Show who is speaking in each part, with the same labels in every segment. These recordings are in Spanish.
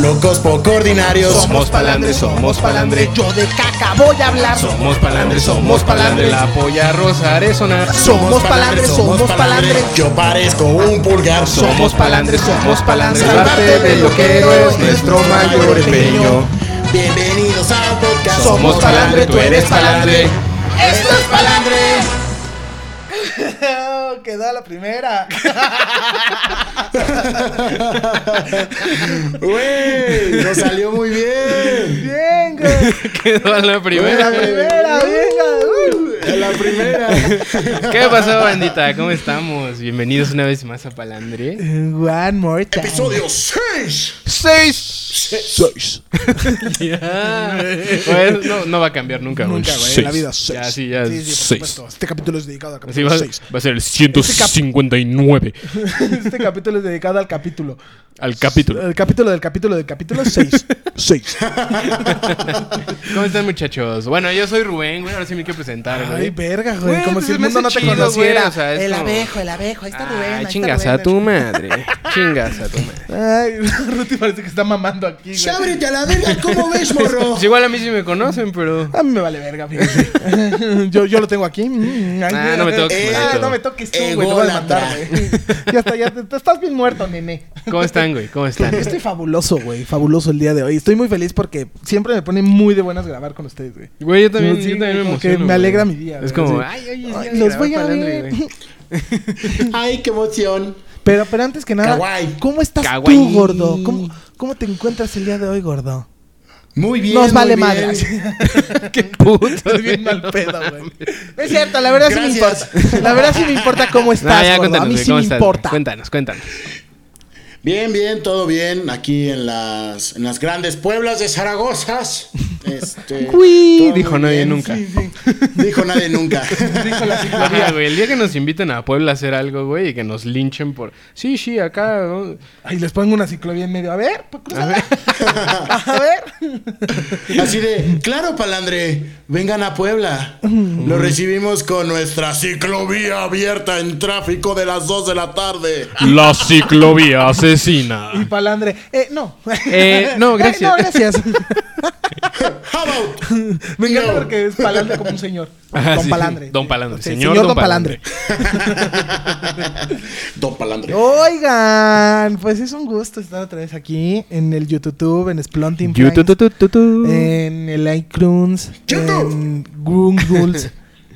Speaker 1: locos, poco ordinarios.
Speaker 2: Somos palandres, somos palandre.
Speaker 1: Yo de caca voy a hablar.
Speaker 2: Somos palandres, somos palandre. La polla rosa haré sonar.
Speaker 1: Somos palandres, somos palandres. Yo parezco un pulgar.
Speaker 2: Somos palandres, somos palandres.
Speaker 1: Salvarte
Speaker 2: Parte del loquero es nuestro mayor empeño.
Speaker 1: Bienvenidos al podcast.
Speaker 2: Somos palandre, tú eres palandre.
Speaker 1: Esto es palandre.
Speaker 3: Quedó la primera.
Speaker 1: Güey, nos salió muy bien.
Speaker 3: Bien, güey.
Speaker 2: Quedó la
Speaker 3: La
Speaker 1: primera.
Speaker 3: primera, venga.
Speaker 1: A la primera.
Speaker 2: ¿Qué pasó, bandita? ¿Cómo estamos? Bienvenidos una vez más a Palandre.
Speaker 3: Uh. One more time.
Speaker 1: Episodio 6.
Speaker 2: ¡Seis!
Speaker 1: 6.
Speaker 2: Pues, no, no va a cambiar nunca, güey.
Speaker 3: Nunca, güey. en
Speaker 1: Seis.
Speaker 3: ¿eh? La
Speaker 2: Ya,
Speaker 3: vida seis.
Speaker 2: sí, ya.
Speaker 3: Sí, sí, por
Speaker 1: Seis.
Speaker 3: supuesto. Este capítulo es dedicado al
Speaker 2: Así
Speaker 3: capítulo
Speaker 2: va,
Speaker 3: 6.
Speaker 2: va a ser el 159
Speaker 3: Este capítulo es dedicado al capítulo.
Speaker 2: al capítulo.
Speaker 3: El capítulo del capítulo del capítulo 6. 6.
Speaker 2: ¿Cómo están, muchachos? Bueno, yo soy Rubén, güey. Ahora sí me quiero presentar, güey.
Speaker 3: Ay, verga,
Speaker 2: Güey,
Speaker 3: güey. Como
Speaker 2: pues
Speaker 3: si el
Speaker 2: se me
Speaker 3: mundo no
Speaker 2: hace
Speaker 3: te
Speaker 2: chido, güey,
Speaker 3: conociera.
Speaker 2: o sea, es
Speaker 3: el
Speaker 2: como-
Speaker 3: abejo, el abejo. Ahí está Rubén. ahí
Speaker 2: Ay,
Speaker 3: está
Speaker 2: chingas
Speaker 3: Rubén.
Speaker 2: a tu madre. chingas a tu madre.
Speaker 3: Ay, Ruti parece que está mamando aquí,
Speaker 1: Ya
Speaker 3: güey.
Speaker 1: ábrete a la verga, ¿cómo ves, morro?
Speaker 2: Pues igual a mí sí me conocen, pero.
Speaker 3: A mí me vale verga, fíjate. yo, yo lo tengo aquí. Mm, ay,
Speaker 2: Ah, no me toques,
Speaker 3: eh,
Speaker 2: maldito.
Speaker 3: no me toques tú, güey. Te voy a
Speaker 1: Ególatra.
Speaker 3: demandar, güey. ya está, ya te, te estás bien muerto, nene.
Speaker 2: ¿Cómo están, güey? ¿Cómo están?
Speaker 3: Estoy fabuloso, güey. Fabuloso el día de hoy. Estoy muy feliz porque siempre me pone muy de buenas grabar con ustedes, güey.
Speaker 2: Güey, yo también,
Speaker 3: Sí,
Speaker 2: yo también me
Speaker 3: como que
Speaker 2: emociono.
Speaker 3: me
Speaker 2: güey.
Speaker 3: alegra mi día,
Speaker 2: Es
Speaker 3: güey,
Speaker 2: como,
Speaker 3: sí.
Speaker 2: ay, ay, ay,
Speaker 3: Ay,
Speaker 2: ya
Speaker 3: los voy a
Speaker 2: grabar
Speaker 3: ver.
Speaker 2: Palandre, güey.
Speaker 1: Ay, qué emoción.
Speaker 3: Pero, pero antes que nada,
Speaker 1: Kawaii.
Speaker 3: ¿cómo estás
Speaker 2: Kawaii.
Speaker 3: tú, gordo? ¿Cómo, ¿Cómo te encuentras el día de hoy, gordo?
Speaker 1: Muy bien. muy
Speaker 3: Nos vale
Speaker 1: bien.
Speaker 3: madre.
Speaker 2: Qué puto.
Speaker 3: Estoy bien mal pedo, güey. No es cierto, la verdad sí me
Speaker 1: Gracias.
Speaker 3: importa. La verdad sí me importa cómo
Speaker 2: No,
Speaker 3: estás,
Speaker 2: ya,
Speaker 3: gordo. A
Speaker 2: cuéntanos,
Speaker 3: mí
Speaker 2: güey,
Speaker 3: sí
Speaker 2: ¿cómo
Speaker 3: me
Speaker 2: estás?
Speaker 3: importa.
Speaker 2: Cuéntanos, cuéntanos.
Speaker 1: Bien, bien, todo bien. Aquí en las, en las grandes pueblas de Zaragoza. Este,
Speaker 2: Uy,
Speaker 1: todo muy
Speaker 2: dijo nadie
Speaker 1: bien.
Speaker 2: nunca.
Speaker 1: Dijo nadie nunca.
Speaker 2: Ajá, güey, el día que nos inviten a Puebla a hacer algo, güey, y que nos linchen por. Sí, sí, acá. ¿no?
Speaker 3: Ahí les pongo una ciclovía en medio. A ver, pues cruzala. A ver.
Speaker 1: Así de, claro, palandre, vengan a Puebla. Lo recibimos con nuestra ciclovía abierta en tráfico de las 2 de la tarde.
Speaker 2: La ciclovía asesina.
Speaker 3: Y palandre. Eh, no.
Speaker 2: Eh, no,
Speaker 3: Eh,
Speaker 2: gracias.
Speaker 3: no, gracias.
Speaker 1: How about?
Speaker 3: Me encanta
Speaker 1: No.
Speaker 3: porque es palandre como un señor.
Speaker 2: Ajá,
Speaker 3: don
Speaker 2: sí.
Speaker 3: palandre.
Speaker 2: Don Palandre.
Speaker 3: Ok,
Speaker 2: Señor Don
Speaker 1: Don Palandre.
Speaker 3: Oigan, pues es un gusto estar otra vez aquí en el YouTube, en Splunting Planks,
Speaker 2: Eh,
Speaker 3: en el iTunes,
Speaker 1: YouTube.
Speaker 3: en Grungles.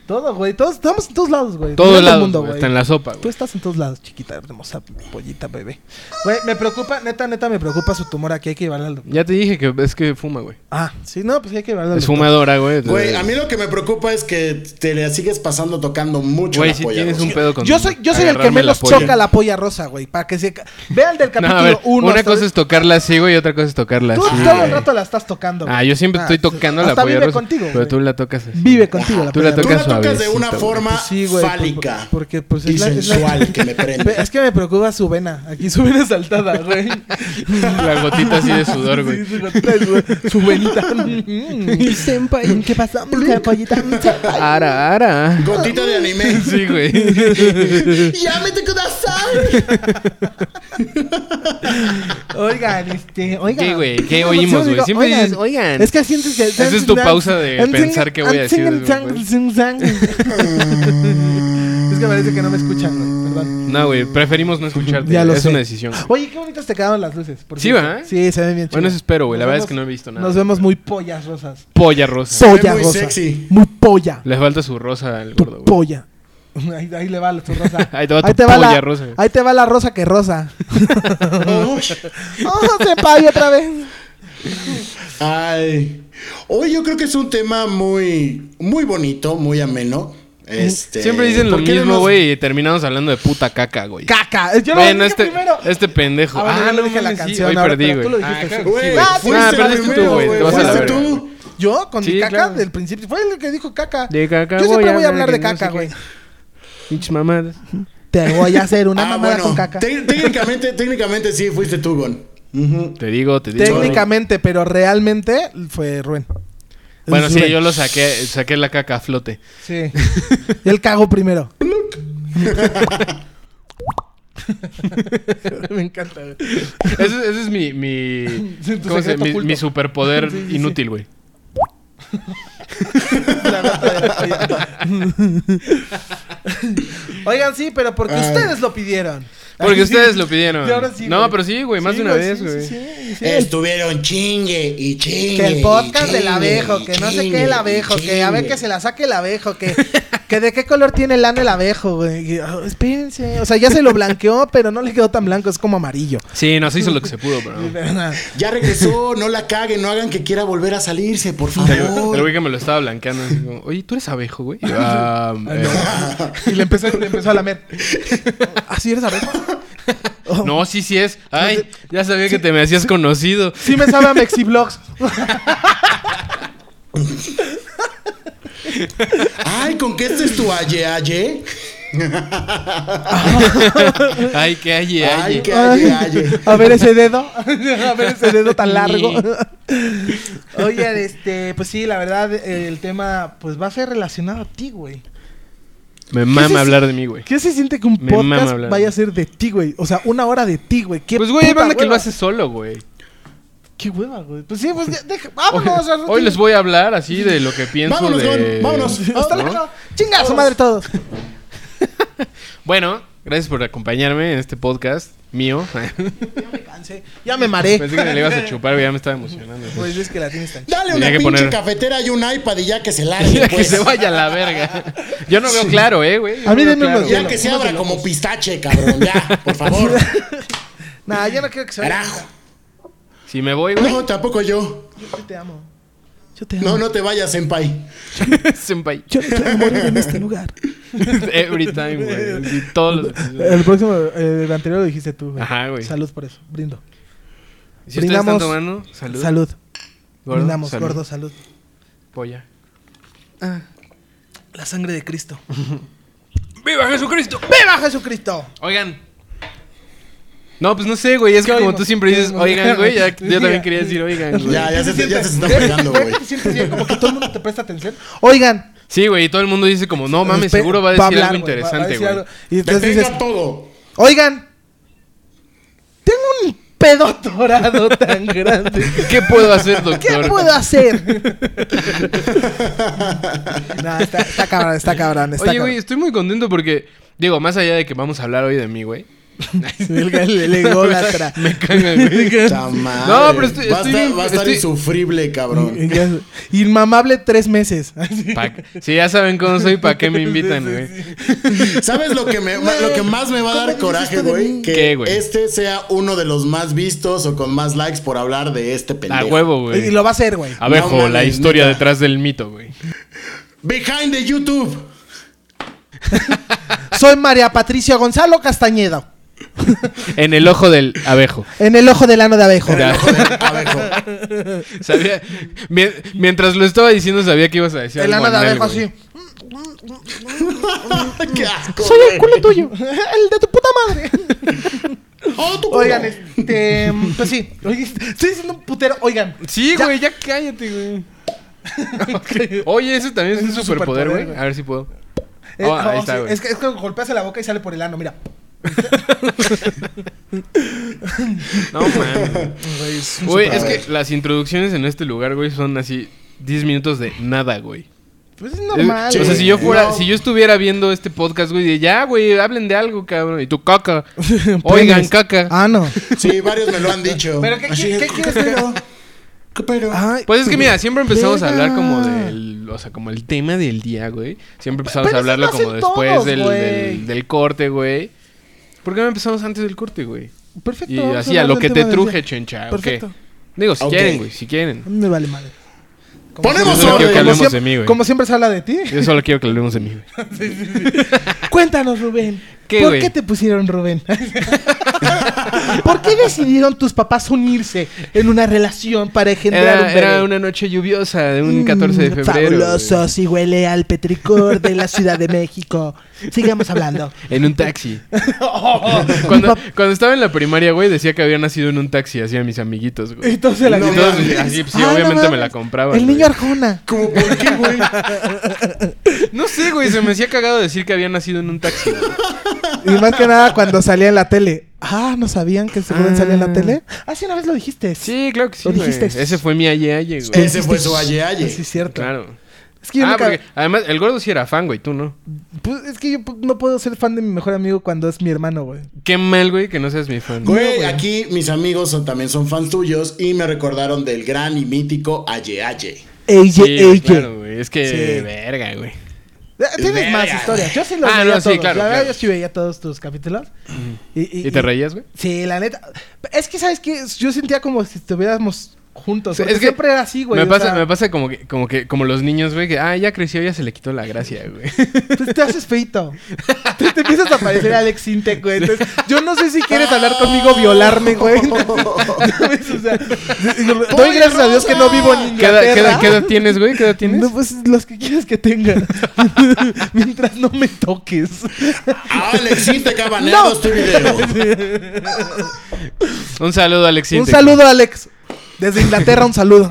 Speaker 3: todo, güey. Todos, estamos en todos lados, güey.
Speaker 2: Todo
Speaker 3: Todo
Speaker 2: el
Speaker 3: el
Speaker 2: lado,
Speaker 3: mundo,
Speaker 2: güey,
Speaker 3: güey.
Speaker 2: Está en la sopa,
Speaker 3: Tú
Speaker 2: güey.
Speaker 3: estás en todos lados, chiquita, hermosa pollita, bebé. Güey, me preocupa, neta, neta, me preocupa su tumor aquí. Hay que llevarla al doctor.
Speaker 2: Ya te dije que es que fuma, güey.
Speaker 3: Ah, sí, no, pues sí hay que llevarla al
Speaker 2: Es
Speaker 3: doctor.
Speaker 2: fumadora, güey.
Speaker 1: Güey, a mí lo que me preocupa es que te le sigues pasando tocando mucho
Speaker 2: Güey,
Speaker 1: la
Speaker 2: si
Speaker 1: polla,
Speaker 2: tienes
Speaker 1: Rocío.
Speaker 2: un pedo con.
Speaker 3: Yo soy, yo soy el que
Speaker 2: agarrarme la
Speaker 3: menos
Speaker 2: polla.
Speaker 3: choca la polla rosa, güey. Para que se. ca- Vea el del
Speaker 2: No, a
Speaker 3: capítulo
Speaker 2: ver,
Speaker 3: 1.
Speaker 2: una cosa es tocarla así, güey, y otra cosa es tocarla
Speaker 3: Tú
Speaker 2: así.
Speaker 3: todo
Speaker 2: güey.
Speaker 3: el rato la estás tocando.
Speaker 2: Ah, yo siempre
Speaker 3: Ah,
Speaker 2: estoy
Speaker 3: sí.
Speaker 2: tocando la
Speaker 3: Hasta
Speaker 2: polla
Speaker 3: vive
Speaker 2: rosa,
Speaker 3: contigo,
Speaker 2: Pero
Speaker 3: güey.
Speaker 2: tú la tocas así.
Speaker 3: Vive contigo la
Speaker 2: Tú la
Speaker 3: polla
Speaker 1: Tú
Speaker 2: tocas
Speaker 3: rosa.
Speaker 1: la tocas de
Speaker 2: suavecito,
Speaker 1: una
Speaker 2: güey.
Speaker 1: forma
Speaker 3: Sí, güey, por-
Speaker 1: fálica
Speaker 3: porque, pues,
Speaker 1: y
Speaker 3: es la- es la-
Speaker 1: sensual que me prende.
Speaker 3: Es que me preocupa su vena. Aquí su vena saltada, güey.
Speaker 2: La gotita así de sudor, güey.
Speaker 3: Sí, su gotita de sudor, su venita. Mm. ¿Qué pasó? La pollita.
Speaker 2: Ara, ara.
Speaker 1: Gotita de anime.
Speaker 2: Sí, güey.
Speaker 1: ¡Ya me te sal!
Speaker 3: Oigan, este, oigan.
Speaker 2: ¿Qué, güey? ¿Qué
Speaker 3: Yo
Speaker 2: oímos,
Speaker 3: siempre
Speaker 2: güey?
Speaker 3: digo,
Speaker 2: Siempre
Speaker 3: oigan,
Speaker 2: dices, oigan.
Speaker 3: Es que sientes que...
Speaker 2: Esa es tu pausa de pensar qué voy a decir después.
Speaker 3: Es que parece que no me escuchan, güey. Perdón.
Speaker 2: No, güey, preferimos no escucharte.
Speaker 3: Ya lo
Speaker 2: Eh, es
Speaker 3: sé.
Speaker 2: una decisión. güey.
Speaker 3: Oye, qué bonitas te quedaron las luces. por
Speaker 2: Sí,
Speaker 3: cierto.
Speaker 2: ¿verdad?
Speaker 3: Sí, se ven bien chidas.
Speaker 2: Bueno, eso espero, güey. La
Speaker 3: Nos
Speaker 2: verdad es
Speaker 3: vemos-
Speaker 2: que no he visto nada.
Speaker 3: Nos vemos muy pollas rosas.
Speaker 2: Polla rosa.
Speaker 1: ve
Speaker 3: Polla
Speaker 1: muy
Speaker 3: rosa.
Speaker 1: sexy.
Speaker 3: Muy polla.
Speaker 2: Le falta su rosa al
Speaker 3: tu
Speaker 2: gordo, güey.
Speaker 3: polla. Ahí, ahí le va tu rosa.
Speaker 2: Ahí te va tu
Speaker 3: la,
Speaker 2: polla rosa.
Speaker 3: Ahí te va la rosa que rosa. oh, se paya otra vez.
Speaker 1: Ay. Hoy yo creo que es un tema muy, muy bonito, muy ameno. Este,
Speaker 2: Siempre dicen lo
Speaker 1: ¿por qué no
Speaker 2: mismo,
Speaker 1: nos-
Speaker 2: güey, y terminamos hablando de puta caca, güey.
Speaker 3: Caca. Yo
Speaker 2: Bueno,
Speaker 3: lo dije
Speaker 2: este,
Speaker 3: primero.
Speaker 2: este pendejo.
Speaker 3: Ah, bueno,
Speaker 2: Ah,
Speaker 3: yo
Speaker 2: no
Speaker 3: dije la
Speaker 2: mames, sí,
Speaker 3: canción
Speaker 2: Hoy
Speaker 3: ahora,
Speaker 2: perdí,
Speaker 3: pero tú
Speaker 2: güey.
Speaker 3: lo
Speaker 2: Ah,
Speaker 3: dijiste,
Speaker 2: claro que
Speaker 3: sí.
Speaker 2: sí,
Speaker 1: Güey,
Speaker 2: güey.
Speaker 3: Ah,
Speaker 1: fuiste
Speaker 2: Ah,
Speaker 1: el
Speaker 2: perdiste tú,
Speaker 1: primero,
Speaker 2: güey. Te vas a la
Speaker 1: Fuiste
Speaker 2: verga.
Speaker 1: tú.
Speaker 3: Yo con
Speaker 2: Sí,
Speaker 3: mi caca
Speaker 2: claro.
Speaker 3: del principio. Fue el que dijo caca.
Speaker 2: De caca
Speaker 3: Yo siempre
Speaker 2: voy a
Speaker 3: voy a hablar
Speaker 2: hablar
Speaker 3: de
Speaker 2: que no
Speaker 3: caca,
Speaker 2: sé
Speaker 3: güey.
Speaker 2: Pinches mamadas.
Speaker 3: Te voy a hacer una
Speaker 1: Ah,
Speaker 3: mamada
Speaker 1: bueno,
Speaker 3: con caca.
Speaker 1: tec- técnicamente, técnicamente sí fuiste tú, Gon. Ujú.
Speaker 2: Te digo, te digo.
Speaker 3: Técnicamente, pero realmente fue Rubén.
Speaker 2: Bueno,
Speaker 3: Es
Speaker 2: sí,
Speaker 3: Rubén.
Speaker 2: yo lo saqué, saqué la caca a flote.
Speaker 3: Sí. Él cagó primero. Me encanta, güey.
Speaker 2: Ese, ese es mi. mi
Speaker 3: Sí, tu
Speaker 2: ¿cómo se dice?
Speaker 3: secreto
Speaker 2: Mi,
Speaker 3: oculto.
Speaker 2: mi superpoder
Speaker 3: Sí, sí, sí.
Speaker 2: inútil, güey.
Speaker 3: La neta, ya, ya. Oigan, sí, pero porque
Speaker 1: Ay.
Speaker 3: ustedes lo pidieron.
Speaker 2: Porque
Speaker 3: Ay,
Speaker 2: ustedes
Speaker 3: sí.
Speaker 2: lo pidieron.
Speaker 3: Y ahora sí,
Speaker 2: no,
Speaker 3: güey.
Speaker 2: pero sí, güey, más
Speaker 3: Sí,
Speaker 2: de una vez,
Speaker 3: sí,
Speaker 2: güey.
Speaker 3: Sí, sí, sí.
Speaker 1: Estuvieron chingue y chingue.
Speaker 3: Que el
Speaker 1: y
Speaker 3: podcast del
Speaker 1: chingue
Speaker 3: abejo, que
Speaker 1: y
Speaker 3: no sé
Speaker 1: chingue
Speaker 3: qué el
Speaker 1: y
Speaker 3: abejo, que a ver
Speaker 1: chingue.
Speaker 3: que se la saque el abejo, que, que de qué color tiene el ano el abejo, güey. Y, oh, espérense, o sea, ya se lo blanqueó, pero no le quedó tan blanco, es como amarillo.
Speaker 2: Sí, no, se hizo lo que se pudo, pero.
Speaker 3: De verdad.
Speaker 1: Ya regresó, no la caguen, no hagan que quiera volver a salirse, por
Speaker 2: El
Speaker 1: favor.
Speaker 2: güey que me lo estaba blanqueando. así como, Oye, ¿tú eres abejo, güey? Y yo, "Ah, eh,
Speaker 3: Y le empezó, le empezó a lamer. ¿Así eres abejo?
Speaker 2: no. sí, sí es. Ay, ya sabía que te me hacías conocido.
Speaker 3: Sí me sabe a Mexiblogs.
Speaker 1: Ay, ¿con qué este es tu aye aye?
Speaker 2: Ay, qué hay,
Speaker 1: Ay,
Speaker 2: ay.
Speaker 1: qué aye aye.
Speaker 3: A ver ese dedo. A ver ese dedo tan largo. Oye, este, pues sí, la verdad, el tema, pues va a ser relacionado a ti, güey.
Speaker 2: Me
Speaker 3: ¿Qué
Speaker 2: mama
Speaker 3: se-
Speaker 2: hablar de mí, güey.
Speaker 3: ¿Qué se siente que un
Speaker 2: Me mama
Speaker 3: podcast
Speaker 2: hablar.
Speaker 3: vaya a ser de ti, güey? O sea, una hora de ti, güey. ¿Qué
Speaker 2: Pues, güey, hay
Speaker 3: puta
Speaker 2: banda que lo
Speaker 3: hueva?
Speaker 2: hace solo, güey.
Speaker 3: Qué hueva, güey. Pues sí, pues ya, deja,
Speaker 2: Hoy,
Speaker 3: vámonos. al
Speaker 2: hoy
Speaker 3: ratito.
Speaker 2: les voy a hablar así de lo que pienso
Speaker 1: Vámonos,
Speaker 2: de...
Speaker 1: Gon, vámonos.
Speaker 3: Hasta
Speaker 2: ¿no?
Speaker 3: luego. Chinga a su madre todos.
Speaker 2: Bueno, gracias por acompañarme en este podcast mío.
Speaker 3: ya me cansé. Ya me mareé.
Speaker 2: Pensé que me le ibas a chupar, güey, ya me estaba emocionando.
Speaker 3: Pues es que la tienes tan
Speaker 1: Dale
Speaker 2: Tenía
Speaker 1: una
Speaker 2: que
Speaker 1: pinche
Speaker 2: poner-
Speaker 1: cafetera y un iPad y ya que se
Speaker 2: Ya
Speaker 1: largue,
Speaker 2: que
Speaker 1: pues.
Speaker 2: se vaya a la verga. Yo no veo claro, eh, güey. Yo
Speaker 3: A mí
Speaker 2: no veo
Speaker 3: denme unos
Speaker 2: güey.
Speaker 1: Ya que se abra como pistache, cabrón. Ya, por favor.
Speaker 3: Nah, yo no quiero que se vaya.
Speaker 1: Carajo.
Speaker 2: Si me voy, güey.
Speaker 1: No, tampoco yo.
Speaker 3: Yo, yo te amo. Yo te amo.
Speaker 1: No, no te vayas, senpai.
Speaker 2: Senpai.
Speaker 3: Yo me quiero morir en este lugar.
Speaker 2: Every time, güey. Así, Todos los episodios.
Speaker 3: El próximo, eh, el anterior lo dijiste tú, güey.
Speaker 2: Ajá, güey.
Speaker 3: Salud por eso. Brindo.
Speaker 2: Si ustedes están
Speaker 3: brindamos-
Speaker 2: tomando, salud.
Speaker 3: Salud.
Speaker 2: Gordo,
Speaker 3: Brindamos,
Speaker 2: salud.
Speaker 3: gordo, salud.
Speaker 2: Polla.
Speaker 3: La sangre de Cristo.
Speaker 2: ¡Viva Jesucristo!
Speaker 3: ¡Viva Jesucristo!
Speaker 2: Oigan. No, pues no sé, güey. Es que como
Speaker 3: oímos?
Speaker 2: tú siempre
Speaker 3: ¿Qué
Speaker 2: dices,
Speaker 3: oímos?
Speaker 2: oigan, güey. Ya,
Speaker 3: Sí,
Speaker 2: yo también
Speaker 3: ya.
Speaker 2: quería decir, oigan, güey.
Speaker 1: Ya, ya se, ya se está
Speaker 3: ¿Ves?
Speaker 1: pegando,
Speaker 3: ¿Ves
Speaker 1: güey.
Speaker 3: que sientes bien? Como que todo el mundo te presta atención. Oigan.
Speaker 2: Sí, güey. Y todo el mundo dice como, no mames,
Speaker 3: Espe-
Speaker 2: seguro va a decir
Speaker 3: va hablar,
Speaker 2: algo
Speaker 3: güey, va- va a
Speaker 2: interesante,
Speaker 3: decir
Speaker 2: güey.
Speaker 3: algo. Y entonces dices,
Speaker 1: Detenga todo.
Speaker 3: oigan, tengo un pedo dorado tan grande.
Speaker 2: ¿Qué puedo hacer,
Speaker 3: ¿Qué
Speaker 2: doctor?
Speaker 3: puedo hacer? no, está, está cabrón, está cabrón, está
Speaker 2: Oye,
Speaker 3: cabrón.
Speaker 2: güey, estoy muy contento porque, digo, más allá de que vamos a hablar hoy de mí, güey.
Speaker 3: El, el, el ególatra.
Speaker 2: Me caga, güey.
Speaker 1: Ta madre.
Speaker 2: No, pero estoy-
Speaker 1: va a
Speaker 2: estoy
Speaker 1: estar,
Speaker 2: bien-
Speaker 1: va a estar
Speaker 2: estoy-
Speaker 1: insufrible, cabrón.
Speaker 3: Ya sé. Inmamable tres meses.
Speaker 2: Pa- Si ya saben cómo soy, ¿para qué me invitan, güey?
Speaker 1: ¿Sabes lo que, me, lo que más me va a dar
Speaker 3: ¿Cómo dices
Speaker 1: coraje,
Speaker 3: esto de
Speaker 1: güey?
Speaker 3: mí?
Speaker 1: Que
Speaker 2: ¿Qué, güey?
Speaker 1: este sea uno de los más vistos o con más likes por hablar de este pendejo.
Speaker 2: A huevo,
Speaker 3: Y
Speaker 2: güey.
Speaker 3: lo va a hacer, güey.
Speaker 2: Abejo,
Speaker 1: No mames,
Speaker 2: la historia
Speaker 1: neta.
Speaker 2: detrás del mito, güey.
Speaker 1: Behind the YouTube.
Speaker 3: Soy María Patricia Gonzalo Castañeda.
Speaker 2: En el ojo del abejo.
Speaker 3: En el ojo del ano de abejo.
Speaker 2: Ya.
Speaker 1: Joder, abejo.
Speaker 2: Sabía, mien- mientras lo estaba diciendo, sabía que ibas a decir
Speaker 3: El
Speaker 2: algo
Speaker 3: ano de
Speaker 2: anal,
Speaker 3: abejo
Speaker 2: güey.
Speaker 3: así.
Speaker 1: Qué asco.
Speaker 3: Soy el
Speaker 1: güey.
Speaker 3: culo tuyo. El de tu puta madre.
Speaker 1: Oh, tu culo.
Speaker 3: Oigan, este. Pues sí. Oye, Estoy diciendo un putero. Oigan.
Speaker 2: Sí,
Speaker 3: Ya.
Speaker 2: güey, ya cállate, güey. Oye, ese también es, un superpoder, güey. A ver si puedo.
Speaker 3: Eh,
Speaker 2: Ah, ahí
Speaker 3: no,
Speaker 2: está,
Speaker 3: sí,
Speaker 2: güey.
Speaker 3: es, que, es que golpeas en la boca y sale por el ano, mira.
Speaker 2: No, man. Güey, es que las introducciones en este lugar, güey, son así 10 minutos de nada, güey.
Speaker 3: Pues es normal.
Speaker 2: o sea,
Speaker 3: güey.
Speaker 2: si yo fuera,
Speaker 1: No.
Speaker 2: si yo estuviera viendo este podcast, güey, de ya, güey, hablen de algo, cabrón. Y tú, caca. Oigan,
Speaker 3: Penes.
Speaker 2: caca.
Speaker 3: Ah, no.
Speaker 1: Sí, varios me lo han dicho.
Speaker 3: Pero, ¿qué-
Speaker 1: Así
Speaker 3: qué-
Speaker 1: es,
Speaker 3: qué quieres que-
Speaker 1: pedo? ¿Qué pedo?
Speaker 3: Ay,
Speaker 2: Pues es que mira, siempre empezamos a hablar como
Speaker 3: Verga.
Speaker 2: del, o sea, como el tema del día, güey. Siempre empezamos
Speaker 3: pero
Speaker 2: a
Speaker 3: eso
Speaker 2: hablarlo
Speaker 3: lo
Speaker 2: como
Speaker 3: hacen
Speaker 2: después
Speaker 3: todos,
Speaker 2: del,
Speaker 3: güey.
Speaker 2: del, del corte, güey. ¿Por qué no empezamos antes del corte, güey?
Speaker 3: perfecto.
Speaker 2: Y
Speaker 3: vamos
Speaker 2: así a
Speaker 3: hablar
Speaker 2: lo
Speaker 3: Pues del
Speaker 2: que
Speaker 3: tema
Speaker 2: te
Speaker 3: del
Speaker 2: truje,
Speaker 3: día.
Speaker 2: chencha, ¿o qué?
Speaker 3: Perfecto.
Speaker 2: Digo, si
Speaker 1: Ok.
Speaker 2: quieren, güey, si quieren.
Speaker 3: A mí me vale madre.
Speaker 1: Ponemos
Speaker 2: Yo no quiero que
Speaker 1: orden.
Speaker 2: hablemos
Speaker 3: siempre,
Speaker 2: de mí, güey.
Speaker 3: como siempre se habla de ti.
Speaker 2: Yo solo quiero que hablemos de mí, güey.
Speaker 3: Cuéntanos, Rubén.
Speaker 2: ¿Qué,
Speaker 3: ¿Por
Speaker 2: güey?
Speaker 3: qué te pusieron Rubén? ¿Por qué decidieron tus papás unirse en una relación para engendrar
Speaker 2: Era,
Speaker 3: un bebé?
Speaker 2: era una noche lluviosa de un 14 de
Speaker 3: Mm,
Speaker 2: febrero.
Speaker 3: Fabuloso,
Speaker 2: güey.
Speaker 3: si huele al petricor de la Ciudad de México. Sigamos hablando.
Speaker 2: En un taxi. cuando, cuando estaba en la primaria, güey, decía que había nacido en un taxi, así a mis amiguitos, güey.
Speaker 3: Entonces
Speaker 1: la-
Speaker 2: Y todos,
Speaker 1: mames.
Speaker 2: así, pues, sí,
Speaker 3: Ah, no
Speaker 2: obviamente me
Speaker 3: mames.
Speaker 2: la compraban.
Speaker 3: El
Speaker 2: güey.
Speaker 3: niño Arjona.
Speaker 1: ¿Cómo por qué, güey?
Speaker 2: No sé, güey, se me hacía cagado decir que había nacido en un taxi. güey.
Speaker 3: Y más que nada cuando salía en la tele. Ah, ¿no sabían que se pueden salir en la tele? Ah, sí, una vez lo dijiste.
Speaker 2: Sí, claro que sí,
Speaker 3: Lo
Speaker 2: güey.
Speaker 3: dijiste.
Speaker 2: Ese fue mi aye aye, güey.
Speaker 1: Ese fue su aye aye.
Speaker 3: Sí, es cierto.
Speaker 2: Claro.
Speaker 3: Es que yo
Speaker 2: ah,
Speaker 3: nunca-
Speaker 2: porque además el gordo sí era fan, güey, tú no.
Speaker 3: pues, es que yo pu- no puedo ser fan de mi mejor amigo cuando es mi hermano, güey.
Speaker 2: Qué mal, güey, que no seas mi fan.
Speaker 1: Güey, aquí mis amigos son- también son fans tuyos y me recordaron del gran y mítico Aye Aye.
Speaker 3: Ey,
Speaker 2: Sí,
Speaker 3: ey, ey.
Speaker 2: claro, güey. Es que
Speaker 3: Sí.
Speaker 2: verga, güey.
Speaker 3: Eh, Tienes más
Speaker 1: Verga,
Speaker 3: historias. Yo sí los
Speaker 2: Ah,
Speaker 3: veía
Speaker 2: no, sí,
Speaker 3: todos.
Speaker 2: claro,
Speaker 3: la verdad,
Speaker 2: claro. Mm.
Speaker 3: yo sí veía todos tus capítulos.
Speaker 2: ¿Y te reías, güey?
Speaker 3: Sí, la neta. Es que, ¿sabes qué? Yo sentía como si estuviéramos juntos.
Speaker 2: Sí,
Speaker 3: porque
Speaker 2: es que
Speaker 3: siempre era así, güey.
Speaker 2: me
Speaker 3: o
Speaker 2: pasa,
Speaker 3: sea,
Speaker 2: me pasa como que, como que, como los niños, güey, que ah, ya creció, ya se le quitó la gracia, güey.
Speaker 3: Te, te haces feito. Te, te empiezas a parecer a Alex Intec, güey. Entonces, yo no sé si quieres hablar conmigo, violarme, güey. ¿Sabes? O sea, doy gracias a Dios que no vivo en
Speaker 2: ¿Qué edad,
Speaker 3: Inglaterra.
Speaker 2: qué edad- qué edad tienes, güey? ¿Qué edad tienes?
Speaker 3: No, pues los que quieras que tenga. Mientras no me toques.
Speaker 1: Alex, sí te ¿eh?
Speaker 3: No.
Speaker 1: tu video.
Speaker 2: Un saludo, Alex.
Speaker 3: pues, un
Speaker 2: Intec.
Speaker 3: saludo, Alex. Desde Inglaterra, un saludo.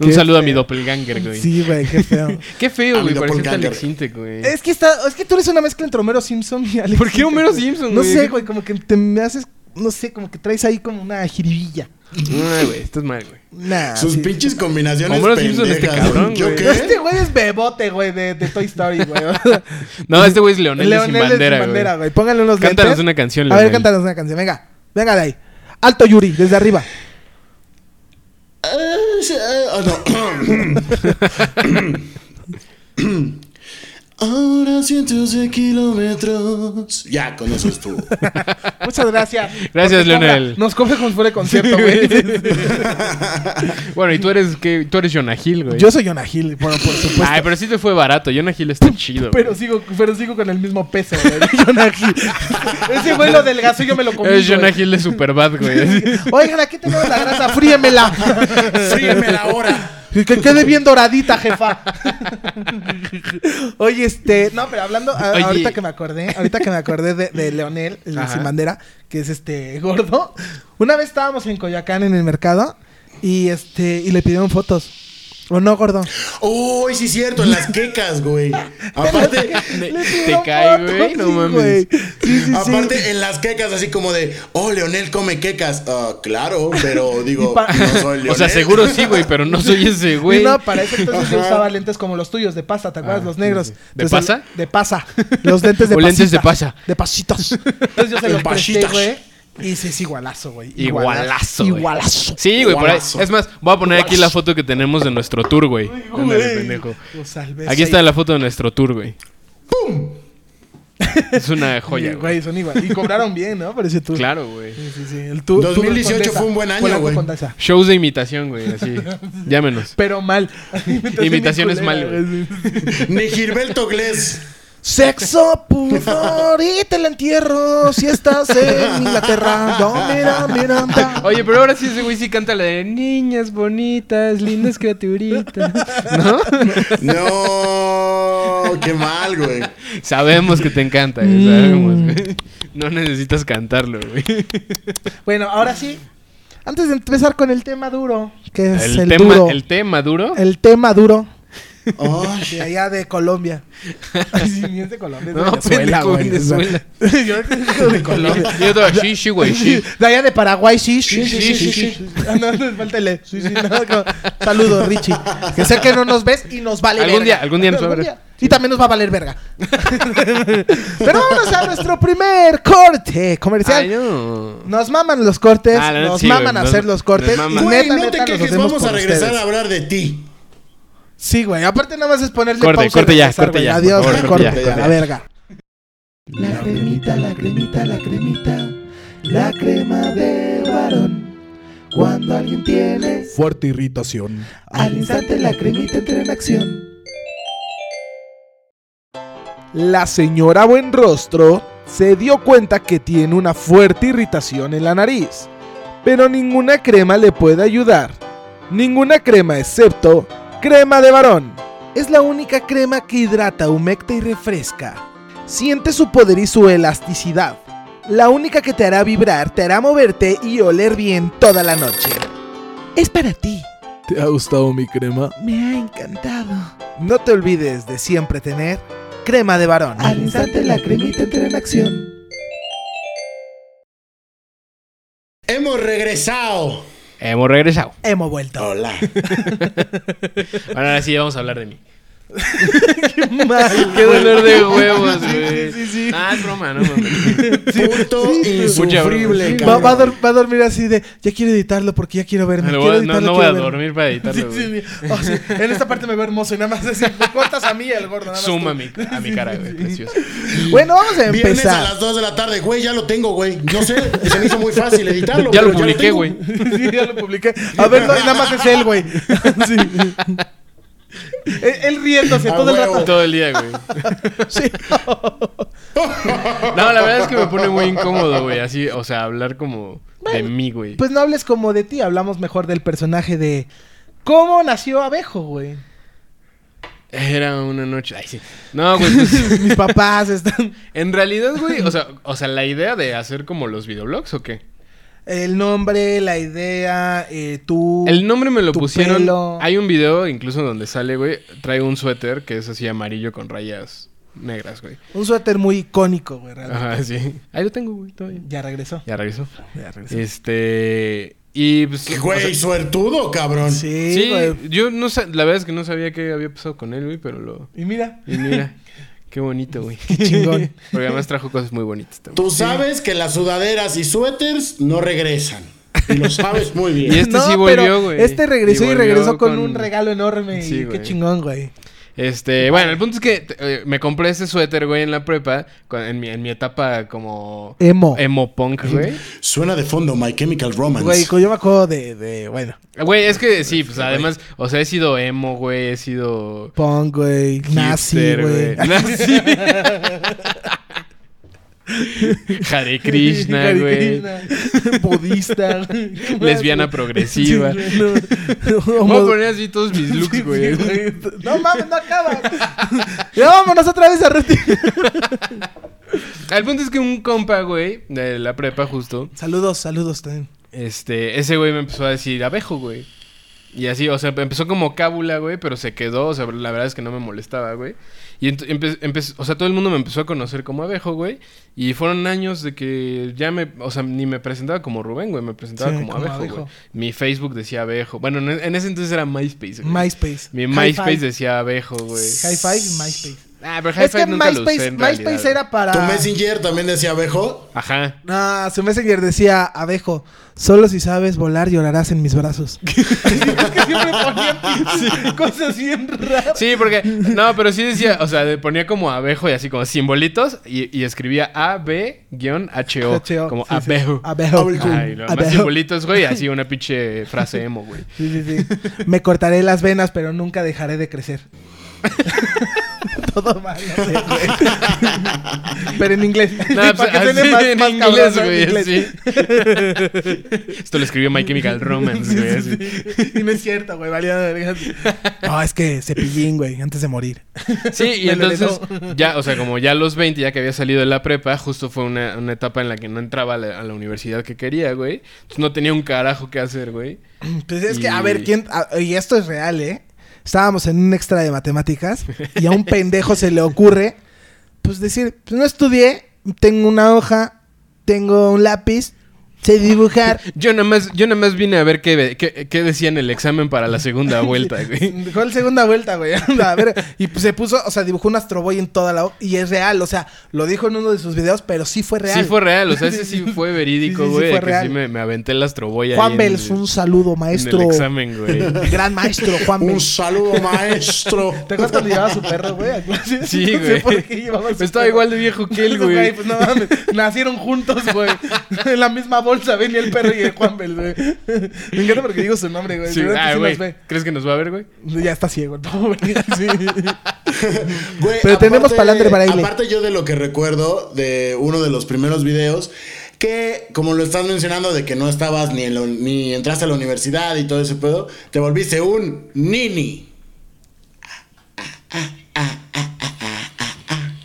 Speaker 2: Un
Speaker 3: Qué
Speaker 2: saludo a
Speaker 3: feo.
Speaker 2: mi doppelganger, güey.
Speaker 3: Sí, güey, qué feo.
Speaker 2: Qué
Speaker 1: A
Speaker 2: feo,
Speaker 1: mi
Speaker 2: güey, parecerte a
Speaker 1: doppelganger.
Speaker 2: Alex Intec, güey.
Speaker 3: Es que está, es que tú eres una mezcla entre Homero Simpson y Alex.
Speaker 2: ¿Por qué
Speaker 3: Intec,
Speaker 2: Homero
Speaker 3: güey.
Speaker 2: Simpson,
Speaker 3: No
Speaker 2: güey?
Speaker 3: sé, güey, como que te me haces, no sé, como que traes ahí como una jiribilla.
Speaker 2: Ay, güey, estás mal, güey.
Speaker 3: Nah.
Speaker 1: Sus
Speaker 3: sí.
Speaker 1: pinches combinaciones
Speaker 2: Homero Simpson, este
Speaker 1: pendejas.
Speaker 2: cabrón,
Speaker 1: ¿Yo
Speaker 2: güey.
Speaker 1: qué?
Speaker 3: No, este güey es bebote, güey, de, de Toy Story, güey.
Speaker 2: No, este güey es Leonel,
Speaker 3: Leonel
Speaker 2: sin bandera, güey.
Speaker 3: güey. Pónganle unos
Speaker 2: Cántanos
Speaker 3: lentes.
Speaker 2: una canción,
Speaker 3: A ver,
Speaker 2: Leonel.
Speaker 3: cántanos una canción. Venga, venga de ahí. Alto Yuri, desde arriba.
Speaker 1: Ah, no. Ahora cientos de kilómetros. Ya, con eso estuvo.
Speaker 3: Muchas gracias.
Speaker 2: Gracias,
Speaker 3: Porque cobra-
Speaker 2: Leonel.
Speaker 3: Nos coge como si fuera de concierto, güey.
Speaker 2: Bueno, y tú eres, ¿qué? Tú eres Jonah Hill, güey.
Speaker 3: Yo soy Jonah Hill, bueno, por supuesto.
Speaker 2: Ay, pero sí te fue barato. Jonah Hill está chido, güey.
Speaker 3: Pero sigo, pero sigo con el mismo peso, güey. de Jonah Hill. Ese güey lo delgazo, yo me lo comí.
Speaker 2: Es
Speaker 3: güey.
Speaker 2: Jonah Hill de Superbad, güey.
Speaker 3: Oigan, aquí tenemos la grasa, fríemela.
Speaker 1: Sígueme la hora.
Speaker 3: Que quede bien doradita, jefa. Oye, este. No, pero hablando. a-
Speaker 2: Oye.
Speaker 3: Ahorita que me acordé. Ahorita que me acordé de, de Leonel, el
Speaker 2: Ajá.
Speaker 3: sin bandera, que es este gordo. Una vez estábamos en Coyoacán en el mercado. Y este. Y le pidieron fotos. ¿O no, gordo?
Speaker 1: Uy, sí, cierto, en las quecas, güey. Aparte,
Speaker 2: Te,
Speaker 3: Le
Speaker 2: te
Speaker 3: pidieron
Speaker 2: cae,
Speaker 3: fotos,
Speaker 2: güey. No
Speaker 3: sí,
Speaker 2: mames.
Speaker 3: güey. Sí, sí, sí.
Speaker 1: aparte en las quecas, así como de, oh, Leonel come quecas. Ah, claro, pero digo,
Speaker 3: Y pa-
Speaker 1: no soy Leonel.
Speaker 2: O sea, seguro sí, güey, pero no soy ese,
Speaker 3: Y
Speaker 2: güey.
Speaker 3: no, para ese entonces yo
Speaker 1: Ajá.
Speaker 3: usaba lentes como los tuyos, de pasta, ¿te acuerdas?
Speaker 2: Ah,
Speaker 3: los
Speaker 2: sí,
Speaker 3: negros.
Speaker 2: sí. ¿De
Speaker 3: Entonces,
Speaker 2: pasa?
Speaker 3: al- De pasa. Los lentes de
Speaker 2: O lentes de
Speaker 3: pasita.
Speaker 2: pasa.
Speaker 3: De pasitos. Entonces yo se
Speaker 1: De
Speaker 3: los presté,
Speaker 1: pasitas.
Speaker 3: güey. Y sí, es igualazo, güey.
Speaker 2: Igualazo, güey.
Speaker 3: Igualazo.
Speaker 2: Sí, güey, por ahí.
Speaker 1: Guaso.
Speaker 2: Es más, voy a poner aquí la foto que tenemos de nuestro tour, güey. Ándale,
Speaker 3: Güey.
Speaker 2: pendejo.
Speaker 3: Lo salvé,
Speaker 2: Aquí
Speaker 3: sí.
Speaker 2: está la foto de nuestro tour, güey. ¡Pum! Es una joya,
Speaker 3: Y,
Speaker 2: güey.
Speaker 3: güey, son igual. Y cobraron bien, ¿no? Parece tú.
Speaker 2: Claro, güey.
Speaker 3: Sí, sí, sí. El tu-
Speaker 1: 2018
Speaker 3: Condesa.
Speaker 1: fue un buen año,
Speaker 3: Polanco
Speaker 1: güey.
Speaker 3: Condesa.
Speaker 2: Shows de imitación, güey, así. Llámenos.
Speaker 3: Pero mal. Imitación
Speaker 2: Imitaciones
Speaker 3: bien culera,
Speaker 2: mal,
Speaker 1: Ni Gilberto Glés.
Speaker 3: Sexo, pudor y te la entierro si estás en Inglaterra. No, mira, mira, anda.
Speaker 2: Oye, pero ahora sí ese güey sí canta la de niñas bonitas, lindas criaturitas. ¿No?
Speaker 1: No, qué mal, güey.
Speaker 2: Sabemos que te encanta, güey, sabemos, güey. No necesitas cantarlo, güey.
Speaker 3: Bueno, ahora sí. Antes de empezar con el tema duro, que es el,
Speaker 2: El, tema,
Speaker 3: duro.
Speaker 2: el
Speaker 3: El,
Speaker 2: tema duro.
Speaker 3: tema duro
Speaker 1: Ay,
Speaker 3: de allá de Colombia. Ay, sí, ni es de Colombia, es de
Speaker 2: No, pendejo, Venezuela.
Speaker 3: O sea, Yo creo que de Colombia.
Speaker 2: Yo todo, sí, sí, güey, sí.
Speaker 3: De allá de Paraguay, sí, sí,
Speaker 2: Sí,
Speaker 3: sí,
Speaker 2: sí,
Speaker 3: sí, sí, sí. Ah, no, no, falta el E. Sí, sí, no, no. Saludos, Richie. Que sé que no nos ves y nos vale
Speaker 2: Algún
Speaker 3: verga.
Speaker 2: día, algún día nos va a valer.
Speaker 3: Y también nos va a valer verga. Pero vámonos a nuestro primer corte comercial.
Speaker 2: Ay, no.
Speaker 3: Nos maman los cortes,
Speaker 2: Ah, la neta
Speaker 3: nos
Speaker 2: sí,
Speaker 3: maman
Speaker 2: güey, nos-
Speaker 3: hacer los cortes.
Speaker 2: nos maman.
Speaker 3: y
Speaker 1: güey,
Speaker 3: neta,
Speaker 1: no
Speaker 3: neta,
Speaker 1: te
Speaker 3: los
Speaker 1: quejes,
Speaker 3: hacemos
Speaker 1: vamos
Speaker 3: por
Speaker 1: a regresar
Speaker 3: ustedes.
Speaker 1: a hablar de ti.
Speaker 3: Sí, güey, aparte nada más es ponerle
Speaker 2: Corte,
Speaker 3: pausa y
Speaker 2: corte ya,
Speaker 3: regresar,
Speaker 2: corte
Speaker 3: güey.
Speaker 2: ya,
Speaker 3: Adiós,
Speaker 2: por favor,
Speaker 3: corte,
Speaker 1: corte ya,
Speaker 3: a la
Speaker 1: corte ya.
Speaker 3: verga.
Speaker 4: La cremita, la cremita, la cremita, la crema de varón. Cuando alguien tiene
Speaker 5: Fuerte irritación.
Speaker 4: al instante la cremita entra en acción.
Speaker 3: La señora Buenrostro se dio cuenta que tiene una fuerte irritación en la nariz, pero ninguna crema le puede ayudar. Ninguna crema excepto crema de varón. Es la única crema que hidrata, humecta y refresca. Siente su poder y su elasticidad. La única que te hará vibrar, te hará moverte y oler bien toda la noche. Es para ti. ¿Te ha gustado mi crema?
Speaker 6: Me ha encantado.
Speaker 3: No te olvides de siempre tener crema de varón.
Speaker 6: Al instante la cremita entra en acción.
Speaker 1: Hemos regresado.
Speaker 2: Hemos regresado.
Speaker 3: Hemos vuelto.
Speaker 1: Hola.
Speaker 2: Bueno, ahora sí vamos a hablar de mí. Qué dolor de huevos, güey. Sí, sí, sí. Ah, es broma, no mames.
Speaker 1: Punto insufrible,
Speaker 3: Va,
Speaker 1: cabrón.
Speaker 3: va a dor- va a dormir así de, ya quiero editarlo porque ya quiero verme.
Speaker 2: Me lo
Speaker 3: quiero
Speaker 2: voy a-
Speaker 3: editarlo,
Speaker 2: no, no voy
Speaker 3: quiero
Speaker 2: a
Speaker 3: verme".
Speaker 2: dormir para editarlo.
Speaker 3: Sí,
Speaker 2: güey.
Speaker 3: sí, sí. Oh, sí. En esta parte me veo hermoso y nada más así, me cortas a mí y al gordo. nada más
Speaker 2: Zoom
Speaker 3: tú.
Speaker 2: a mi, a mi cara, güey. Precioso.
Speaker 3: Bueno, vamos a
Speaker 1: Viernes a
Speaker 3: empezar.
Speaker 1: las 2 de la tarde, güey, ya lo tengo, güey. No sé, se me hizo muy fácil editarlo.
Speaker 2: Ya lo
Speaker 1: pero
Speaker 2: publiqué,
Speaker 1: tengo.
Speaker 2: güey.
Speaker 3: Sí, ya lo publiqué. A ver, no, y nada más es él, güey. Sí. Él, él riéndose
Speaker 1: A
Speaker 3: todo el
Speaker 1: huevo.
Speaker 3: rato.
Speaker 2: Todo el día, güey.
Speaker 3: Sí.
Speaker 2: No, la verdad es que me pone muy incómodo, güey. Así, o sea, hablar como de mí, güey.
Speaker 3: Pues no hables como de ti, hablamos mejor del personaje de cómo nació Abejo, güey.
Speaker 2: Era una noche. Ay, sí. No, güey. pues,
Speaker 3: Mis papás están.
Speaker 2: en realidad, güey. O sea, o sea, la idea de hacer como los videoblogs o qué.
Speaker 3: El nombre, la idea, eh, tú.
Speaker 2: El nombre me lo
Speaker 3: tu
Speaker 2: pusieron.
Speaker 3: pelo.
Speaker 2: Hay un video incluso donde sale, güey. Trae un suéter que es así amarillo con rayas negras, güey.
Speaker 3: Un suéter muy icónico, güey, realmente.
Speaker 2: Ajá, sí. Ahí lo tengo, güey, todavía.
Speaker 3: Ya regresó.
Speaker 2: Ya regresó.
Speaker 3: Ya regresó.
Speaker 2: Este. Y pues.
Speaker 1: Que,
Speaker 2: o sea,
Speaker 1: Güey, suertudo, cabrón.
Speaker 3: Sí,
Speaker 2: sí,
Speaker 3: güey.
Speaker 2: yo no sa- La verdad es que no sabía qué había pasado con él, güey, pero lo.
Speaker 3: Y mira.
Speaker 2: Y mira, qué bonito, güey. Qué
Speaker 3: chingón.
Speaker 2: Porque además trajo cosas muy bonitas también.
Speaker 1: Tú sabes que las sudaderas y suéteres no regresan. Y lo sabes muy
Speaker 2: Y
Speaker 1: bien.
Speaker 2: este sí volvió, güey.
Speaker 3: Este regresó
Speaker 2: Y
Speaker 3: y,
Speaker 2: volvió
Speaker 3: regresó con,
Speaker 2: con-
Speaker 3: un regalo enorme.
Speaker 2: Sí,
Speaker 3: y qué
Speaker 2: güey.
Speaker 3: chingón, güey.
Speaker 2: Este, bueno, el punto es que eh, me compré ese suéter, güey, en la prepa, con- en, mi, en mi etapa como
Speaker 3: Emo.
Speaker 2: emo punk, güey.
Speaker 1: Suena de fondo My Chemical Romance.
Speaker 3: Güey, yo me acuerdo de, de, bueno,
Speaker 2: Güey, es que sí, pues además, o sea, he sido emo, güey, he sido
Speaker 3: punk, güey, nazi,
Speaker 2: hipster,
Speaker 3: güey.
Speaker 2: Nazi. Hare Krishna,
Speaker 3: Hare
Speaker 2: güey.
Speaker 3: Krishna. Budista. güey. ¿Qué más,
Speaker 2: Lesbiana
Speaker 3: güey?
Speaker 2: progresiva.
Speaker 3: Sí, güey, no.
Speaker 2: Voy a poner así todos mis looks, güey.
Speaker 3: No mames, no acaba. ya vámonos otra vez a Reti.
Speaker 2: El punto es que un compa, güey, de la prepa justo,
Speaker 3: saludos, saludos también.
Speaker 2: este, ese güey me empezó a decir abejo, güey. Y así, o sea, empezó como cábula, güey, pero se quedó, o sea, la verdad es que no me molestaba, güey. Y ent- empe- empe- o sea, todo el mundo me empezó a conocer como abejo, güey. Y fueron años de que ya me, o sea, ni me presentaba como Rubén, güey, me presentaba
Speaker 3: Sí,
Speaker 2: como,
Speaker 3: como
Speaker 2: abejo,
Speaker 3: Abejo.
Speaker 2: güey. Mi Facebook decía abejo. Bueno, en, e-, en ese entonces era MySpace, güey.
Speaker 3: MySpace.
Speaker 2: Mi
Speaker 3: High
Speaker 2: MySpace
Speaker 3: five.
Speaker 2: decía abejo, güey.
Speaker 3: High five, MySpace.
Speaker 2: Ah, pero
Speaker 3: Es que
Speaker 2: Hi-Fi nunca lo usé
Speaker 3: MySpace,
Speaker 2: en realidad,
Speaker 3: MySpace
Speaker 2: güey.
Speaker 3: era para.
Speaker 1: ¿Tu Messenger también decía abejo?
Speaker 2: Ajá.
Speaker 3: Ah, su messenger decía, abejo, solo si sabes volar llorarás en mis brazos. es que siempre ponían cosas bien raras.
Speaker 2: Sí, porque. No, pero sí decía, o sea, le ponía como abejo y así como simbolitos y, y escribía A, B, guión, H, O.
Speaker 3: H.O.,
Speaker 2: Como
Speaker 3: sí, sí.
Speaker 2: abejo.
Speaker 3: Abejo.
Speaker 2: Ay, no, más
Speaker 3: Abejo.
Speaker 2: simbolitos, güey, así una pinche frase emo, güey.
Speaker 3: Sí, sí, sí. Me cortaré las venas, pero nunca dejaré de crecer. Todo mal, no sé, güey. Pero en inglés.
Speaker 2: Nah, pues,
Speaker 3: Para que suene
Speaker 2: así
Speaker 3: más-
Speaker 2: en
Speaker 3: más cabrón,
Speaker 2: inglés,
Speaker 3: ¿no? En
Speaker 2: güey,
Speaker 3: inglés.
Speaker 2: así. Esto lo escribió My Chemical Romance, güey. así.
Speaker 3: Y no es cierto, güey. valía verga. No, es que cepillín, güey, antes de morir.
Speaker 2: Sí, y
Speaker 3: Me lo
Speaker 2: entonces,
Speaker 3: heredó.
Speaker 2: ya, o sea, como ya a los 20, ya que había salido de la prepa, justo fue una, una etapa en la que no entraba a la, a la universidad que quería, güey. Entonces no tenía un carajo que hacer, güey.
Speaker 3: Pues es que, a
Speaker 2: Y-
Speaker 3: ver, ¿quién...? a- y esto es real, ¿eh? Estábamos en un extra de matemáticas y a un pendejo se le ocurre, pues decir, pues no estudié, tengo una hoja, tengo un lápiz, sé dibujar.
Speaker 2: Yo nada más, yo nada más vine a ver qué, qué, qué decía en el examen para la segunda vuelta, güey.
Speaker 3: Dejó la segunda vuelta, güey. A ver, y pues se puso, o sea, dibujó un astroboy en toda la hoja y es real, o sea, lo dijo en uno de sus videos, pero sí fue real.
Speaker 2: Sí fue real, o sea, ese sí fue verídico,
Speaker 3: Sí, sí, sí
Speaker 2: güey.
Speaker 3: fue
Speaker 2: de que sí
Speaker 3: real.
Speaker 2: me, me aventé el astroboya.
Speaker 3: Juan Bels, un saludo, maestro.
Speaker 2: En el examen, güey.
Speaker 3: Gran maestro, Juan
Speaker 1: Un
Speaker 3: Bels.
Speaker 1: saludo, maestro.
Speaker 3: ¿Te acuerdas cuando llevaba a su perro, güey, a clases?
Speaker 2: Sí,
Speaker 3: No sé
Speaker 2: güey.
Speaker 3: por qué llevaba a su
Speaker 2: Estaba
Speaker 3: perro.
Speaker 2: igual de viejo que él,
Speaker 3: Esos
Speaker 2: güey.
Speaker 3: Pues no mames, nacieron juntos, güey. En la misma bolsa venía el perro y el Juan Bel, güey. Me encanta porque digo su nombre, güey.
Speaker 2: Sí,
Speaker 3: Seguramente
Speaker 2: ah,
Speaker 3: sí
Speaker 2: güey.
Speaker 3: nos ve.
Speaker 2: ¿Crees que nos va a ver, güey?
Speaker 3: Ya está ciego el pobre. Sí.
Speaker 1: Güey,
Speaker 3: Pero tenemos palandre para irle.
Speaker 1: Aparte yo de lo que recuerdo de uno de los primeros videos, que como lo estás mencionando de que no estabas ni, en la uni- ni entraste a la universidad y todo ese pedo, te volviste un nini.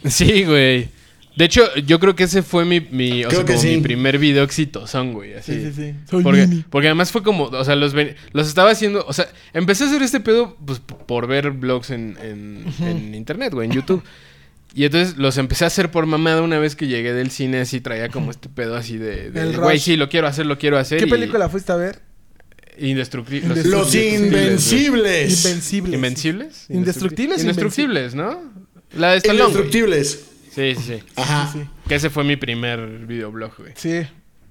Speaker 2: Sí, güey. De hecho, yo creo que ese fue mi, mi, o
Speaker 1: Creo
Speaker 2: sea,
Speaker 1: que
Speaker 2: como
Speaker 1: sí.
Speaker 2: mi primer video exitosón, güey. Así.
Speaker 3: Sí, sí, sí.
Speaker 7: Soy
Speaker 2: porque,
Speaker 7: Mimi.
Speaker 2: porque además fue como, o sea, los, ven- los estaba haciendo, o sea, empecé a hacer este pedo pues, p- por ver blogs en, en- en internet, güey, en YouTube. Y entonces los empecé a hacer por mamada una vez que llegué del cine, así traía como este pedo así de, de,
Speaker 3: El
Speaker 2: güey,
Speaker 3: rush.
Speaker 2: sí, lo quiero hacer, lo quiero hacer.
Speaker 3: ¿Qué
Speaker 2: y-
Speaker 3: película fuiste a ver?
Speaker 2: Indestructi-
Speaker 1: Los invencibles.
Speaker 3: Invencibles.
Speaker 2: ¿Invencibles?
Speaker 3: Indestructibles,
Speaker 2: Indestructibles, ¿no? La de Stallone. güey.
Speaker 1: Indestructibles.
Speaker 2: Sí, sí, sí.
Speaker 1: Ajá.
Speaker 3: Sí, sí.
Speaker 2: Que ese fue mi primer videoblog, güey.
Speaker 3: Sí.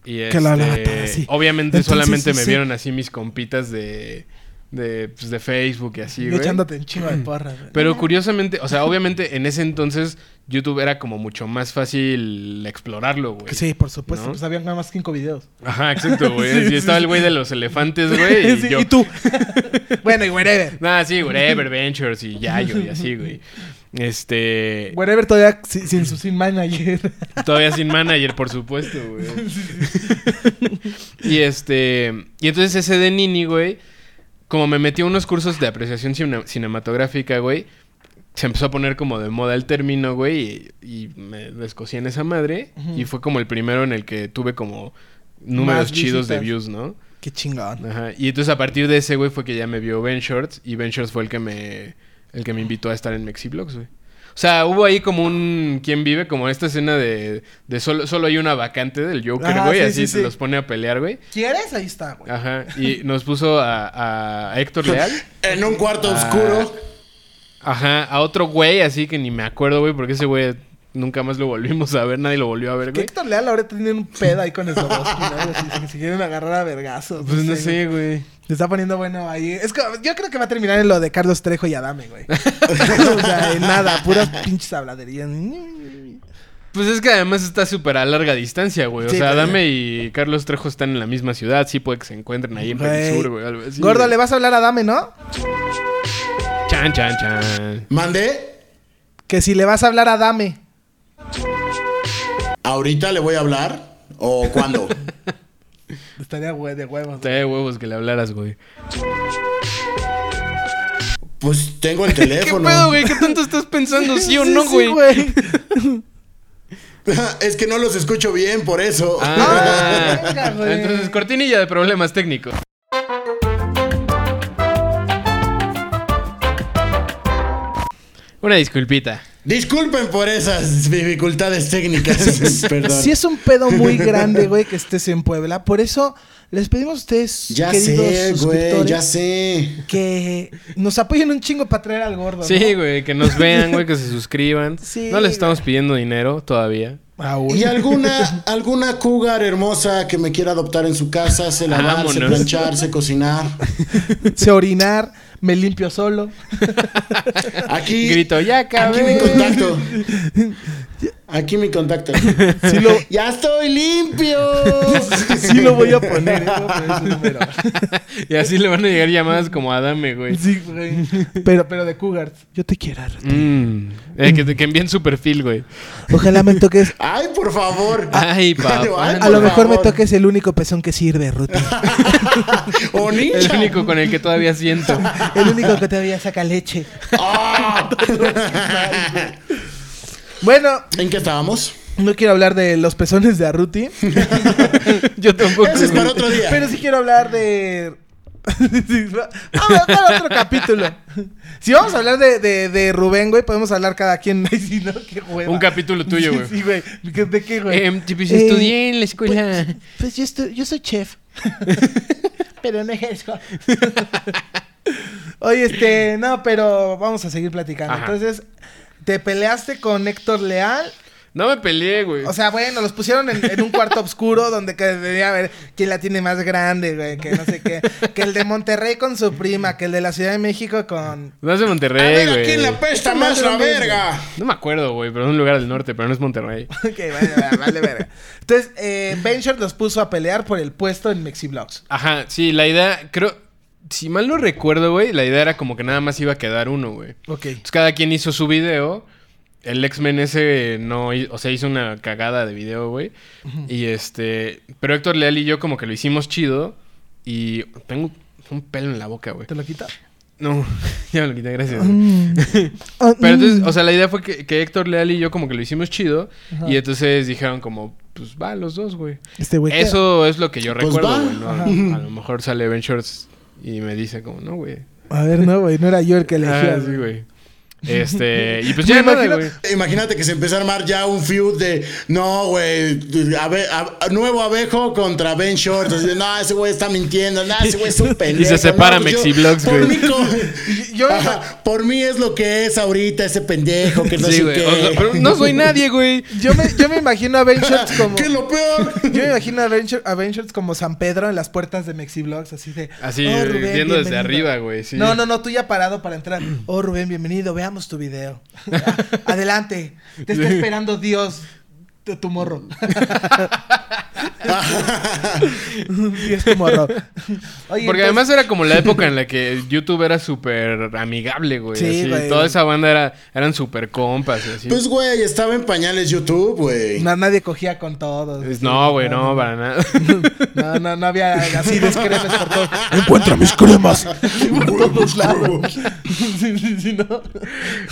Speaker 2: Y
Speaker 3: Que la
Speaker 2: este,
Speaker 3: lata, sí.
Speaker 2: Obviamente
Speaker 3: Entonces,
Speaker 2: solamente
Speaker 3: sí,
Speaker 2: me
Speaker 3: sí.
Speaker 2: vieron así mis compitas de, de, pues, de Facebook y así,
Speaker 3: Y
Speaker 2: güey. Mm.
Speaker 3: echándote un chingo de porras. güey.
Speaker 2: Pero curiosamente, o sea, obviamente en ese entonces YouTube era como mucho más fácil explorarlo, güey.
Speaker 3: Sí, por supuesto.
Speaker 2: ¿No?
Speaker 3: Pues habían nada más cinco videos.
Speaker 2: Ajá, exacto, güey.
Speaker 3: Sí,
Speaker 2: Y
Speaker 3: sí,
Speaker 2: estaba
Speaker 3: sí.
Speaker 2: el güey de los elefantes, Pues, güey. Y,
Speaker 3: Sí,
Speaker 2: yo,
Speaker 3: y tú. bueno, y whatever.
Speaker 2: Nah, sí, Whatever Ventures y Yayo y así, güey. Este.
Speaker 3: Whatever todavía sin, sin, su- sin manager.
Speaker 2: Todavía sin manager, por supuesto, güey. y este. Y entonces ese de Nini, güey. Como me metí a unos cursos de apreciación cine- cinematográfica, güey. Se empezó a poner como de moda el término, güey. Y, y me descosí en esa madre. Y fue como el primero en el que tuve como números
Speaker 3: Más
Speaker 2: chidos de
Speaker 3: visitas.
Speaker 2: views, ¿no?
Speaker 3: Qué chingón.
Speaker 2: Ajá. Y entonces a partir de ese, güey, fue que ya me vio Ben Shorts. Y Ben Shorts fue el que me, el que me invitó a estar en Mexiblogs, güey. O sea, hubo ahí como un ¿Quién vive? Como esta escena de, de solo, solo hay una vacante del Joker,
Speaker 3: Ajá,
Speaker 2: güey.
Speaker 3: sí,
Speaker 2: así
Speaker 3: sí,
Speaker 2: se
Speaker 3: sí.
Speaker 2: los pone a pelear, güey.
Speaker 3: ¿Quieres? Ahí está, güey.
Speaker 2: Ajá. Y nos puso a, a Héctor Leal.
Speaker 1: En un cuarto oscuro.
Speaker 2: Ajá. A otro güey, así que ni me acuerdo, güey, porque ese güey nunca más lo volvimos a ver. Nadie lo volvió a ver,
Speaker 3: Que
Speaker 2: güey.
Speaker 3: Héctor Leal ahora tiene un pedo ahí con Swarovski, ¿no? Si, si, si quieren agarrar a vergazos.
Speaker 2: Pues no sé, güey.
Speaker 3: Le está poniendo bueno ahí. Es que yo creo que va a terminar en lo de Carlos Trejo y Adame, güey. o sea, en nada, puras pinches habladerías.
Speaker 2: Pues es que además está súper a larga distancia, güey. O
Speaker 3: Sí,
Speaker 2: sea,
Speaker 3: pero-
Speaker 2: Adame y Carlos Trejo están en la misma ciudad. Sí puede que se encuentren ahí en
Speaker 3: Güey.
Speaker 2: Perisur, güey. Algo así,
Speaker 3: Gordo,
Speaker 2: güey.
Speaker 3: le vas a hablar a Adame, ¿no?
Speaker 2: Chan, chan, chan.
Speaker 1: Mandé.
Speaker 3: Que si le vas a hablar a Adame.
Speaker 1: Ahorita le voy a hablar. ¿O cuándo?
Speaker 3: Estaría hue- de huevos.
Speaker 2: Te de huevos que le hablaras, güey.
Speaker 1: pues tengo el
Speaker 2: ¿Qué
Speaker 1: teléfono.
Speaker 2: pedo, güey? ¿Qué tanto estás pensando? ¿Sí o
Speaker 3: Sí,
Speaker 2: no,
Speaker 3: sí,
Speaker 2: güey?
Speaker 1: es que no los escucho bien, por eso.
Speaker 2: Ah,
Speaker 3: Venga, güey.
Speaker 2: entonces cortinilla de problemas técnicos. Una disculpita.
Speaker 1: Disculpen por esas dificultades técnicas. Perdón.
Speaker 3: Sí es un pedo muy grande, güey, que estés en Puebla. Por eso les pedimos a ustedes,
Speaker 1: ya
Speaker 3: queridos
Speaker 1: sé, güey,
Speaker 3: suscriptores,
Speaker 1: ya sé.
Speaker 3: que nos apoyen un chingo para traer al gordo.
Speaker 2: Sí,
Speaker 3: ¿no?
Speaker 2: güey, que nos vean, güey, que se suscriban.
Speaker 3: Sí,
Speaker 2: no les estamos pidiendo dinero todavía.
Speaker 3: Aún.
Speaker 1: Y alguna, alguna cougar hermosa que me quiera adoptar en su casa, se lavarse,
Speaker 2: Vámonos.
Speaker 1: plancharse, cocinar.
Speaker 3: Se orinar, me limpio solo.
Speaker 1: Aquí,
Speaker 2: Grito, ya acabé.
Speaker 1: aquí mi contacto. Aquí mi contacto.
Speaker 3: Sí lo,
Speaker 1: ¡Ya estoy limpio!
Speaker 3: sí lo voy a poner. ¿eh? Voy a poner su número.
Speaker 2: Y así le van a llegar llamadas como a Adame, güey.
Speaker 3: Sí, güey. Pero, pero de Cougars. Yo te quiero. Arre.
Speaker 2: Mm. Eh, que, que envíen su perfil, güey.
Speaker 3: Ojalá me toques.
Speaker 1: ¡Ay, por favor!
Speaker 2: Ay,
Speaker 1: Ay,
Speaker 2: papá.
Speaker 3: A lo
Speaker 1: por
Speaker 3: mejor me
Speaker 1: favor.
Speaker 3: toques el único pezón que sirve, Ruti.
Speaker 1: ¡O ninja!
Speaker 2: El único con el que todavía siento.
Speaker 3: El único que todavía saca leche.
Speaker 1: ¡Ah!
Speaker 3: Bueno,
Speaker 1: ¿En qué estábamos?
Speaker 3: no quiero hablar de los pezones de Arruti.
Speaker 2: Yo tampoco.
Speaker 1: Ese es
Speaker 2: güey.
Speaker 1: para otro día.
Speaker 3: Pero sí quiero hablar de. vamos a dar otro capítulo. Si vamos a hablar de, de, de Rubén, güey, podemos hablar cada quien. Ay, si no, qué hueva.
Speaker 2: Un capítulo tuyo,
Speaker 3: Sí,
Speaker 2: güey.
Speaker 3: Sí, güey. ¿De- ¿De qué, güey?
Speaker 2: Em, tipo,
Speaker 3: Eh,
Speaker 2: estudié en la escuela.
Speaker 3: Pues yo, estu- yo soy chef. pero no ejerzo. Oye, este, no, pero vamos a seguir platicando.
Speaker 2: Ajá.
Speaker 3: Entonces, te peleaste con Héctor Leal.
Speaker 2: No me peleé, güey.
Speaker 3: O sea, bueno, los pusieron en, en un cuarto oscuro donde que debía ver quién la tiene más grande, güey, que no sé qué. Que el de Monterrey con su prima, que el de la Ciudad de México con...
Speaker 2: no es de
Speaker 1: A
Speaker 2: Monterrey,
Speaker 1: ver, ¿a
Speaker 2: güey.
Speaker 1: quién la pesta más la verga?
Speaker 2: No me acuerdo, güey, pero es un lugar del norte, pero no es Monterrey.
Speaker 3: Ok, vale, vale, vale, verga. Entonces, eh, Venture los puso a pelear por el puesto en Mexiblogs.
Speaker 2: Ajá, sí, la idea, creo. Si mal no recuerdo, güey, la idea era como que nada más iba a quedar uno, güey.
Speaker 3: Ok.
Speaker 2: Entonces cada quien hizo su video. El X-Men ese no, hi- o sea, hizo una cagada de video, güey. Y este, pero Héctor Leal y yo como que lo hicimos chido y tengo un pelo en la boca, güey.
Speaker 3: ¿Te lo quita? Mm.
Speaker 2: No, ya me lo quité, gracias. güey. Pero entonces, o sea, la idea fue que, que Héctor Leal y yo como que lo hicimos chido.
Speaker 3: Ajá.
Speaker 2: Y entonces dijeron como, pues va, los dos, güey.
Speaker 3: Este güey. ¿qué?
Speaker 2: Eso es lo que yo
Speaker 1: Pues va.
Speaker 2: recuerdo, güey. ¿no? A,
Speaker 1: Ajá.
Speaker 2: a lo mejor sale Ben Shorts y me dice como, no, güey.
Speaker 3: A ver, no, güey. No era yo el que elegía.
Speaker 2: Ah, sí,
Speaker 3: güey.
Speaker 2: güey. Este, y pues
Speaker 3: Me
Speaker 2: ya nada,
Speaker 3: imagino-
Speaker 2: güey.
Speaker 1: Imagínate que se empieza a armar ya un feud de no, güey, abe- a- nuevo abejo contra Ben Short. Así de, no, ese güey está mintiendo, no, ese güey es un pendejo.
Speaker 2: se separa
Speaker 1: no, pues yo-
Speaker 2: Mexiblogs,
Speaker 1: Por,
Speaker 2: güey.
Speaker 1: mí co-
Speaker 3: yo-
Speaker 1: Ajá, por mí es lo que es ahorita ese pendejo que no
Speaker 2: Sí,
Speaker 1: sé
Speaker 2: güey.
Speaker 1: qué.
Speaker 2: O sea, pero no soy nadie, güey.
Speaker 3: Yo me, yo me imagino a Ben Shorts como.
Speaker 1: ¿Qué es lo peor?
Speaker 3: Yo me imagino a Ben, Shor- a Ben Shorts como San Pedro en las puertas de Mexiblogs, así de.
Speaker 2: Así,
Speaker 3: "Oh, Rubén,
Speaker 2: viendo desde
Speaker 3: bienvenido".
Speaker 2: arriba, güey. Sí.
Speaker 3: No, no, no, tú ya parado para entrar. Oh, Rubén, bienvenido, veamos tu video. A- Adelante, te está esperando Dios, tu, tu morro. Dios, tu morro. Oye,
Speaker 2: Porque
Speaker 3: entonces-
Speaker 2: además era como la época en la que YouTube era súper amigable, güey.
Speaker 3: Sí,
Speaker 2: así.
Speaker 3: güey.
Speaker 2: Toda esa banda era, eran súper compas. y Así.
Speaker 1: Pues, güey, estaba en pañales YouTube, güey.
Speaker 3: Na- nadie cogía con todos.
Speaker 2: Es- no, güey, no, para nada.
Speaker 3: No, no, no había así descremes por todos.
Speaker 8: Encuentra mis cremas.
Speaker 3: Sí, sí, sí, no.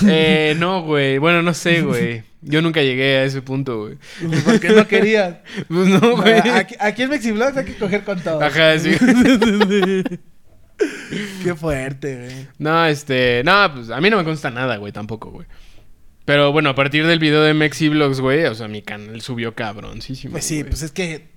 Speaker 2: eh, no, güey. Bueno, no sé, güey. Yo nunca llegué a ese punto, güey.
Speaker 3: Porque no querías.
Speaker 2: Pues no, güey.
Speaker 3: Ah, Aquí, aquí en Mexiblogs hay que coger con todos.
Speaker 2: Ajá, sí.
Speaker 3: Qué fuerte, güey.
Speaker 2: No, este. No, pues a mí no me consta nada, güey, tampoco, güey. Pero bueno, a partir del video de Mexi Vlogs, güey, o sea, mi canal subió cabroncísimo.
Speaker 3: Pues sí,
Speaker 2: güey.
Speaker 3: pues es que.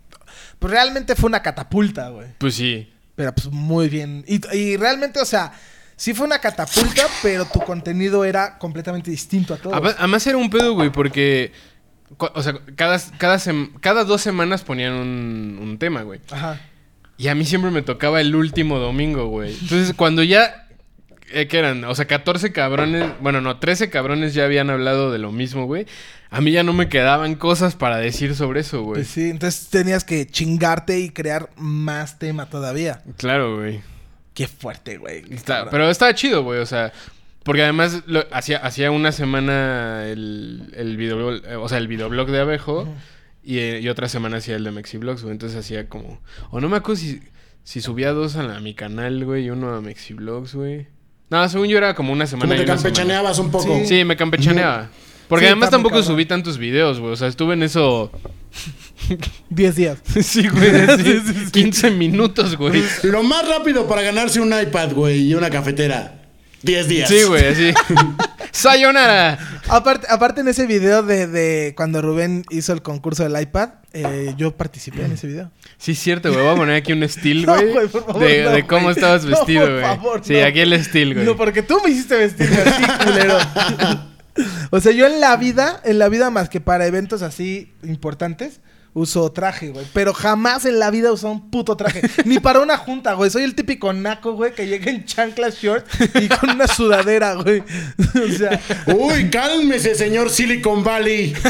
Speaker 3: Pues realmente fue una catapulta, güey.
Speaker 2: Pues sí.
Speaker 3: Pero pues muy bien. Y, y realmente, o sea, sí fue una catapulta, pero tu contenido era completamente distinto a todo.
Speaker 2: Aba- Además era un pedo, güey, porque. cu- O sea, cada, cada, sem- cada dos semanas ponían un, un tema, güey.
Speaker 3: Ajá.
Speaker 2: Y a mí siempre me tocaba el último domingo, güey. Entonces, cuando ya. eh, ¿Qué eran? O sea, 14 cabrones. Bueno, no, 13 cabrones ya habían hablado de lo mismo, güey. A mí ya no me quedaban cosas para decir sobre eso, güey.
Speaker 3: Pues sí, entonces tenías que chingarte y crear más tema todavía.
Speaker 2: Claro, güey.
Speaker 3: Qué fuerte, güey.
Speaker 2: Está- pero estaba chido, güey, o sea, porque además lo- hacía, hacía una semana el, el videoblog, eh, o sea, el videoblog de Abejo y, eh, y otra semana hacía el de Mexiblogs, güey, entonces hacía como, o no me acuerdo si, si subía dos a, la- a mi canal, güey, y uno a Mexiblogs, güey. No, según yo era como una
Speaker 1: Como
Speaker 2: semana y
Speaker 1: que
Speaker 2: una semana.
Speaker 1: campechaneabas un poco.
Speaker 2: Sí, me campechaneaba. Porque
Speaker 3: Sí,
Speaker 2: además
Speaker 3: está muy
Speaker 2: tampoco
Speaker 3: cabrón.
Speaker 2: subí tantos videos, güey, o sea, estuve en eso,
Speaker 3: 10 días.
Speaker 2: sí, güey, así, 15 minutos, güey.
Speaker 1: Lo más rápido para ganarse un iPad, güey, y una cafetera. 10 días.
Speaker 2: Sí, güey, así. ¡Sayonara!
Speaker 3: Aparte, aparte en ese video de, de cuando Rubén hizo el concurso del iPad, eh, yo participé en ese video.
Speaker 2: Sí, es cierto, güey. Voy a poner aquí un steel,
Speaker 3: No,
Speaker 2: güey.
Speaker 3: güey, por favor,
Speaker 2: de,
Speaker 3: no,
Speaker 2: de cómo
Speaker 3: güey.
Speaker 2: estabas
Speaker 3: No,
Speaker 2: vestido,
Speaker 3: por
Speaker 2: güey.
Speaker 3: favor,
Speaker 2: sí,
Speaker 3: no.
Speaker 2: aquí el steel, güey.
Speaker 3: No, porque tú me hiciste vestirme así, culero. o sea, yo en la vida, en la vida más que para eventos así importantes, uso traje, güey. Pero jamás en la vida uso un puto traje. Ni para una junta, güey. Soy el típico naco, güey, que llega en chanclas short y con una sudadera, güey. o sea,
Speaker 1: Uy, cálmese, señor Silicon Valley.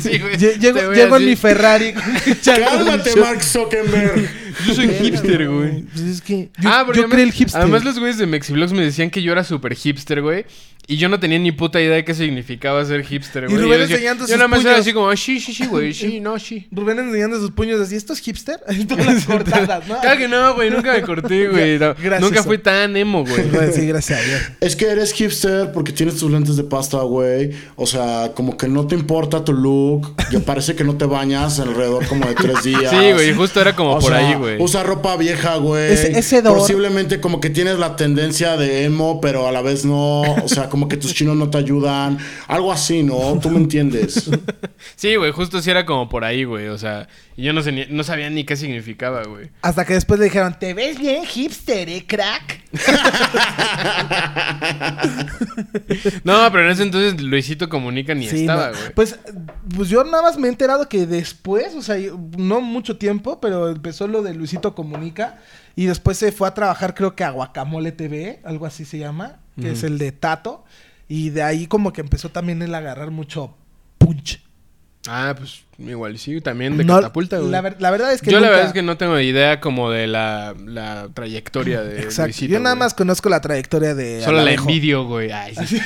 Speaker 2: Sí, güey.
Speaker 3: lle-
Speaker 2: Te
Speaker 3: llego,
Speaker 2: voy a
Speaker 3: llego en mi
Speaker 2: decir,
Speaker 3: Ferrari con chanclas
Speaker 1: Cálmate,
Speaker 3: short.
Speaker 1: Mark Zuckerberg.
Speaker 2: Yo soy hipster, güey.
Speaker 3: Pues es que yo,
Speaker 2: ah,
Speaker 3: yo
Speaker 2: porque además-
Speaker 3: creí el hipster.
Speaker 2: Además, los güeyes de Mexiblogs me decían que yo era súper hipster, güey. Y yo no tenía ni puta idea de qué significaba ser hipster,
Speaker 3: Y
Speaker 2: güey.
Speaker 3: Rubén
Speaker 2: yo, decía-
Speaker 3: enseñando
Speaker 2: yo
Speaker 3: sus
Speaker 2: nada más era
Speaker 3: puños.
Speaker 2: así como, "Ah, sí, sí, sí, güey, sí, no, sí.
Speaker 3: Rubén enseñando sus puños así, ¿esto es hipster? Todas las cortadas, ¿no?
Speaker 2: Claro que no, güey, nunca me corté, güey. no.
Speaker 3: Gracias.
Speaker 2: nunca fui tan emo, güey.
Speaker 3: Pues, Sí, gracias a Dios.
Speaker 1: Es que eres hipster porque tienes tus lentes de pasta, güey. O sea, como que no te importa tu look. Ya parece que no te bañas alrededor como de tres días.
Speaker 2: Sí, güey, justo era como
Speaker 1: O
Speaker 2: por
Speaker 1: sea,
Speaker 2: ahí, güey.
Speaker 1: Usa ropa vieja, güey.
Speaker 3: Ese- ese dor-
Speaker 1: Posiblemente como que tienes la tendencia de emo, pero a la vez no. O sea, como que tus chinos no te ayudan. Algo así, ¿no? Tú me entiendes.
Speaker 2: Sí, güey, justo sí era como por ahí, güey. O sea, y yo no, sé ni- no sabía ni qué significaba, güey.
Speaker 3: Hasta que después le dijeron, te ves bien hipster, ¿eh, crack?
Speaker 2: No, pero en ese entonces Luisito Comunica ni estaba,
Speaker 3: no.
Speaker 2: güey.
Speaker 3: Pues, pues yo nada más me he enterado que después, o sea, yo- no mucho tiempo, pero empezó lo de Luisito Comunica y después se fue a trabajar creo que a Guacamole TV, algo así se llama, que es el de Tato. Y de ahí como que empezó también él a agarrar mucho punch.
Speaker 2: Ah, pues igual sí, también de
Speaker 3: No,
Speaker 2: catapulta, güey.
Speaker 3: La, ver- la verdad es que
Speaker 2: Yo la
Speaker 3: nunca-
Speaker 2: verdad es que no tengo idea como de la, la trayectoria de
Speaker 3: Exacto.
Speaker 2: Luisito.
Speaker 3: Yo nada
Speaker 2: güey.
Speaker 3: más conozco la trayectoria de
Speaker 2: Solo la
Speaker 3: Alamejo.
Speaker 2: envidio, güey. Ay, sí.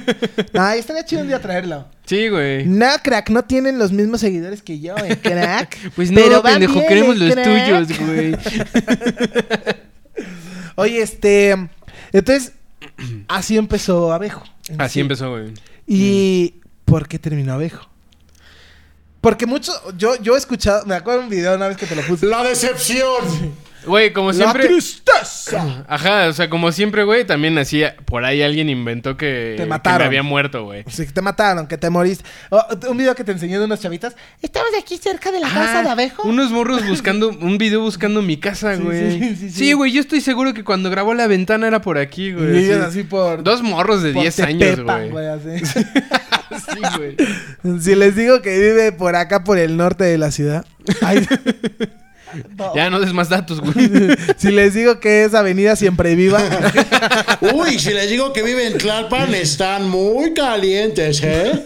Speaker 3: Ay, estaría chido un día traerla.
Speaker 2: Sí, güey.
Speaker 3: No, crack, no tienen los mismos seguidores que yo, eh, crack.
Speaker 2: Pues no,
Speaker 3: Pero va
Speaker 2: pendejo,
Speaker 3: bien,
Speaker 2: queremos
Speaker 3: eh,
Speaker 2: los
Speaker 3: crack.
Speaker 2: tuyos, güey.
Speaker 3: Oye, este. Entonces, así empezó Abejo. en
Speaker 2: Así
Speaker 3: sí.
Speaker 2: empezó, Mm. güey.
Speaker 3: ¿Y por qué terminó Abejo? Porque mucho, yo, yo he escuchado, me acuerdo de un video una vez que te lo puse.
Speaker 1: La decepción.
Speaker 2: Güey, como siempre.
Speaker 3: tristeza!
Speaker 2: Ajá, o sea, como siempre, güey, también así por ahí alguien inventó que,
Speaker 3: Te
Speaker 2: que
Speaker 3: mataron.
Speaker 2: me había muerto, güey.
Speaker 3: Sí, que te mataron, que te moriste. O- un video que te enseñé de unas chavitas. Estamos aquí cerca de la casa
Speaker 2: Ah,
Speaker 3: de Abejo.
Speaker 2: Unos morros buscando, un video buscando mi casa,
Speaker 3: Sí,
Speaker 2: güey.
Speaker 3: sí,
Speaker 2: Sí,
Speaker 3: sí, sí.
Speaker 2: güey, yo estoy seguro que cuando grabó la ventana era por aquí,
Speaker 3: Y
Speaker 2: güey.
Speaker 3: ellas
Speaker 2: así.
Speaker 3: así por...
Speaker 2: Dos morros de
Speaker 3: por
Speaker 2: 10 años,
Speaker 3: Tepepan,
Speaker 2: güey.
Speaker 3: así.
Speaker 2: Sí, güey.
Speaker 3: si les digo que vive por acá, por el norte de la ciudad. Ay,
Speaker 2: Ya no des más datos, güey.
Speaker 3: si les digo que es Avenida Siempre Viva.
Speaker 1: Uy, si les digo que vive en Tlalpan, están muy calientes, ¿eh?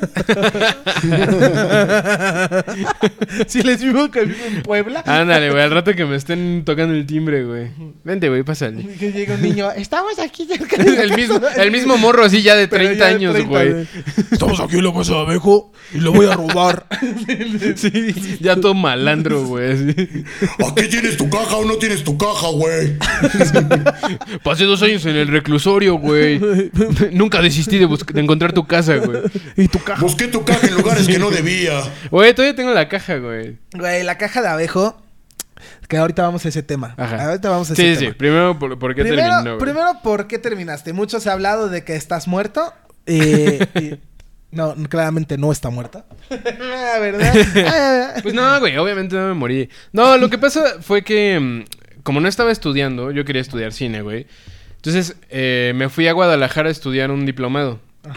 Speaker 3: si les digo que vive en Puebla.
Speaker 2: Ándale, güey, al rato que me estén tocando el timbre, güey. Vente, güey, pásale.
Speaker 3: Y Que llega un niño, estamos aquí cerca de la
Speaker 2: El mismo,
Speaker 3: casa de-
Speaker 2: el mismo morro así ya de
Speaker 3: Pero
Speaker 2: 30
Speaker 3: ya de
Speaker 2: años,
Speaker 3: 30,
Speaker 2: güey.
Speaker 7: Estamos aquí en la casa de abejo y lo voy a robar.
Speaker 2: Sí, ya todo malandro, güey. así.
Speaker 1: Aquí tienes tu caja o no tienes tu caja, güey.
Speaker 2: Pasé dos años en el reclusorio, güey. Nunca desistí de, busc- de encontrar tu casa, güey.
Speaker 3: Y tu caja.
Speaker 1: Busqué tu caja en lugares que no debía.
Speaker 2: Güey, todavía tengo la caja, güey.
Speaker 3: Güey, la caja de abejo. Que ahorita vamos a ese tema.
Speaker 2: Ajá.
Speaker 3: Ahorita vamos a ese
Speaker 2: Sí, sí,
Speaker 3: tema.
Speaker 2: sí. Primero, ¿por, por qué
Speaker 3: primero,
Speaker 2: terminó? güey?
Speaker 3: primero, ¿por qué terminaste? Mucho se ha hablado de que estás muerto. eh, y- no, claramente no está muerta. Ah, ¿Verdad? Ah,
Speaker 2: Pues no, güey, obviamente no me morí. No, lo que pasa fue que, mm, como no estaba estudiando, yo quería estudiar cine, güey. Entonces, eh, me fui a Guadalajara a estudiar un diplomado.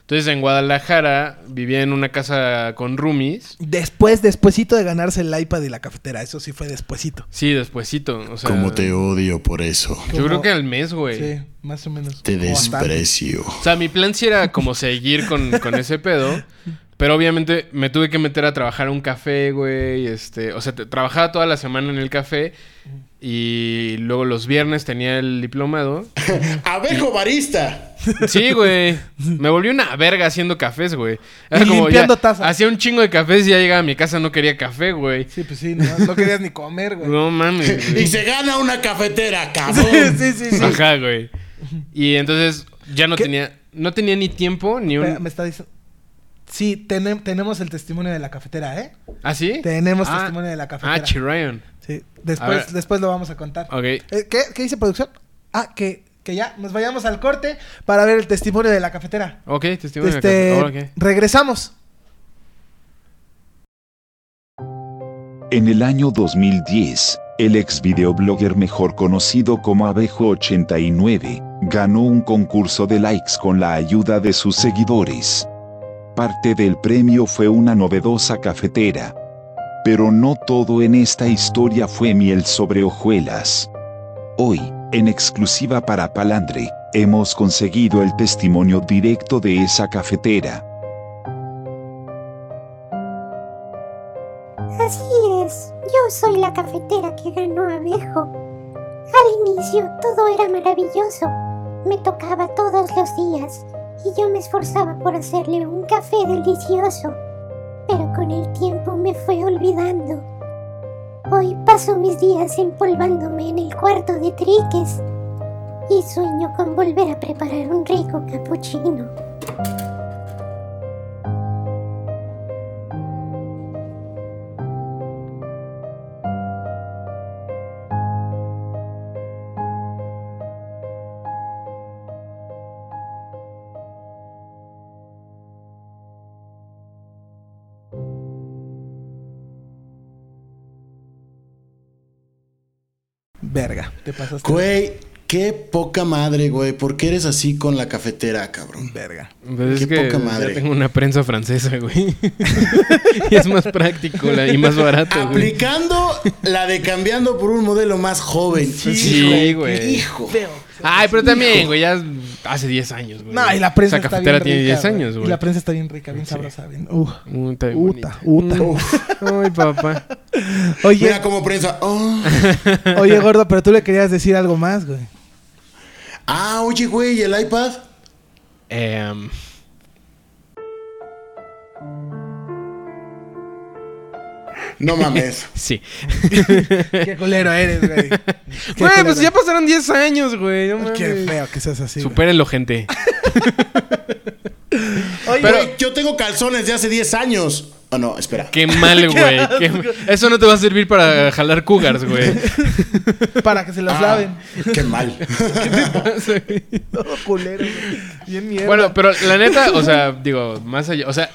Speaker 2: Entonces, en Guadalajara vivía en una casa con roomies.
Speaker 3: después, despuesito de ganarse el iPad y la cafetera. Eso sí fue despuesito.
Speaker 2: Sí, despuesito. O sea,
Speaker 1: Como te odio por eso.
Speaker 2: Yo
Speaker 3: Como-
Speaker 2: creo que al mes, güey.
Speaker 3: Sí, más o menos.
Speaker 1: Te
Speaker 3: O bastante.
Speaker 1: desprecio.
Speaker 2: O sea, mi plan sí era como seguir con, con ese pedo. Pero obviamente me tuve que meter a trabajar a un café, güey. Este, o sea, te- trabajaba toda la semana en el café. Y luego los viernes tenía el diplomado.
Speaker 1: Abejo barista.
Speaker 2: Sí, güey. Me volví una verga haciendo cafés, güey. Era
Speaker 3: Y
Speaker 2: como
Speaker 3: limpiando
Speaker 2: ya-
Speaker 3: tazas.
Speaker 2: Hacía un chingo de cafés y ya llegaba a mi casa, no quería café, güey.
Speaker 3: Sí, pues sí, no, no querías ni comer, güey.
Speaker 2: No mames.
Speaker 1: Y
Speaker 2: güey.
Speaker 1: se gana una cafetera,
Speaker 3: Sí,
Speaker 1: cabrón.
Speaker 3: sí, sí. sí.
Speaker 2: Ajá, güey. Y entonces ya no
Speaker 3: ¿Qué?
Speaker 2: tenía, no tenía ni tiempo ni
Speaker 3: Espera,
Speaker 2: un.
Speaker 3: me está diciendo. Sí, tenem- tenemos el testimonio de la cafetera, ¿eh?
Speaker 2: ¿Ah, sí?
Speaker 3: Tenemos
Speaker 2: Ah,
Speaker 3: testimonio de la
Speaker 2: Ah,
Speaker 3: cafetera.
Speaker 2: Chirayon.
Speaker 3: sí.
Speaker 2: A
Speaker 3: Después,
Speaker 2: ver. Ah.
Speaker 3: después lo vamos a contar.
Speaker 2: Ok.
Speaker 3: Eh, ¿Qué, ¿Qué dice producción? Ah, que, que ya nos vayamos al corte para ver el testimonio de la cafetera.
Speaker 2: Ok, testimonio de café.
Speaker 3: este,
Speaker 2: Ahora, ok.
Speaker 3: regresamos.
Speaker 9: En el año 2010, el ex videoblogger mejor conocido como Abejo89 ganó un concurso de likes con la ayuda de sus seguidores. Parte del premio fue una novedosa cafetera. Pero no todo en esta historia fue miel sobre hojuelas. Hoy, en exclusiva para Palandre, hemos conseguido el testimonio directo de esa cafetera.
Speaker 10: Así es, yo soy la cafetera que ganó Abejo. Al inicio todo era maravilloso. Me tocaba todos los días y yo me esforzaba por hacerle un café delicioso. Pero con el tiempo me fue olvidando. Hoy paso mis días empolvándome en el cuarto de triques y sueño con volver a preparar un rico capuchino.
Speaker 3: Verga, te pasaste.
Speaker 1: Güey, qué poca madre, güey. ¿Por qué eres así con la cafetera, cabrón?
Speaker 3: Verga.
Speaker 2: Pues es
Speaker 1: Qué
Speaker 2: que
Speaker 1: poca madre.
Speaker 2: ya tengo una prensa francesa, güey. y es más práctico la- y más barato, güey.
Speaker 1: Aplicando la de cambiando por un modelo más joven.
Speaker 2: Sí, güey.
Speaker 1: Hijo.
Speaker 2: Ay, pero también, güey, ya hace 10 años, güey.
Speaker 3: No, y la prensa
Speaker 2: Esa
Speaker 3: está bien
Speaker 2: cafetera
Speaker 3: rica.
Speaker 2: tiene 10
Speaker 3: güey.
Speaker 2: años,
Speaker 3: Y
Speaker 2: güey.
Speaker 3: la prensa está bien rica, bien sabrosa, bien. Uh.
Speaker 2: Mm, está bien
Speaker 3: Uta,
Speaker 2: bonita.
Speaker 3: uta.
Speaker 2: Mm. Ay, papá.
Speaker 3: Oye,
Speaker 1: Mira como prensa. "Oh".
Speaker 3: oye, gordo, pero tú le querías decir algo más, güey.
Speaker 1: Ah, oye, güey, ¿y el iPad?
Speaker 2: Em,
Speaker 1: No mames.
Speaker 2: Sí.
Speaker 3: Qué culero eres, güey. Qué
Speaker 2: Güey,
Speaker 3: culero.
Speaker 2: pues ya pasaron 10 años, güey. No mames.
Speaker 3: Qué feo que seas así. güey.
Speaker 2: Supérenlo, gente.
Speaker 3: Oye,
Speaker 2: Pero-
Speaker 1: Güey, yo tengo calzones de hace 10 años. Ah, no, espera.
Speaker 2: Qué mal, güey. Qué mal. Eso no te va a servir para jalar cougars, güey.
Speaker 3: para que se los
Speaker 1: Ah,
Speaker 3: laven.
Speaker 1: Qué mal.
Speaker 3: Todo culero, güey. Bien mierda.
Speaker 2: Bueno, pero la neta, o sea, digo, más allá, o sea,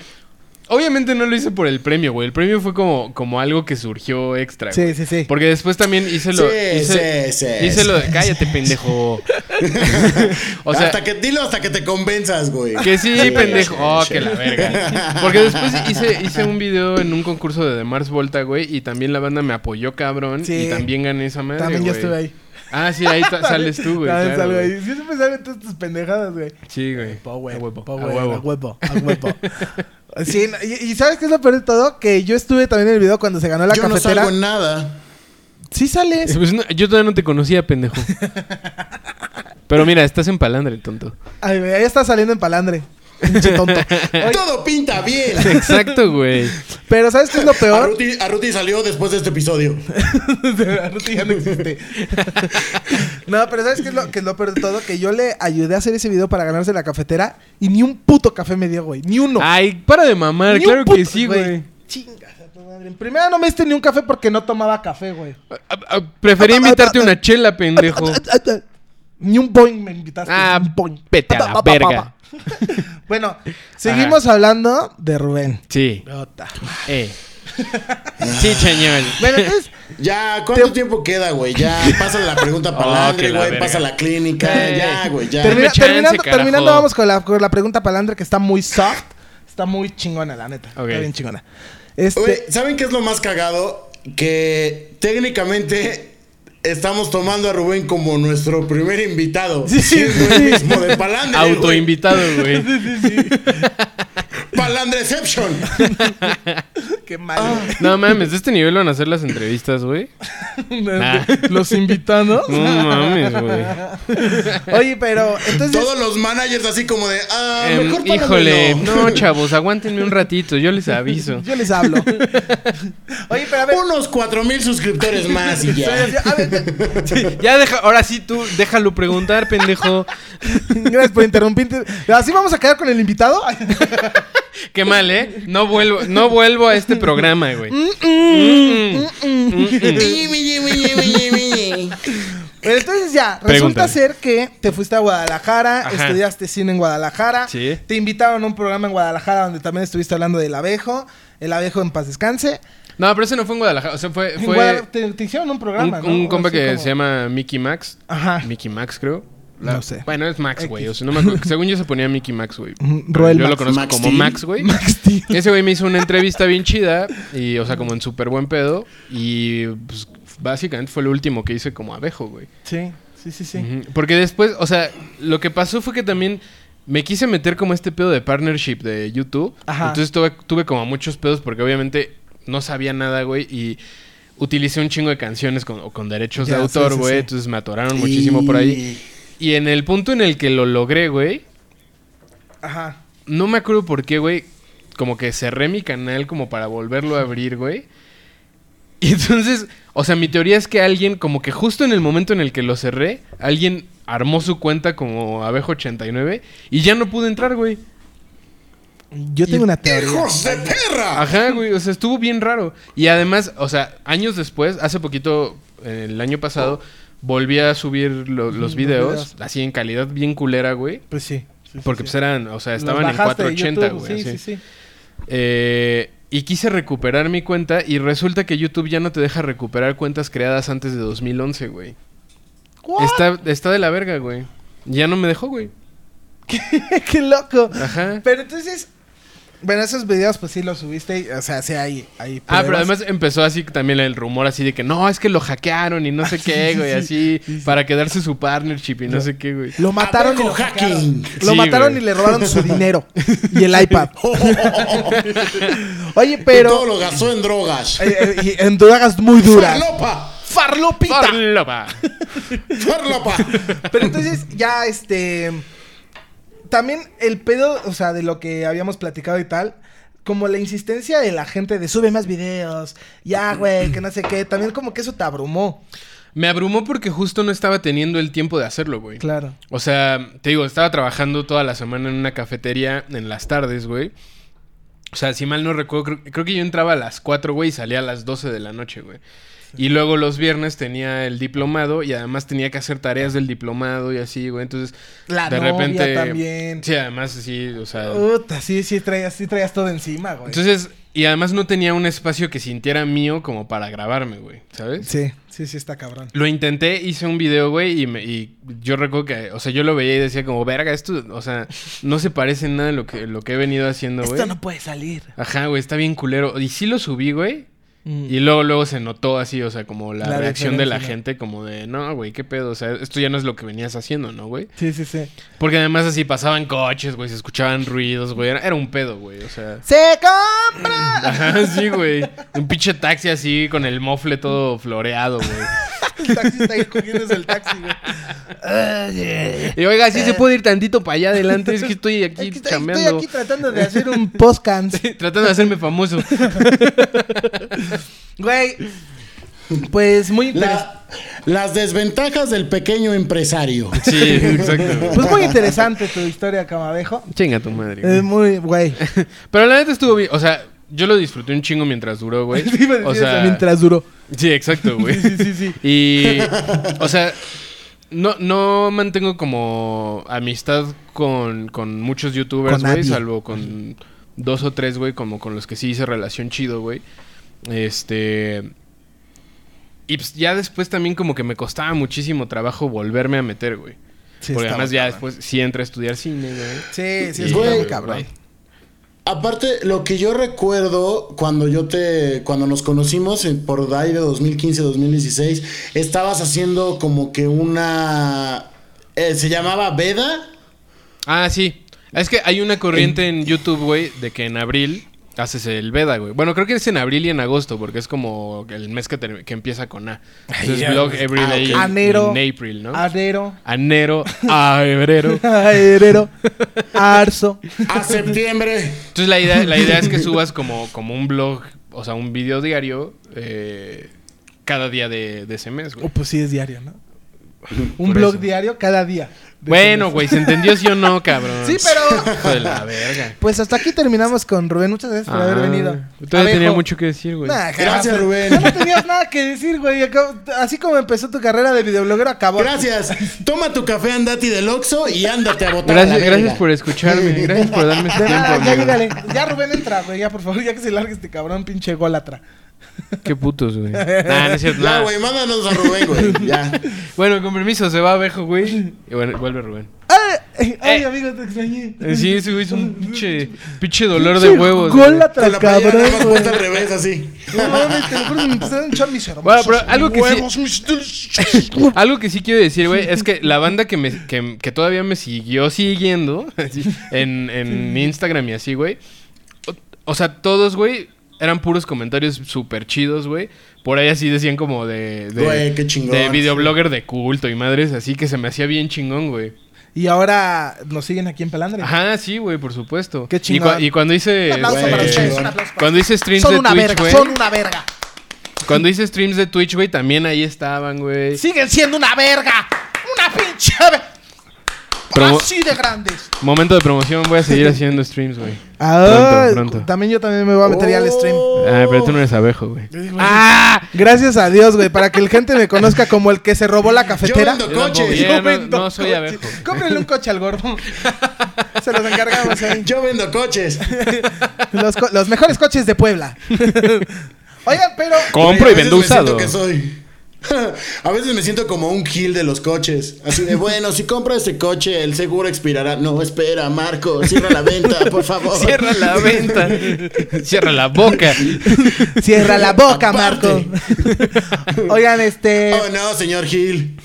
Speaker 2: obviamente no lo hice por el premio, güey. El premio fue como, como algo que surgió extra.
Speaker 3: Sí,
Speaker 2: güey.
Speaker 3: sí, sí.
Speaker 2: Porque después también hice lo,
Speaker 1: Sí,
Speaker 2: hice,
Speaker 1: sí, sí,
Speaker 2: hice
Speaker 1: sí,
Speaker 2: lo, cállate, pendejo. o sea,
Speaker 1: hasta que, dilo hasta que te convenzas, güey.
Speaker 2: que sí, pendejo.
Speaker 1: sí,
Speaker 2: oh,
Speaker 1: sí.
Speaker 2: que la verga. Porque después hice, hice un video en un concurso de The Mars Volta, güey, y también la banda me apoyó, cabrón,
Speaker 3: Sí.
Speaker 2: y también gané esa madre,
Speaker 3: También yo
Speaker 2: güey.
Speaker 3: estuve ahí.
Speaker 2: Ah, sí, ahí ta- sales tú, güey.
Speaker 3: También
Speaker 2: claro,
Speaker 3: salgo
Speaker 2: güey.
Speaker 3: ahí. Yo siempre salgo en todas tus pendejadas, güey.
Speaker 2: Sí, güey.
Speaker 3: Pa' huevo,
Speaker 2: A huevo,
Speaker 3: pa'
Speaker 2: a
Speaker 3: huevo,
Speaker 2: huevo.
Speaker 3: a huevo, a huevo. Sí, no, y, y ¿sabes qué es lo peor de todo? Que yo estuve también en el video cuando se ganó la
Speaker 1: yo no
Speaker 3: cafetera.
Speaker 1: salgo en nada.
Speaker 3: Sí sales.
Speaker 2: Pues no, yo todavía no te conocía, pendejo. Pero mira, estás en palandre, tonto.
Speaker 3: Ay, güey, ahí está saliendo en palandre. Pinche tonto.
Speaker 2: Eh.
Speaker 3: Oye,
Speaker 1: Todo pinta bien.
Speaker 2: Exacto, güey.
Speaker 3: pero ¿sabes qué es lo peor?
Speaker 1: Arruti, Arruti salió después de este episodio.
Speaker 3: Arruti ya no existe. no, pero ¿sabes qué es, lo, qué es lo peor de todo? Que yo le ayudé a hacer ese video para ganarse la cafetera y ni un puto café me dio, güey. Ni uno.
Speaker 2: Ay, para de mamar,
Speaker 3: Ni un
Speaker 2: Ah, claro que
Speaker 3: puto,
Speaker 2: sí, güey.
Speaker 3: Chingas a tu madre. En primera no me diste ni un café porque no tomaba café, güey.
Speaker 2: A- a- Prefería invitarte una chela, pendejo.
Speaker 3: Ni un boing me invitaste.
Speaker 2: Ah,
Speaker 3: ni un boing.
Speaker 2: vete a
Speaker 3: Pa,
Speaker 2: la
Speaker 3: pa, pa,
Speaker 2: verga.
Speaker 3: pa, pa. bueno, seguimos hablando de Rubén.
Speaker 2: Sí.
Speaker 3: Puta.
Speaker 2: Eh. Sí, señor.
Speaker 3: Bueno, entonces,
Speaker 1: Ya, ¿cuánto
Speaker 3: Te-
Speaker 1: tiempo queda, güey? Ya, pasa la pregunta
Speaker 2: Oh,
Speaker 1: palandre,
Speaker 2: que la
Speaker 1: güey.
Speaker 2: verga.
Speaker 1: Pasa la clínica.
Speaker 2: Eh,
Speaker 1: ya, güey, ya.
Speaker 3: termina-
Speaker 2: Dame chance,
Speaker 3: terminando,
Speaker 2: carajo.
Speaker 3: terminando vamos con la, con la pregunta palandre que está muy soft. Está muy chingona, la neta.
Speaker 2: Ok.
Speaker 3: Está bien chingona. Este,
Speaker 1: Güey, ¿saben qué es lo más cagado? Que técnicamente estamos tomando a Rubén como nuestro primer invitado.
Speaker 3: Sí, sí,
Speaker 1: Siendo
Speaker 3: sí.
Speaker 1: el mismo de Palandre. güey.
Speaker 2: Autoinvitado, güey.
Speaker 1: Palandreception.
Speaker 3: qué mal.
Speaker 2: No mames, de este nivel van a hacer las entrevistas, güey. Nah.
Speaker 3: Los invitados.
Speaker 2: No mames, güey.
Speaker 3: Oye, pero entonces.
Speaker 1: Todos los managers así como de, ah,
Speaker 2: Em,
Speaker 1: mejor
Speaker 2: híjole,
Speaker 1: Palandre no.
Speaker 2: no, chavos, aguántenme un ratito, yo les aviso.
Speaker 3: Yo les hablo. Oye, pero a ver.
Speaker 1: Unos cuatro mil suscriptores más y ya.
Speaker 3: A ver,
Speaker 2: Ya deja, ahora sí tú déjalo preguntar, pendejo.
Speaker 3: Gracias por interrumpirte. ¿Así vamos a quedar con el invitado?
Speaker 2: Qué mal, ¿eh? No vuelvo, no vuelvo a este programa, güey. Mm,
Speaker 3: Pero entonces ya, resulta
Speaker 2: Pregúntame.
Speaker 3: ser que te fuiste a Guadalajara,
Speaker 2: Ajá.
Speaker 3: estudiaste cine en Guadalajara,
Speaker 2: Sí.
Speaker 3: te invitaron a un programa en Guadalajara donde también estuviste hablando del abejo, el abejo en paz descanse.
Speaker 2: No, pero ese no fue en Guadalajara. O sea, fue,
Speaker 3: En
Speaker 2: fue
Speaker 3: Guadala- te, te hicieron un
Speaker 2: un,
Speaker 3: programa, ¿no?
Speaker 2: un compa
Speaker 3: Así
Speaker 2: que
Speaker 3: como-
Speaker 2: se llama Mickey Max.
Speaker 3: Ajá.
Speaker 2: Mickey Max, creo.
Speaker 3: No sé.
Speaker 2: Bueno, es Max, güey. O sea, no me acuerdo. Según yo se ponía Mickey Max, güey.
Speaker 3: Ujú,
Speaker 2: Pero
Speaker 3: Mm, Roel
Speaker 2: Yo lo
Speaker 3: Max.
Speaker 2: conozco
Speaker 1: Max
Speaker 2: como
Speaker 1: Steel.
Speaker 2: Max, güey.
Speaker 3: Max T.
Speaker 2: Ese güey me hizo una entrevista bien chida. Y, o sea, como en súper buen pedo. Y pues, básicamente fue lo último que hice como abejo, güey.
Speaker 3: Sí, sí, sí, sí.
Speaker 2: Ujú, Porque después, o sea, lo que pasó fue que también me quise meter como este pedo de partnership de YouTube.
Speaker 3: Ajá.
Speaker 2: Entonces tuve, tuve como muchos pedos porque obviamente no sabía nada, güey, y utilicé un chingo de canciones con, o con derechos
Speaker 3: Ya,
Speaker 2: de
Speaker 3: sí,
Speaker 2: autor,
Speaker 3: sí,
Speaker 2: güey.
Speaker 3: sí.
Speaker 2: Entonces me atoraron muchísimo por ahí. Y en el punto en el que lo logré, güey,
Speaker 3: Ajá.
Speaker 2: no me acuerdo por qué, güey. Como que cerré mi canal como para volverlo a abrir, güey. Y entonces, o sea, mi teoría es que alguien, como que justo en el momento en el que lo cerré, alguien armó su cuenta como Abejo 89 y ya no pude entrar, güey.
Speaker 3: Yo tengo una teoría.
Speaker 1: ¡Hijos de
Speaker 3: Ah.
Speaker 1: perra!
Speaker 2: Ajá, güey, o sea, estuvo bien raro. Y además, o sea, años después, hace poquito, eh, el año pasado, volví a subir lo- los videos,
Speaker 3: Oh. videos.
Speaker 2: así en calidad bien culera, güey.
Speaker 3: Pues sí. sí, sí,
Speaker 2: Porque
Speaker 3: sí.
Speaker 2: pues eran, o sea,
Speaker 3: Los
Speaker 2: estaban en
Speaker 3: bajaste de
Speaker 2: 480,
Speaker 3: YouTube,
Speaker 2: güey. así.
Speaker 3: Sí, sí, sí.
Speaker 2: Eh, y quise recuperar mi cuenta y resulta que YouTube ya no te deja recuperar cuentas creadas antes de 2011, güey. Está, está de la verga, güey. Ya no me dejó, güey.
Speaker 3: ¡Qué loco!
Speaker 2: Ajá.
Speaker 3: Pero entonces, bueno, esos videos pues sí los subiste, y, o sea, sí hay, hay
Speaker 2: Ah, pero
Speaker 3: pruebas.
Speaker 2: además empezó así también el rumor así de que no, es que lo hackearon y no sé qué, güey, así para quedarse su partnership y no sé qué, güey.
Speaker 3: Lo mataron y
Speaker 1: Abaco
Speaker 3: lo hackearon.
Speaker 1: hacking.
Speaker 3: Lo
Speaker 2: Sí,
Speaker 3: mataron
Speaker 2: güey. Oh.
Speaker 3: y le robaron su dinero y el iPad. Oye,
Speaker 1: Pero... Todo
Speaker 3: pero
Speaker 1: lo gastó en drogas.
Speaker 3: eh, eh, y en drogas muy duras.
Speaker 1: ¡Farlopa!
Speaker 3: Farlopita.
Speaker 2: ¡Farlopa!
Speaker 1: ¡Farlopa!
Speaker 3: Pero entonces ya este también el pedo, o sea, de lo que habíamos platicado y tal, como la insistencia de la gente de sube más videos, ya, güey, que no sé qué, también como que eso te abrumó.
Speaker 2: Me abrumó porque justo no estaba teniendo el tiempo de hacerlo, güey.
Speaker 3: Claro.
Speaker 2: O sea, te digo, estaba trabajando toda la semana en una cafetería en las tardes, güey. O sea, si mal no recuerdo, creo, creo que yo entraba a las 4, güey, y salía a las 12 de la noche, güey. Y luego los viernes tenía el diplomado y además tenía que hacer tareas del diplomado y así, güey. Entonces,
Speaker 3: La
Speaker 2: de
Speaker 3: novia
Speaker 2: repente.
Speaker 3: también.
Speaker 2: Sí, además, sí, o sea.
Speaker 3: Puta, sí, sí traías, sí traías todo encima, güey.
Speaker 2: Entonces, y además no tenía un espacio que sintiera mío como para grabarme, güey, ¿sabes?
Speaker 3: sí, sí, sí está cabrón.
Speaker 2: Lo intenté, hice un video, güey, y, me- y yo recuerdo que, o sea, yo lo veía y decía como, verga, esto, o sea, no se parece en nada a lo que, lo que he venido haciendo, güey.
Speaker 3: Esto no puede salir.
Speaker 2: Ajá, güey, está bien culero. Y sí lo subí, güey. Y luego, luego se notó así, o sea, como la,
Speaker 3: Mm. La
Speaker 2: reacción de la
Speaker 3: diferencia, ¿no?
Speaker 2: gente, como de, no, güey, qué pedo, o sea, esto ya no es lo que venías haciendo, ¿no, güey?
Speaker 3: Sí, sí, sí.
Speaker 2: Porque además así pasaban coches, güey, se escuchaban ruidos, güey, era, era un pedo, güey, o sea.
Speaker 3: ¡Se compra!
Speaker 2: Ajá, sí, güey. Un pinche taxi así con el mofle todo floreado, güey.
Speaker 3: El taxi está ahí cogiendo el taxi, güey.
Speaker 2: Y oiga, sí se puede ir tantito para allá adelante, es que estoy aquí
Speaker 3: eh. Aquí estoy-
Speaker 2: chambeando.
Speaker 3: estoy aquí tratando de hacer un podcast.
Speaker 2: Tratando de hacerme famoso.
Speaker 3: Güey. Pues muy interesante.
Speaker 1: La- las desventajas del pequeño empresario.
Speaker 2: Sí, exacto.
Speaker 3: Pues muy interesante tu historia, Camadejo.
Speaker 2: Chinga tu madre. güey.
Speaker 3: Eh, muy, güey.
Speaker 2: Pero la neta estuvo bien. O sea, yo lo disfruté un chingo mientras duró, güey.
Speaker 3: Sí, iba a decir
Speaker 2: O
Speaker 3: eso,
Speaker 2: sea,
Speaker 3: mientras duró.
Speaker 2: Sí, exacto, güey.
Speaker 3: Sí, sí, sí.
Speaker 2: Y, o sea, no, no mantengo como amistad con, con muchos youtubers,
Speaker 3: Con
Speaker 2: güey,
Speaker 3: nadie.
Speaker 2: salvo con dos o tres, güey, como con los que sí hice relación chido, güey. Este... Y pues, ya después también como que me costaba muchísimo trabajo volverme a meter, güey.
Speaker 3: Sí,
Speaker 2: Porque
Speaker 3: estaba
Speaker 2: además ya
Speaker 3: cabrón.
Speaker 2: después sí entré a estudiar cine, güey.
Speaker 3: Sí, sí,
Speaker 2: Y-
Speaker 3: es muy
Speaker 1: Güey,
Speaker 3: cabrón.
Speaker 1: Aparte, lo que yo recuerdo cuando yo te, cuando nos conocimos eh, por ahí de 2015-2016, estabas haciendo como que una, eh, se llamaba Veda.
Speaker 2: Ah, sí. Es que hay una corriente en YouTube, güey, de que en abril haces el Veda, güey. Bueno, creo que es en abril y en agosto, porque es como el mes que, ter- que empieza con A. Entonces, blog every
Speaker 1: Ah,
Speaker 2: day
Speaker 1: ok.
Speaker 3: Anero.
Speaker 2: in April, ¿no?
Speaker 3: Arero.
Speaker 2: Anero, a febrero.
Speaker 3: Arero. Arzo.
Speaker 1: A septiembre.
Speaker 2: Entonces, la idea, la idea es que subas como, como un blog, o sea, un video diario eh, cada día de, de ese mes,
Speaker 3: Oh,
Speaker 2: güey.
Speaker 3: pues sí, es diario, ¿no? Un
Speaker 2: Por
Speaker 3: blog
Speaker 2: eso.
Speaker 3: diario cada día.
Speaker 2: Bueno, güey, ¿se entendió sí o no, cabrón?
Speaker 3: Sí, pero.
Speaker 2: Hijo de la verga.
Speaker 3: Pues hasta aquí terminamos con Rubén. Muchas gracias por haber
Speaker 2: Ah,
Speaker 3: venido.
Speaker 2: Todavía tenía
Speaker 3: Abejo.
Speaker 2: mucho que decir, güey.
Speaker 3: Nah,
Speaker 1: Gracias,
Speaker 3: jamás.
Speaker 1: Rubén.
Speaker 3: Ya No tenías nada que decir, güey. Acabo- Así como empezó tu carrera de videobloguero, acabó.
Speaker 1: Gracias. Toma tu café andati del Oxxo y ándate a botar a
Speaker 2: Gracias,
Speaker 1: la
Speaker 2: gracias
Speaker 1: verga.
Speaker 2: por escucharme, gracias por darme este
Speaker 3: De
Speaker 2: tiempo,
Speaker 3: nada, ya
Speaker 2: amigo.
Speaker 3: llégale. Ya Rubén entra, güey. Ya, por favor, ya que se largue este cabrón pinche golatra.
Speaker 2: Qué putos, güey. Nah, no es cierto,
Speaker 1: Ya,
Speaker 2: nah.
Speaker 1: güey, mándanos a Rubén, güey. Ya.
Speaker 2: Bueno, con permiso, se va Abejo, güey. Y bueno, vuelve Rubén.
Speaker 3: ¡Ay, ay,
Speaker 2: Eh.
Speaker 3: amigo, te extrañé!
Speaker 2: Eh, Sí, ese güey es un pinche, pinche dolor de huevos. güey.
Speaker 3: Golatra,
Speaker 1: Con la playera
Speaker 3: cabrón,
Speaker 1: nada más
Speaker 3: güey.
Speaker 1: puesta al revés, así.
Speaker 3: No mames, te lo juro, me empezaron a echar mis hermosos
Speaker 2: Bueno, pero algo que sí-
Speaker 3: huevos, mis deliciosos.
Speaker 2: Algo que sí quiero decir, güey, es que la banda que, me, que, que todavía me siguió siguiendo así, en, en Instagram y así, güey. O, o sea, todos, güey, eran puros comentarios súper chidos, güey. Por ahí así decían como de... de
Speaker 1: Güey, qué chingón.
Speaker 2: De videoblogger de culto y madres así que se me hacía bien chingón, güey.
Speaker 3: Y ahora nos siguen aquí en Pelandre.
Speaker 2: Ajá, sí, güey, por supuesto.
Speaker 3: Qué
Speaker 2: Y
Speaker 3: chingón.
Speaker 2: cua- Y, cuando hice...
Speaker 3: Un aplauso
Speaker 1: güey,
Speaker 3: para
Speaker 1: qué
Speaker 3: ustedes,
Speaker 1: chingón.
Speaker 3: un aplauso para
Speaker 2: Cuando hice
Speaker 3: ustedes.
Speaker 2: streams
Speaker 3: Son
Speaker 2: de
Speaker 3: una
Speaker 2: Twitch,
Speaker 3: verga,
Speaker 2: güey.
Speaker 3: son una verga.
Speaker 2: Cuando hice streams de Twitch, güey, también ahí estaban, güey.
Speaker 3: Siguen siendo una verga. Una pinche... ve-
Speaker 2: Promo-
Speaker 3: Así de grandes.
Speaker 2: Momento de promoción, voy a seguir haciendo streams, güey.
Speaker 3: Ah,
Speaker 2: Pronto, pronto.
Speaker 3: También yo también me voy a meter
Speaker 1: Oh.
Speaker 3: ya al stream.
Speaker 2: Ah, pero tú no eres abejo, güey. Ah,
Speaker 3: Gracias a Dios, güey, para que la gente me conozca como el que se robó la cafetera.
Speaker 1: Yo vendo
Speaker 2: Yo tampoco,
Speaker 1: coches.
Speaker 2: ya, no-
Speaker 3: vendo
Speaker 2: no soy
Speaker 3: coche.
Speaker 2: abejo.
Speaker 3: Cómprenle un coche al gordo. Se los encargamos ahí.
Speaker 1: Yo vendo coches.
Speaker 3: Los, co- los mejores coches de Puebla. Oigan, pero.
Speaker 2: Compro
Speaker 1: Güey, a
Speaker 2: y
Speaker 1: veces
Speaker 2: vendo
Speaker 1: me siento
Speaker 2: usado.
Speaker 1: que soy- A veces me siento como un kill de los coches. Así de, bueno, si compro este coche, el seguro expirará. No, espera, Marco, cierra la venta, por favor.
Speaker 2: Cierra la venta. Cierra la boca.
Speaker 3: Cierra la boca, Marco.
Speaker 1: Aparte.
Speaker 3: Oigan, este.
Speaker 1: Oh, no, señor Gil.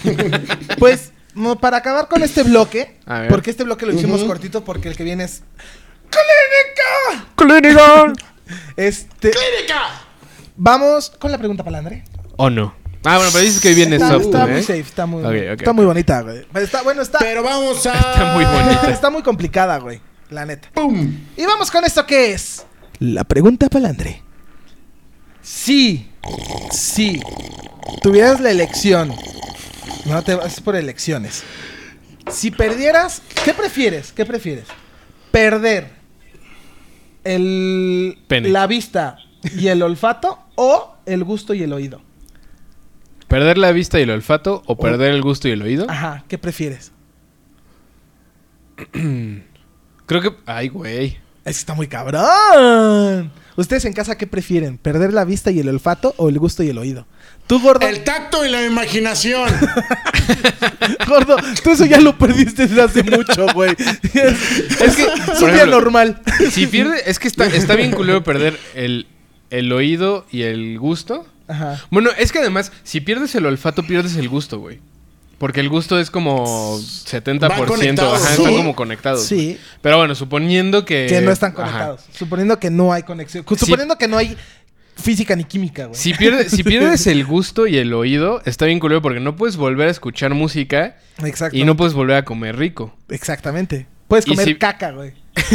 Speaker 3: Pues, mo- para acabar con este bloque,
Speaker 2: A ver.
Speaker 3: porque este bloque lo hicimos cortito, porque el que viene es. ¡Clínica! Este.
Speaker 1: ¡Clínica!
Speaker 3: Vamos con la pregunta para André.
Speaker 2: ¿O no? Ah, bueno, pero dices que viene
Speaker 3: Está,
Speaker 2: soft,
Speaker 3: está
Speaker 2: güey.
Speaker 3: muy safe, está muy,
Speaker 2: Ok, ok,
Speaker 3: está
Speaker 2: ok.
Speaker 3: muy bonita, güey. Pero Está, bueno, está,
Speaker 1: Pero vamos a.
Speaker 2: Está muy bonita.
Speaker 3: está muy complicada, güey. La neta.
Speaker 1: ¡Pum!
Speaker 3: Y vamos con esto que es. La pregunta palandre. Sí, sí. Tuvieras la elección. No te vas por elecciones. Si perdieras, ¿qué prefieres? ¿Qué prefieres? Perder el
Speaker 2: Pene.
Speaker 3: la vista y el olfato o el gusto y el oído.
Speaker 2: ¿Perder la vista y el olfato
Speaker 3: Oh.
Speaker 2: o perder el gusto y el oído?
Speaker 3: Ajá, ¿qué prefieres?
Speaker 2: Creo que... Ay, güey.
Speaker 3: Es que está muy cabrón. Ustedes en casa, ¿qué prefieren? ¿Perder la vista y el olfato o el gusto y el oído? Tú, gordo,
Speaker 1: El tacto y la imaginación.
Speaker 3: gordo, tú eso ya lo perdiste desde hace mucho, güey. Es, es que es un día
Speaker 2: ejemplo,
Speaker 3: normal.
Speaker 2: Si pierde... Es que está, está bien culero perder el, el oído y el gusto.
Speaker 3: Ajá.
Speaker 2: Bueno, es que además, si pierdes el olfato, pierdes el gusto, güey. Porque el gusto es como 70%.
Speaker 1: Van conectados, ¿no?
Speaker 2: ajá, están como conectados.
Speaker 3: Sí.
Speaker 2: güey. Pero bueno, suponiendo que...
Speaker 3: Que no están
Speaker 2: eh, ajá.
Speaker 3: conectados. Suponiendo que no hay conexión. Suponiendo que no hay física ni química, güey.
Speaker 2: Si pierdes, si pierdes el gusto y el oído, está bien culero porque no puedes volver a escuchar música
Speaker 3: Exacto.
Speaker 2: y no puedes volver a comer rico.
Speaker 3: Exactamente. Puedes
Speaker 2: Y
Speaker 3: comer
Speaker 2: si-
Speaker 3: caca, güey.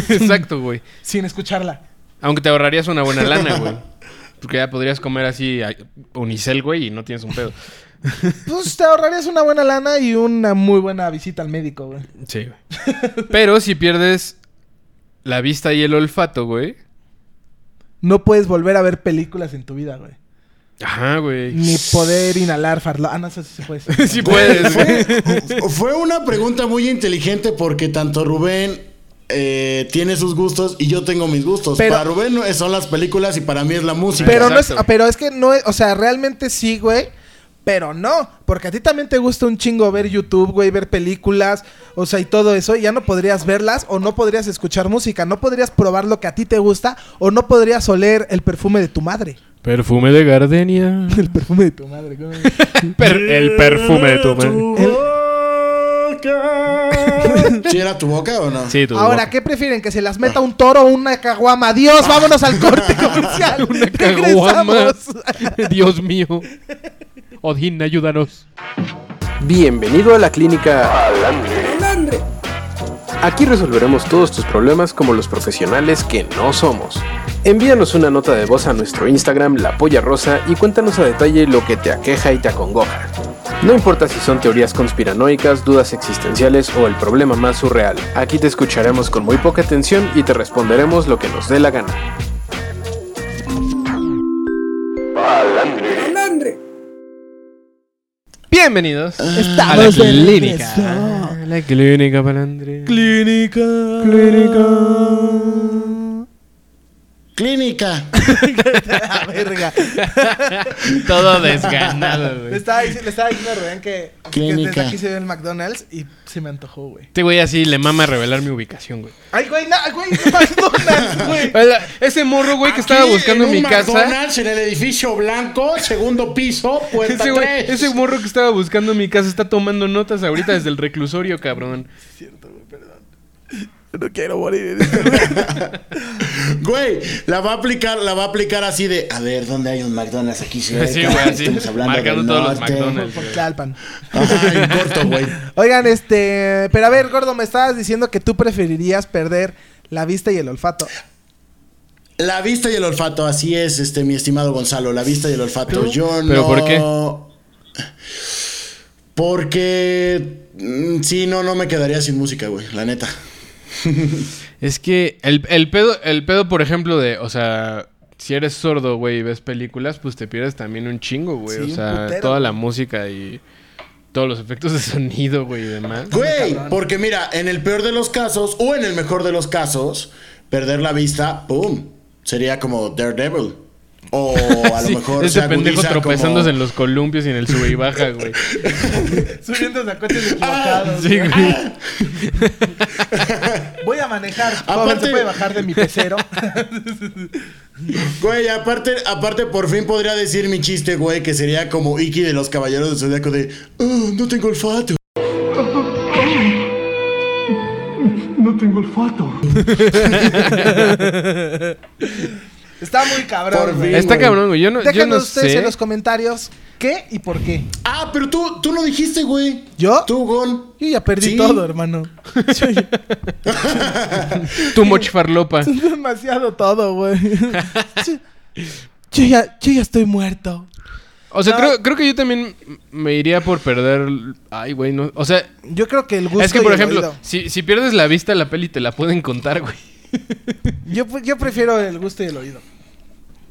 Speaker 2: Exacto, güey.
Speaker 3: Sin escucharla.
Speaker 2: Aunque te ahorrarías una buena lana, güey. Porque ya podrías comer así a- unicel, güey, y no tienes un pedo.
Speaker 3: Pues te ahorrarías una buena lana y una muy buena visita al médico, güey.
Speaker 2: Sí, güey. Pero si pierdes la vista y el olfato, güey.
Speaker 3: No puedes volver a ver películas en tu vida, güey.
Speaker 2: Ajá, güey.
Speaker 3: Ni poder inhalar farlo. Ah, no sé si se puede. decir.
Speaker 2: Sí puedes, güey.
Speaker 1: Fue una pregunta muy inteligente porque tanto Rubén eh, tiene sus gustos y yo tengo mis gustos.
Speaker 3: Pero-
Speaker 1: para Rubén no- son las películas y para mí es la música.
Speaker 3: Pero no es,
Speaker 2: Exacto.
Speaker 3: pero es que no es, o sea, realmente sí, güey. Pero no, porque a ti también te gusta un chingo ver YouTube, güey, ver películas, o sea, y todo eso, y ya no podrías verlas o no podrías escuchar música, no podrías probar lo que a ti te gusta o no podrías oler el perfume de tu madre.
Speaker 2: Perfume de gardenia.
Speaker 3: El perfume de tu madre, güey.
Speaker 2: el perfume de tu
Speaker 1: ¿Sí era tu boca o no?
Speaker 2: Sí, tu
Speaker 3: Ahora,
Speaker 2: boca.
Speaker 3: ¿qué prefieren? ¿Que se las meta un toro o una caguama? Dios, vámonos al corte comercial. una
Speaker 2: Caguama. Dios mío. Odín, ayúdanos.
Speaker 11: Bienvenido a la clínica Alandre. Aquí resolveremos todos tus problemas como los profesionales que no somos. Envíanos una nota de voz a nuestro Instagram La Polla Rosa y cuéntanos a detalle lo que te aqueja y te acongoja. No importa si son teorías conspiranoicas, dudas existenciales o el problema más surreal, aquí te escucharemos con muy poca atención y te responderemos lo que nos dé la gana.
Speaker 2: Bienvenidos a Ah, la
Speaker 3: Estamos de
Speaker 2: clínica.
Speaker 3: regreso.
Speaker 2: Ah, La clínica para Andrés.
Speaker 3: Clínica. Clínica.
Speaker 1: Clínica.
Speaker 3: La verga.
Speaker 2: Todo desganado,
Speaker 3: Le
Speaker 2: güey.
Speaker 3: estaba, dic- le estaba diciendo a Rubén que, que desde
Speaker 1: Clínica.
Speaker 3: aquí se ve el McDonald's y se me antojó, güey.
Speaker 2: Este güey así le mama revelar mi ubicación, güey.
Speaker 3: Ay, güey, no, güey, McDonald's, güey.
Speaker 2: Hola, Ese morro, güey, que estaba
Speaker 1: Aquí,
Speaker 2: buscando en
Speaker 1: un
Speaker 2: mi casa.
Speaker 1: McDonald's, en el edificio blanco, segundo piso, puerta
Speaker 2: Ese, güey,
Speaker 1: 3.
Speaker 2: ese morro que estaba buscando en mi casa está tomando notas ahorita desde el reclusorio, cabrón.
Speaker 3: No quiero morir.
Speaker 1: Güey, la va a aplicar, la va a aplicar así de, a ver, ¿dónde hay un McDonald's aquí cerca?
Speaker 2: Sí, güey, así,
Speaker 1: Estamos hablando
Speaker 2: marcando
Speaker 1: del
Speaker 2: todos los
Speaker 1: norte".
Speaker 2: McDonald's.
Speaker 3: Por Tlalpan.
Speaker 1: Ajá, en corto, güey.
Speaker 3: Oigan, este. Pero a ver, gordo, me estabas diciendo que tú preferirías perder la vista y el olfato.
Speaker 1: La vista y el olfato, así es, este, mi estimado Gonzalo, la vista y el olfato. Yo
Speaker 2: ¿Pero
Speaker 1: no.
Speaker 2: por qué?
Speaker 1: Porque. mm, Sí, no, no me quedaría sin música, güey, la neta.
Speaker 2: Es que el, el pedo, el pedo, por ejemplo, de, o sea, si eres sordo, güey, y ves películas, pues te pierdes también un chingo, güey.
Speaker 3: Sí,
Speaker 2: o
Speaker 3: un
Speaker 2: sea,
Speaker 3: putero,
Speaker 2: toda
Speaker 3: güey.
Speaker 2: la música y todos los efectos de sonido, güey, y demás.
Speaker 1: Güey, porque mira, en el peor de los casos, o en el mejor de los casos, perder la vista, ¡pum! Sería como Daredevil. O a lo
Speaker 2: Sí,
Speaker 1: mejor.
Speaker 2: ese
Speaker 1: se
Speaker 2: pendejo
Speaker 1: agudiza como-
Speaker 2: tropezándose en los columpios y en el sube y baja, güey.
Speaker 3: Subiendo a coches
Speaker 1: Ah,
Speaker 3: equivocados.
Speaker 2: Sí, güey.
Speaker 3: Voy a manejar. Joven,
Speaker 1: Aparte-
Speaker 3: se puede bajar de mi pecero.
Speaker 1: Güey, aparte, aparte por fin podría decir mi chiste, güey, que sería como Iki de los Caballeros del Zodiaco de "Ah, no tengo olfato.
Speaker 3: Está muy cabrón.
Speaker 1: Por
Speaker 3: güey.
Speaker 1: fin.
Speaker 2: Está cabrón, güey. Yo no, yo
Speaker 3: Déjanos
Speaker 2: no
Speaker 3: ustedes
Speaker 2: sé.
Speaker 3: en los comentarios ¿Qué y por qué?
Speaker 1: Ah, pero tú, tú lo dijiste, güey.
Speaker 3: ¿Yo?
Speaker 1: Tú, Gon.
Speaker 3: Yo ya perdí
Speaker 1: Sí.
Speaker 3: todo, hermano. Yo ya-
Speaker 2: Too much farlopa.
Speaker 3: demasiado todo, güey. Yo- Yo ya, yo ya estoy muerto.
Speaker 2: O sea,
Speaker 3: No.
Speaker 2: creo, creo que yo también me iría por perder. Ay, güey, no. O sea,
Speaker 3: Yo creo que el gusto.
Speaker 2: es que
Speaker 3: y
Speaker 2: por
Speaker 3: el
Speaker 2: ejemplo,
Speaker 3: oído.
Speaker 2: si, si pierdes la vista, la peli te la pueden contar, güey.
Speaker 3: Yo, pre- yo prefiero el gusto y el oído.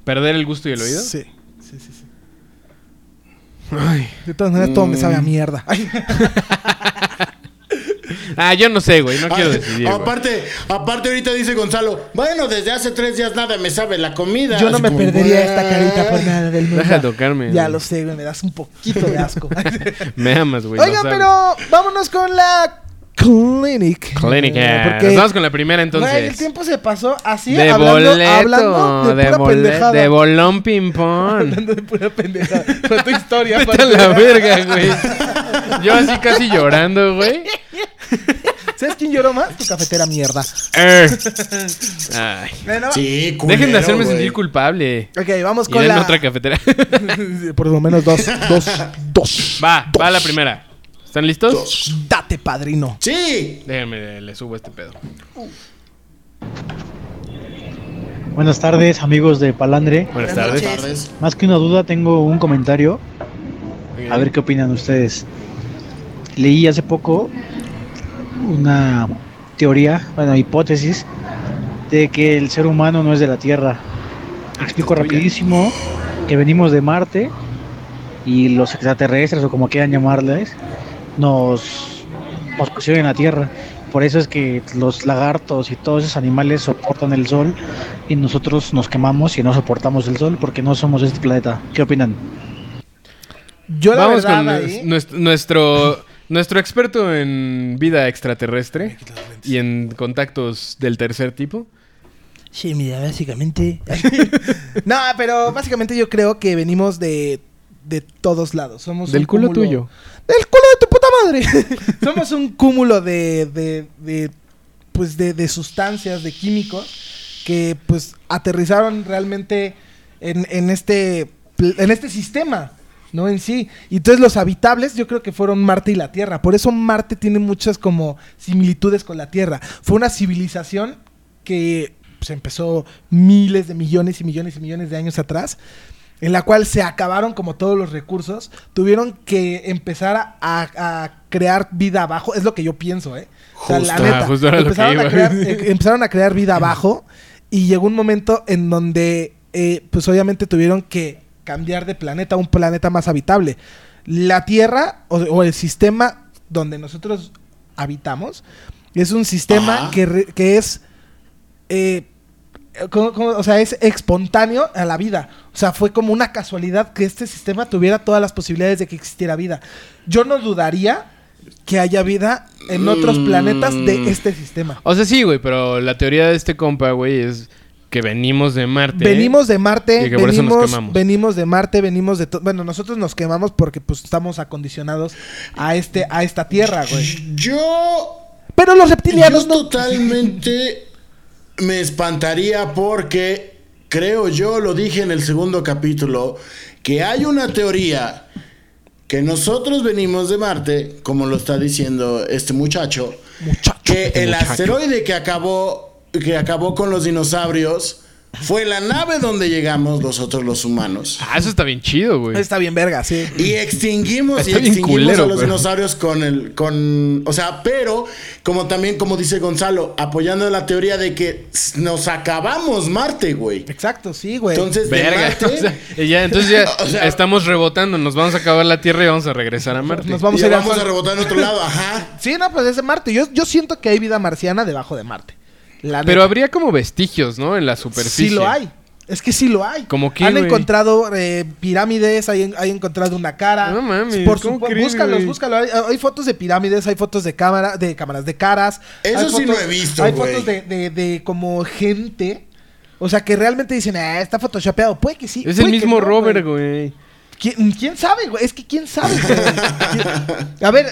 Speaker 2: ¿Perder el gusto y el oído?
Speaker 3: Sí, sí, sí. sí.
Speaker 2: Ay. Mm.
Speaker 3: De todas maneras, todo me sabe a mierda. Ay,
Speaker 2: Ah, yo no sé, güey. No quiero
Speaker 1: Ah,
Speaker 2: decidir. güey.
Speaker 1: aparte, aparte ahorita dice Gonzalo, bueno, desde hace tres días nada me sabe la comida.
Speaker 3: yo no
Speaker 1: Así
Speaker 3: me
Speaker 1: como,
Speaker 3: perdería
Speaker 1: "Güey".
Speaker 3: esta carita por nada del mundo.
Speaker 2: Deja tocarme.
Speaker 3: Ya
Speaker 2: güey.
Speaker 3: lo sé, güey. Me das un poquito de asco.
Speaker 2: Me amas, güey.
Speaker 3: Oiga,
Speaker 2: lo sabes.
Speaker 3: pero vámonos con la Clinic.
Speaker 2: Clinic,
Speaker 3: Eh,
Speaker 2: eh,
Speaker 3: porque,
Speaker 2: Nos vamos con la primera entonces.
Speaker 3: güey, el tiempo se pasó así,
Speaker 2: de
Speaker 3: hablando,
Speaker 2: boleto,
Speaker 3: hablando de,
Speaker 2: de,
Speaker 3: pura
Speaker 2: bole-
Speaker 3: pendejada.
Speaker 2: de bolón ping-pong.
Speaker 3: hablando de pura pendejada. Fue tu historia,
Speaker 2: Vete a
Speaker 3: aparte.
Speaker 2: la verga, güey. Yo así casi llorando, güey.
Speaker 3: ¿Sabes quién lloró más? Tu cafetera mierda.
Speaker 2: Er. Ay.
Speaker 3: Bueno,
Speaker 1: Sí, culero,
Speaker 2: Dejen de hacerme
Speaker 1: güey.
Speaker 2: sentir culpable.
Speaker 3: Ok, vamos
Speaker 2: Y
Speaker 3: con
Speaker 2: denme
Speaker 3: la...
Speaker 2: otra cafetera.
Speaker 3: Por lo menos dos, dos, dos.
Speaker 2: va, va la primera. ¿Están listos?
Speaker 3: Date, padrino.
Speaker 1: Sí.
Speaker 2: Déjenme, le subo este pedo.
Speaker 12: Buenas tardes, amigos de Palandre.
Speaker 2: Buenas tardes.
Speaker 1: Tardes.
Speaker 12: Más que una duda, tengo un comentario. A ver qué opinan ustedes. Leí hace poco una teoría, bueno, hipótesis, de que el ser humano no es de la Tierra. Explico rapidísimo que venimos de Marte y los extraterrestres, o como quieran llamarles, nos, nos pusieron en la Tierra. Por eso es que los lagartos y todos esos animales soportan el sol y nosotros nos quemamos y no soportamos el sol porque no somos de este planeta. ¿Qué opinan?
Speaker 3: Yo la
Speaker 2: Vamos
Speaker 3: verdad
Speaker 2: con
Speaker 3: ahí-
Speaker 2: nues- nuestro, nuestro experto en vida extraterrestre y en contactos del tercer tipo.
Speaker 3: Sí, mira, básicamente. no, pero básicamente yo creo que venimos de, de todos lados. Somos
Speaker 2: Del
Speaker 3: un
Speaker 2: culo
Speaker 3: cúmulo-
Speaker 2: tuyo.
Speaker 3: Del culo de tu puta madre. Somos un cúmulo de, de, de pues de, de sustancias, de químicos que pues aterrizaron realmente en, en este pl- en este sistema, ¿no? En sí. Y entonces los habitables yo creo que fueron Marte y la Tierra. Por eso Marte tiene muchas como similitudes con la Tierra. Fue una civilización que se empezó miles de millones y millones y millones de años atrás en la cual se acabaron como todos los recursos, tuvieron que empezar a, a- a crear vida abajo, es lo que yo pienso, ¿eh? O sea, la
Speaker 1: Justo.
Speaker 3: neta,
Speaker 2: Ah, justo era lo que
Speaker 3: empezaron,
Speaker 2: iba.
Speaker 3: a crear, eh, empezaron a crear vida abajo y llegó un momento en donde, eh, pues obviamente tuvieron que cambiar de planeta a un planeta más habitable. La Tierra o, o el sistema donde nosotros habitamos es un sistema
Speaker 1: Ajá.
Speaker 3: que, re- que es... eh, como- como- o sea, es espontáneo a la vida. O sea, fue como una casualidad que este sistema tuviera todas las posibilidades de que existiera vida. Yo no dudaría que haya vida en otros
Speaker 1: Mm.
Speaker 3: planetas de este sistema.
Speaker 2: O sea, sí, güey, pero la teoría de este compa, güey, es que venimos de Marte.
Speaker 3: Venimos de Marte,
Speaker 2: Y que por eso nos
Speaker 3: venimos,
Speaker 2: quemamos.
Speaker 3: venimos de Marte, venimos de... to- Bueno, nosotros nos quemamos porque pues estamos acondicionados a, este, a esta Tierra, güey.
Speaker 1: Yo
Speaker 3: Pero los reptilianos
Speaker 1: Yo
Speaker 3: no...
Speaker 1: totalmente me espantaría porque creo yo, lo dije en el segundo capítulo, que hay una teoría que nosotros venimos de Marte, como lo está diciendo este muchacho, que el asteroide que acabó que acabó con los dinosaurios fue la nave donde llegamos nosotros los humanos.
Speaker 2: Ah, eso está bien chido, güey.
Speaker 3: Está bien verga, sí.
Speaker 1: Y extinguimos
Speaker 2: Está
Speaker 1: y
Speaker 2: bien
Speaker 1: extinguimos
Speaker 2: culero,
Speaker 1: a los
Speaker 2: pero.
Speaker 1: dinosaurios con el con o sea, pero como también como dice Gonzalo, apoyando la teoría de que s- nos acabamos Marte, güey.
Speaker 3: Exacto, sí, güey.
Speaker 1: Entonces, de
Speaker 2: Verga.
Speaker 1: Marte,
Speaker 2: o sea, y ya, entonces ya
Speaker 1: O sea-
Speaker 2: estamos rebotando. Nos vamos a acabar la Tierra y vamos a regresar a Marte.
Speaker 3: Nos
Speaker 1: vamos,
Speaker 3: vamos a ir al
Speaker 1: vamos a
Speaker 3: sol.
Speaker 1: rebotar en otro lado, ajá.
Speaker 3: Sí, no, pues es de Marte. Yo, yo siento que hay vida marciana debajo de Marte. La
Speaker 2: Pero
Speaker 3: neta.
Speaker 2: habría como vestigios, ¿no? En la superficie.
Speaker 3: Sí lo hay. Es que sí lo hay.
Speaker 2: ¿Cómo qué,
Speaker 3: Han
Speaker 2: güey?
Speaker 3: encontrado eh, pirámides, hay, hay encontrado una cara.
Speaker 2: No mames,
Speaker 3: Por
Speaker 2: ¿cómo
Speaker 3: supu-
Speaker 2: crees,
Speaker 3: búscalos,
Speaker 2: güey?
Speaker 3: búscalos. Hay, hay fotos de pirámides, hay fotos de cámara, de cámaras, de caras.
Speaker 1: Eso
Speaker 3: Hay
Speaker 1: sí lo he visto,
Speaker 3: Hay
Speaker 1: güey.
Speaker 3: fotos de, de- de como gente. O sea, que realmente dicen, ah, está photoshopeado. Puede que sí.
Speaker 2: Es el
Speaker 3: puede que
Speaker 2: mismo
Speaker 3: no,
Speaker 2: Robert, güey.
Speaker 3: ¿Quién, quién sabe, güey? Es que quién sabe. güey? ¿Quién- A ver,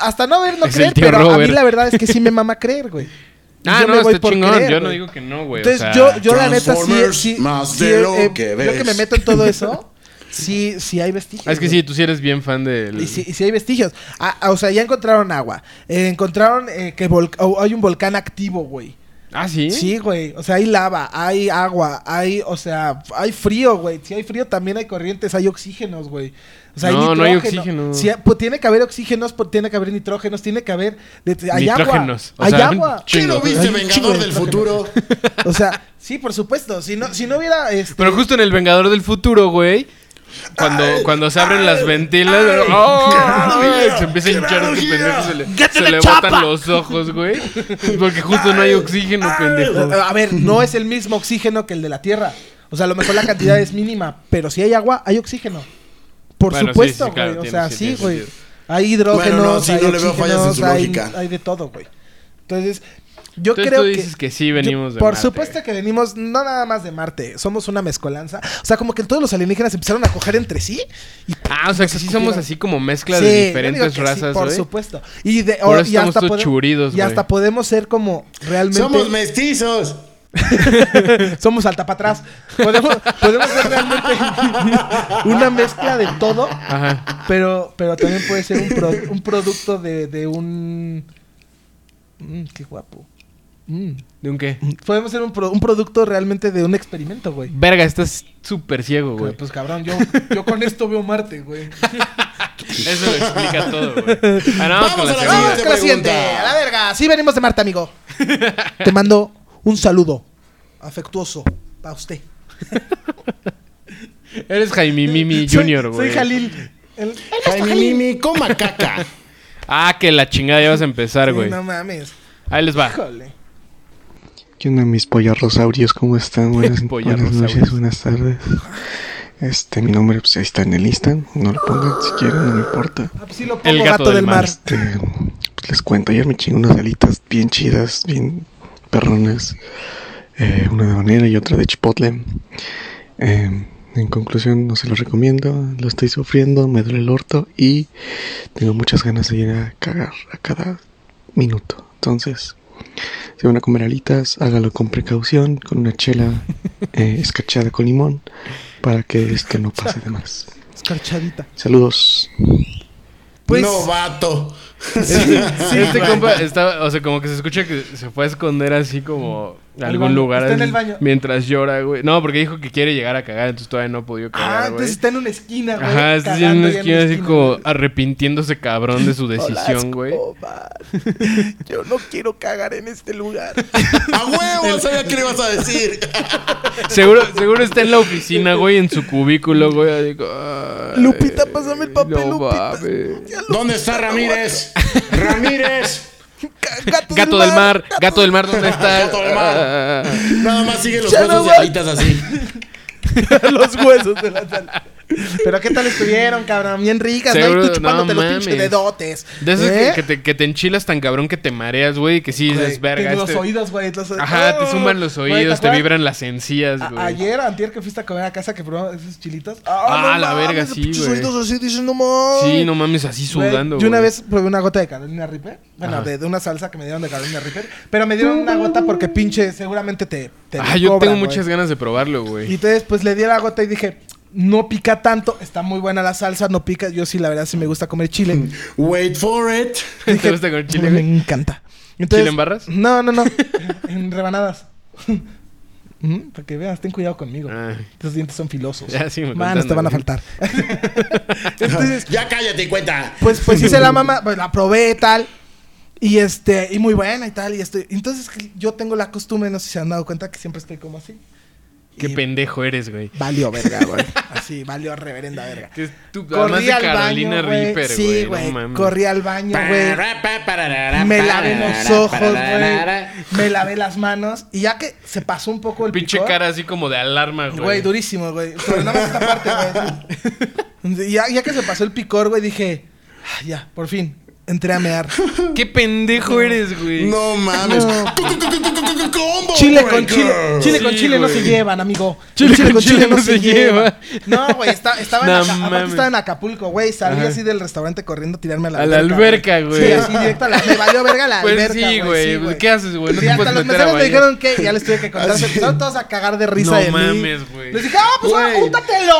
Speaker 3: hasta no ver, no
Speaker 2: Es el
Speaker 3: creer,
Speaker 2: tío
Speaker 3: pero a
Speaker 2: Robert.
Speaker 3: mí la verdad es que sí me mama creer, güey. Y
Speaker 2: Ah,
Speaker 3: yo
Speaker 2: no,
Speaker 3: me voy
Speaker 2: está
Speaker 3: por
Speaker 2: chingón.
Speaker 3: creer,
Speaker 2: yo no
Speaker 3: güey.
Speaker 2: digo que no, güey. o
Speaker 3: Entonces
Speaker 2: sea,
Speaker 3: yo, yo la neta sí,
Speaker 1: Transformers
Speaker 3: sí,
Speaker 1: más
Speaker 3: sí,
Speaker 1: de lo
Speaker 3: eh,
Speaker 1: que
Speaker 3: yo que
Speaker 1: ves.
Speaker 3: me meto en todo eso, sí, sí hay vestigios.
Speaker 2: Ah, es que
Speaker 3: güey.
Speaker 2: sí, tú sí eres bien fan del...
Speaker 3: Y sí, y sí hay vestigios. Ah, ah, o sea, ya encontraron agua. Eh, encontraron eh, que volc- o- hay un volcán activo, güey.
Speaker 2: Ah, sí.
Speaker 3: Sí, güey. O sea, hay lava, hay agua, hay, o sea, hay frío, güey. Si hay frío, también hay corrientes, hay oxígenos, güey. O sea,
Speaker 2: No,
Speaker 3: hay
Speaker 2: no hay
Speaker 3: nitrógeno.
Speaker 2: oxígeno.
Speaker 3: Sí, pues, tiene que haber oxígenos, pues, tiene que haber nitrógenos, tiene que haber. de- hay
Speaker 2: Nitrógenos, o
Speaker 3: agua. Hay
Speaker 2: sea,
Speaker 3: agua.
Speaker 2: ch-
Speaker 1: ¿Qué no
Speaker 2: Chingo.
Speaker 1: viste
Speaker 3: Hay un chingo
Speaker 1: Vengador
Speaker 3: de
Speaker 1: del
Speaker 3: toque.
Speaker 1: Futuro?
Speaker 3: O sea, sí, por supuesto. Si no, si no hubiera. este,
Speaker 2: Pero justo en El Vengador del Futuro, güey. Cuando, cuando se abren las ventilas, ¡oh! se empieza a hinchar este pendejo, se le, se le botan los ojos, güey. Porque justo no hay oxígeno, pendejo.
Speaker 3: A ver, no es el mismo oxígeno que el de la Tierra. O sea, a lo mejor la cantidad es mínima, pero si hay agua, hay oxígeno. Por
Speaker 2: Bueno, sí,
Speaker 3: supuesto,
Speaker 2: sí,
Speaker 3: güey.
Speaker 2: claro,
Speaker 3: o
Speaker 2: tiene-
Speaker 3: sea,
Speaker 2: sí,
Speaker 3: sí,
Speaker 2: tiene
Speaker 3: güey.
Speaker 2: sentido.
Speaker 3: Hay hidrógenos,
Speaker 1: Bueno, no, sí,
Speaker 3: hay
Speaker 1: no le veo fallas en su
Speaker 3: oxígenos, hay,
Speaker 1: lógica.
Speaker 3: hay de todo, güey. Entonces, yo
Speaker 2: Entonces
Speaker 3: creo
Speaker 2: tú
Speaker 3: que...
Speaker 2: dices que, sí
Speaker 3: yo-
Speaker 2: venimos de
Speaker 3: Por
Speaker 2: Marte,
Speaker 3: supuesto que venimos no nada más de Marte. Somos una mezcolanza. O sea, como que todos los alienígenas empezaron a coger entre sí. Y
Speaker 2: Ah, o sea, que sí somos así como mezcla
Speaker 3: Sí,
Speaker 2: de
Speaker 3: yo digo
Speaker 2: diferentes
Speaker 3: que sí,
Speaker 2: razas,
Speaker 3: por
Speaker 2: güey.
Speaker 3: supuesto. Y, de,
Speaker 2: Por
Speaker 3: o-
Speaker 2: eso
Speaker 3: y hasta
Speaker 2: estamos todos
Speaker 3: podemos-
Speaker 2: churidos,
Speaker 3: Y hasta
Speaker 2: güey.
Speaker 3: podemos ser como realmente...
Speaker 1: Somos mestizos.
Speaker 3: Somos alta para atrás. Podemos, podemos ser realmente una mezcla de todo,
Speaker 2: Ajá.
Speaker 3: pero, pero también puede ser un, pro- un producto de, de un. Mm, qué guapo. Mm.
Speaker 2: ¿De un qué?
Speaker 3: Podemos ser un, pro- un producto realmente de un experimento, güey.
Speaker 2: Verga, estás súper ciego, güey.
Speaker 3: Pues cabrón, yo, yo con esto veo Marte, güey.
Speaker 2: Eso lo explica todo, güey. Ah, no, vamos con
Speaker 1: Vamos
Speaker 2: la
Speaker 1: a la
Speaker 2: segunda.
Speaker 3: Vamos con la siguiente. A la verga. Sí, venimos de Marte, amigo. Te mando un saludo afectuoso para usted.
Speaker 2: Eres Jaime Mimi
Speaker 3: Soy-
Speaker 2: Junior, güey.
Speaker 3: Soy Jalil. El-
Speaker 1: Jaime Mimi, coma caca.
Speaker 2: Ah, que la chingada ya vas a empezar, güey.
Speaker 3: no mames.
Speaker 2: Ahí les va.
Speaker 3: Híjole.
Speaker 13: ¿Qué onda mis pollarrosaurios? ¿Cómo están? Buenas, buenas
Speaker 2: Pollarrosaurios.
Speaker 13: noches, buenas tardes. Este, mi nombre pues ahí está en el Insta, no lo pongan si quieren, no me importa.
Speaker 3: Ah, pues sí lo pongo,
Speaker 2: El gato, del mar.
Speaker 13: Este, pues, les cuento, ayer me chingué unas alitas bien chidas, bien perronas, eh, una de habanera y otra de chipotle. Eh, en conclusión, no se los recomiendo, lo estoy sufriendo, me duele el orto y tengo muchas ganas de ir a cagar a cada minuto. Entonces, si van a comer alitas, hágalo con precaución, con una chela eh, escarchada con limón, para que esto no pase de más.
Speaker 3: Escarchadita.
Speaker 13: Saludos.
Speaker 3: Pues-
Speaker 1: Novato.
Speaker 3: Ah,
Speaker 2: este compa estaba, o sea, como que se escucha que se fue a esconder así como a
Speaker 3: Al
Speaker 2: algún
Speaker 3: baño.
Speaker 2: lugar.
Speaker 3: Está en
Speaker 2: así,
Speaker 3: el baño.
Speaker 2: Mientras llora, güey. No, porque dijo que quiere llegar a cagar, entonces todavía no ha podido
Speaker 3: Ah,
Speaker 2: cagar,
Speaker 3: entonces
Speaker 2: güey.
Speaker 3: está en una esquina, güey.
Speaker 2: Ajá, está haciendo
Speaker 3: cagando
Speaker 2: una
Speaker 3: ya en
Speaker 2: esquina así como
Speaker 3: güey.
Speaker 2: arrepintiéndose cabrón de su decisión, güey.
Speaker 3: Hola, escoba. Yo no quiero cagar en este lugar.
Speaker 1: A huevo, sabía que le ibas a decir.
Speaker 2: Seguro, seguro está en la oficina, güey, en su cubículo, güey. así como, "Ay,
Speaker 3: Lupita, pásame el papel, Lupita".
Speaker 2: mames.
Speaker 1: ¿Dónde está Ramírez? ¡Ramírez!
Speaker 3: Gato,
Speaker 2: Gato del mar, gato del mar, ¿dónde está?
Speaker 1: Gato del mar.
Speaker 2: Ah.
Speaker 1: Nada más sigue los
Speaker 3: Ya
Speaker 1: huesos
Speaker 3: no
Speaker 1: de
Speaker 3: voy.
Speaker 1: alitas así.
Speaker 3: Los huesos de la sala. Pero qué tal estuvieron, cabrón. Bien ricas, ¿no?
Speaker 2: Seguro-
Speaker 3: Y tú chupándote
Speaker 2: no
Speaker 3: los pinches
Speaker 2: mames.
Speaker 3: dedotes.
Speaker 2: De esos
Speaker 3: ¿Eh?
Speaker 2: que, que te, que te enchilas tan cabrón que te mareas, güey, que sí
Speaker 3: Güey,
Speaker 2: dices, verga.
Speaker 3: que Los
Speaker 2: este-
Speaker 3: oídos, güey. los oídos.
Speaker 2: Ajá, te suman los
Speaker 3: Oh, güey, ¿te
Speaker 2: oídos, te
Speaker 3: acuerdas?
Speaker 2: vibran las encías,
Speaker 3: A-
Speaker 2: güey.
Speaker 3: Ayer, antier que fuiste a comer a casa que probamos esos chilitos.
Speaker 2: Ah, la verga,
Speaker 3: esos
Speaker 2: sí,
Speaker 3: pinches
Speaker 2: güey.
Speaker 3: oídos así, dices, no mames.
Speaker 2: Sí, no mames, así
Speaker 3: Güey,
Speaker 2: sudando,
Speaker 3: Yo una
Speaker 2: güey.
Speaker 3: vez probé una gota de Carolina Reaper. Bueno,
Speaker 2: Ajá.
Speaker 3: de, de una salsa que me dieron de Carolina Reaper. Pero me dieron una gota porque pinche seguramente te. te
Speaker 2: Ah, yo
Speaker 3: cobran,
Speaker 2: tengo
Speaker 3: güey.
Speaker 2: muchas ganas de probarlo,
Speaker 3: Y
Speaker 2: güey.
Speaker 3: entonces, pues le di la gota y dije. No pica tanto, está muy buena la salsa, no pica. Yo sí, la verdad, sí me gusta comer chile.
Speaker 1: Wait for it.
Speaker 2: ¿Te gusta con chile,
Speaker 3: me
Speaker 2: güey?
Speaker 3: encanta.
Speaker 2: en barras?
Speaker 3: No, no, no. en rebanadas. Ujú, Para que veas, ten cuidado conmigo.
Speaker 2: Ah,
Speaker 3: Tus dientes son filosos.
Speaker 2: Ya, sí, me
Speaker 3: Manos te
Speaker 2: contaron,
Speaker 3: van a
Speaker 2: güey.
Speaker 3: faltar. Entonces,
Speaker 1: Ya cállate y cuenta.
Speaker 3: pues, pues hice la mamá, pues la probé y tal. Y este, y muy buena y tal. Y estoy. Entonces yo tengo la costumbre, no sé si se han dado cuenta que siempre estoy como así.
Speaker 2: qué
Speaker 3: Y
Speaker 2: pendejo eres, güey.
Speaker 3: Valió verga, güey. Así, valió reverenda verga.
Speaker 2: Qué estúpido. Además
Speaker 3: Corrí
Speaker 2: de
Speaker 3: al
Speaker 2: Carolina
Speaker 3: baño, güey.
Speaker 2: Reaper,
Speaker 3: Sí,
Speaker 2: güey. no
Speaker 3: güey.
Speaker 2: mames.
Speaker 3: Corrí al baño, güey. Me
Speaker 1: Me
Speaker 3: lavé los ojos, güey. Me lavé las manos. Y ya que se pasó un poco el
Speaker 2: Pinche
Speaker 3: picor,
Speaker 2: cara así como de alarma, güey.
Speaker 3: Güey, durísimo, güey. Pero nada más esta parte, güey. ya, ya que se pasó el picor, güey, dije, "Ah, ya, por fin. entré a mear.
Speaker 2: Qué pendejo eres, güey.
Speaker 1: No mames. ¡Combo!
Speaker 3: Chile
Speaker 1: güey!
Speaker 3: con chile. Chile con
Speaker 2: Sí,
Speaker 3: chile no
Speaker 2: güey.
Speaker 3: se llevan, amigo.
Speaker 2: Chile con chile no se lleva.
Speaker 3: No, güey, está- estaba, en
Speaker 2: No
Speaker 3: Aca- aparte
Speaker 2: mames.
Speaker 3: estaba en Acapulco, güey. Salí
Speaker 2: Ajá.
Speaker 3: así del restaurante corriendo a tirarme a la
Speaker 2: A la alberca, güey.
Speaker 3: Sí, así directo a la... Me valió verga la
Speaker 2: Pues
Speaker 3: alberca,
Speaker 2: sí,
Speaker 3: sí,
Speaker 2: güey. ¿Qué haces, güey? No
Speaker 3: Sí,
Speaker 2: te
Speaker 3: hasta
Speaker 2: puedes
Speaker 3: los
Speaker 2: meter a
Speaker 3: meseros me
Speaker 2: bañar.
Speaker 3: dijeron que ya les tuve que contar. Se empezaron todos a cagar de risa
Speaker 2: No
Speaker 3: de mí.
Speaker 2: mames, güey.
Speaker 3: Les dije, ah, pues ahora
Speaker 1: Güey.
Speaker 3: úntatelo,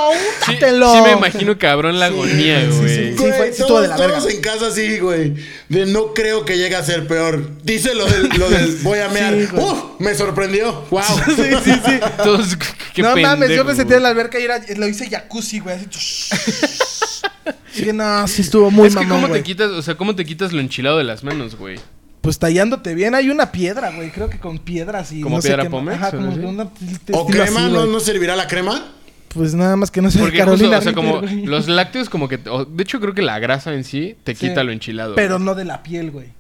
Speaker 2: Sí,
Speaker 3: úntatelo.
Speaker 2: sí me imagino cabrón la agonía, güey.
Speaker 1: Güey,
Speaker 3: fue- sí estuvo
Speaker 1: todos,
Speaker 3: de la verga.
Speaker 1: todos en casa sí, güey. De no creo que llegue a ser peor. Dice lo del, lo del voy a mear. ¡Uf! Me sorprendió. ¡Wow!
Speaker 3: Sí, sí, sí.
Speaker 2: Todos, qué
Speaker 3: no mames, yo
Speaker 2: pendejo,
Speaker 3: me senté
Speaker 2: güey.
Speaker 3: en la alberca y era, lo hice jacuzzi, güey. Así. sí, no, sí estuvo muy
Speaker 2: Es que
Speaker 3: mamón,
Speaker 2: cómo
Speaker 3: güey.
Speaker 2: te quitas, o sea, cómo te quitas lo enchilado de las manos, güey.
Speaker 3: Pues tallándote bien, hay una piedra, güey. Creo que con piedras y
Speaker 2: ¿Como
Speaker 3: no sé
Speaker 2: piedra
Speaker 3: qué más.
Speaker 2: pómex,
Speaker 3: Ajá,
Speaker 2: o
Speaker 3: como
Speaker 2: así?
Speaker 3: que una
Speaker 1: ¿O
Speaker 3: estilo así,
Speaker 1: crema? ¿No,
Speaker 3: güey.
Speaker 1: ¿No servirá la crema?
Speaker 3: Pues nada más que no sea
Speaker 2: Porque
Speaker 3: Carolina
Speaker 2: justo, o sea, como
Speaker 3: Reaper, güey.
Speaker 2: los lácteos como que... te- o- de hecho, creo que la grasa en sí te
Speaker 3: Sí.
Speaker 2: quita lo enchilado.
Speaker 3: Pero no de la piel, güey.
Speaker 2: güey.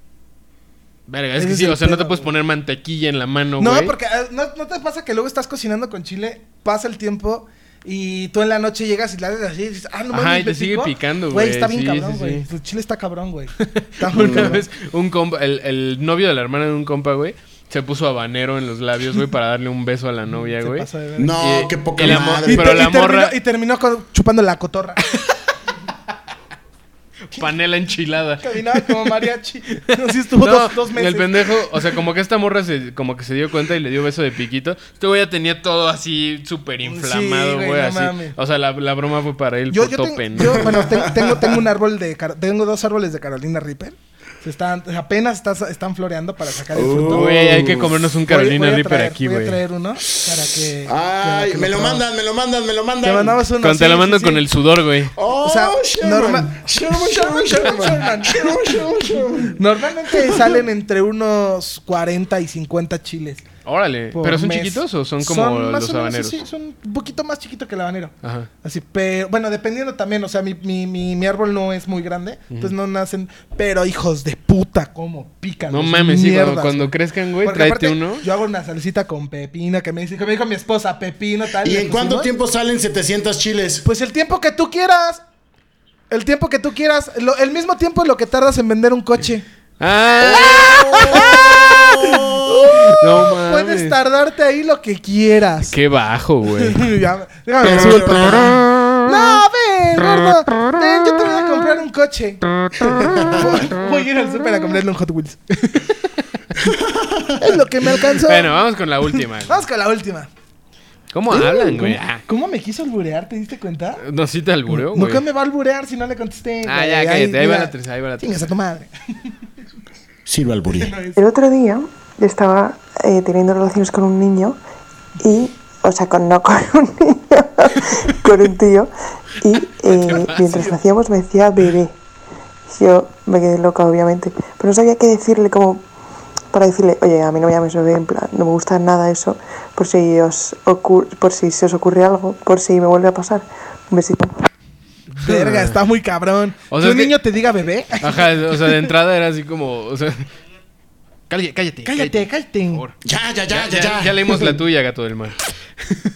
Speaker 2: Verga, es
Speaker 3: ese
Speaker 2: que
Speaker 3: es
Speaker 2: sí,
Speaker 3: el
Speaker 2: o sea, no te
Speaker 3: pedo,
Speaker 2: puedes
Speaker 3: güey.
Speaker 2: poner mantequilla en la mano,
Speaker 3: No,
Speaker 2: güey.
Speaker 3: porque eh, ¿no, no te pasa que luego estás cocinando con chile, pasa el tiempo y tú en la noche llegas y la haces así y dices, ah, no
Speaker 2: Ajá,
Speaker 3: mames,
Speaker 2: y
Speaker 3: me
Speaker 2: te sigue
Speaker 3: picó.
Speaker 2: picando,
Speaker 3: Güey,
Speaker 2: güey,
Speaker 3: está bien
Speaker 2: sí,
Speaker 3: cabrón,
Speaker 2: sí,
Speaker 3: güey.
Speaker 2: sí.
Speaker 3: Tu chile está cabrón, güey. Está muy
Speaker 2: Una
Speaker 3: cabrón.
Speaker 2: vez un compa, el, el novio de la hermana de un compa, güey, se puso habanero en los labios, güey, para darle un beso a la novia,
Speaker 3: Se
Speaker 2: güey.
Speaker 3: pasó de verga.
Speaker 1: No,
Speaker 2: Y-
Speaker 1: qué poca
Speaker 2: y la mo-
Speaker 1: madre.
Speaker 2: pero
Speaker 3: y,
Speaker 2: la
Speaker 3: terminó-
Speaker 2: morra-
Speaker 3: y terminó con- chupando la cotorra.
Speaker 2: Panela enchilada.
Speaker 3: Caminaba como mariachi. Así estuvo
Speaker 2: No,
Speaker 3: dos, dos meses.
Speaker 2: El pendejo, o sea, como que esta morra se, como que se dio cuenta y le dio beso de piquito. Este güey ya tenía todo así súper
Speaker 3: Sí,
Speaker 2: inflamado,
Speaker 3: güey,
Speaker 2: güey.
Speaker 3: no
Speaker 2: así.
Speaker 3: mames.
Speaker 2: O sea, la, la broma fue para él,
Speaker 3: yo,
Speaker 2: puto
Speaker 3: yo, tengo-
Speaker 2: pendejo.
Speaker 3: yo, bueno, ten- tengo, tengo un árbol de... Car- Tengo dos árboles de Carolina Reaper. Se están, apenas está- están floreando para sacar el fruto.
Speaker 2: Güey, hay que comernos un Carolina
Speaker 3: Voy- voy a
Speaker 2: Reaper
Speaker 3: traer-
Speaker 2: aquí,
Speaker 3: Voy
Speaker 2: güey.
Speaker 3: a traer uno para que... para
Speaker 1: Ay,
Speaker 3: que
Speaker 1: me lo
Speaker 3: probamos.
Speaker 1: mandan, me lo mandan, me lo mandan.
Speaker 3: Te mandabas uno.
Speaker 2: Cuando te
Speaker 3: sí,
Speaker 2: la
Speaker 3: sí,
Speaker 2: mandan
Speaker 3: sí.
Speaker 2: con el sudor, güey.
Speaker 1: Oh,
Speaker 3: O sea,
Speaker 1: Sherman.
Speaker 3: norma-
Speaker 1: Sherman, Sherman, Sherman, Sherman, Sherman, Sherman.
Speaker 3: Normalmente salen entre unos 40 y 50 chiles.
Speaker 2: Órale.
Speaker 3: por
Speaker 2: Eh, ¿Pero son
Speaker 3: mes.
Speaker 2: chiquitos o son como
Speaker 3: más
Speaker 2: los
Speaker 3: o menos,
Speaker 2: habaneros?
Speaker 3: Sí, sí, son un poquito más chiquito que el habanero.
Speaker 2: Ajá.
Speaker 3: Así, pero bueno, dependiendo también, o sea, mi, mi, mi, mi árbol no es muy grande, entonces no nacen, pero hijos de puta, cómo pican.
Speaker 2: No
Speaker 3: los
Speaker 2: mames, sí, cuando,
Speaker 3: mierdas,
Speaker 2: cuando
Speaker 3: güey.
Speaker 2: crezcan, güey,
Speaker 3: Porque
Speaker 2: tráete
Speaker 3: aparte,
Speaker 2: uno.
Speaker 3: Yo hago una salsita con pepino que me dice, que me dijo mi esposa, pepino, tal.
Speaker 1: ¿Y
Speaker 3: le
Speaker 1: en cuánto
Speaker 3: pusimos.
Speaker 1: tiempo salen 700 chiles?
Speaker 3: Pues el tiempo que tú quieras. El tiempo que tú quieras. Lo- el mismo tiempo es lo que tardas en vender un coche.
Speaker 2: ¡Ah!
Speaker 3: ¡Ah! ¡Oh!
Speaker 2: No mames.
Speaker 3: Puedes tardarte ahí lo que quieras.
Speaker 2: Qué bajo, güey.
Speaker 3: Ya, déjame subir el volumen. No, ven, gordo. Ven, yo te voy a comprar un coche. Voy- Voy a ir al súper a comprarle un Hot Wheels. es lo que me alcanzó.
Speaker 2: Bueno, vamos con la última. güey.
Speaker 3: Vamos con la última.
Speaker 2: ¿Cómo hablan, güey? Ah,
Speaker 3: ¿Cómo me quiso alburear? ¿Te diste cuenta?
Speaker 2: No, sí te albureó,
Speaker 3: No
Speaker 2: güey.
Speaker 3: que me va a alburear si no le contesté.
Speaker 2: Ah,
Speaker 3: güey.
Speaker 2: ya,
Speaker 3: Ay,
Speaker 2: cállate. Ahí va
Speaker 3: mira.
Speaker 2: la tercera, ahí va la tercera.
Speaker 3: Chingas a tu madre.
Speaker 1: Sirva al burí.
Speaker 14: El otro día estaba eh, teniendo relaciones con un niño y, o sea, con, no con un niño, con un tío, y eh, mientras lo hacíamos me decía bebé. Yo me quedé loca, obviamente, pero no sabía qué decirle como para decirle, oye, a mí no me llames bebé, en plan, no me gusta nada eso, por si, os ocur- por si se os ocurre algo, por si me vuelve a pasar. Un besito.
Speaker 3: Verga, está muy cabrón.
Speaker 2: O
Speaker 3: que
Speaker 2: sea, es
Speaker 3: un
Speaker 2: que- Ah,
Speaker 3: niño te diga bebé.
Speaker 2: Ajá, o sea, de entrada era así como, o sea, cállate, cállate.
Speaker 3: Cállate, cállate.
Speaker 2: por favor.
Speaker 1: Ya, ya,
Speaker 2: Ya,
Speaker 1: ya,
Speaker 2: ya, ya leímos la tuya, gato del mar.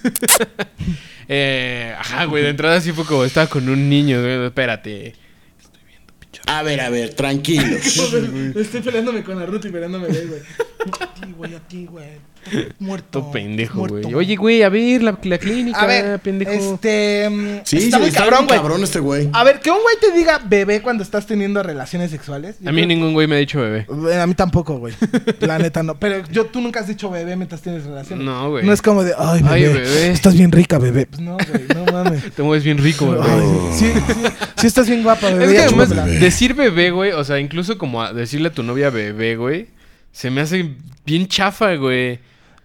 Speaker 2: Eh, ajá, güey, de entrada sí fue como, estaba con un niño, güey, espérate.
Speaker 1: A ver, a ver, tranquilos.
Speaker 3: Estoy peleándome con la ruta y peleándome de él, güey. A ti, güey, a ti, güey. Muerto.
Speaker 2: Todo pendejo,
Speaker 3: muerto.
Speaker 2: güey. Oye, güey, a ver, la, la clínica,
Speaker 3: a ver,
Speaker 2: pendejo.
Speaker 3: este... mm,
Speaker 1: Sí,
Speaker 3: está
Speaker 1: sí,
Speaker 3: muy
Speaker 1: está cabrón,
Speaker 3: cabrón, güey.
Speaker 1: cabrón este güey.
Speaker 3: A ver, que un güey te diga bebé cuando estás teniendo relaciones sexuales. yo
Speaker 2: A mí
Speaker 3: creo-
Speaker 2: ningún güey me ha dicho bebé.
Speaker 3: Bueno, A mí tampoco, güey. La neta no. Pero yo, tú nunca has dicho bebé mientras tienes relaciones.
Speaker 2: No, güey.
Speaker 3: No es como de, ay, bebé.
Speaker 2: Ay, bebé.
Speaker 3: Estás bien rica, bebé. Pues no, güey, no mames.
Speaker 2: Te mueves bien rico, güey.
Speaker 3: Ay, sí, sí, sí estás bien guapa, bebé.
Speaker 2: Es que
Speaker 3: Ya,
Speaker 2: además,
Speaker 3: chúpamela.
Speaker 2: decir bebé, güey, o sea, incluso como a- decirle a tu novia bebé, güey, se me hace bien chafa, güey.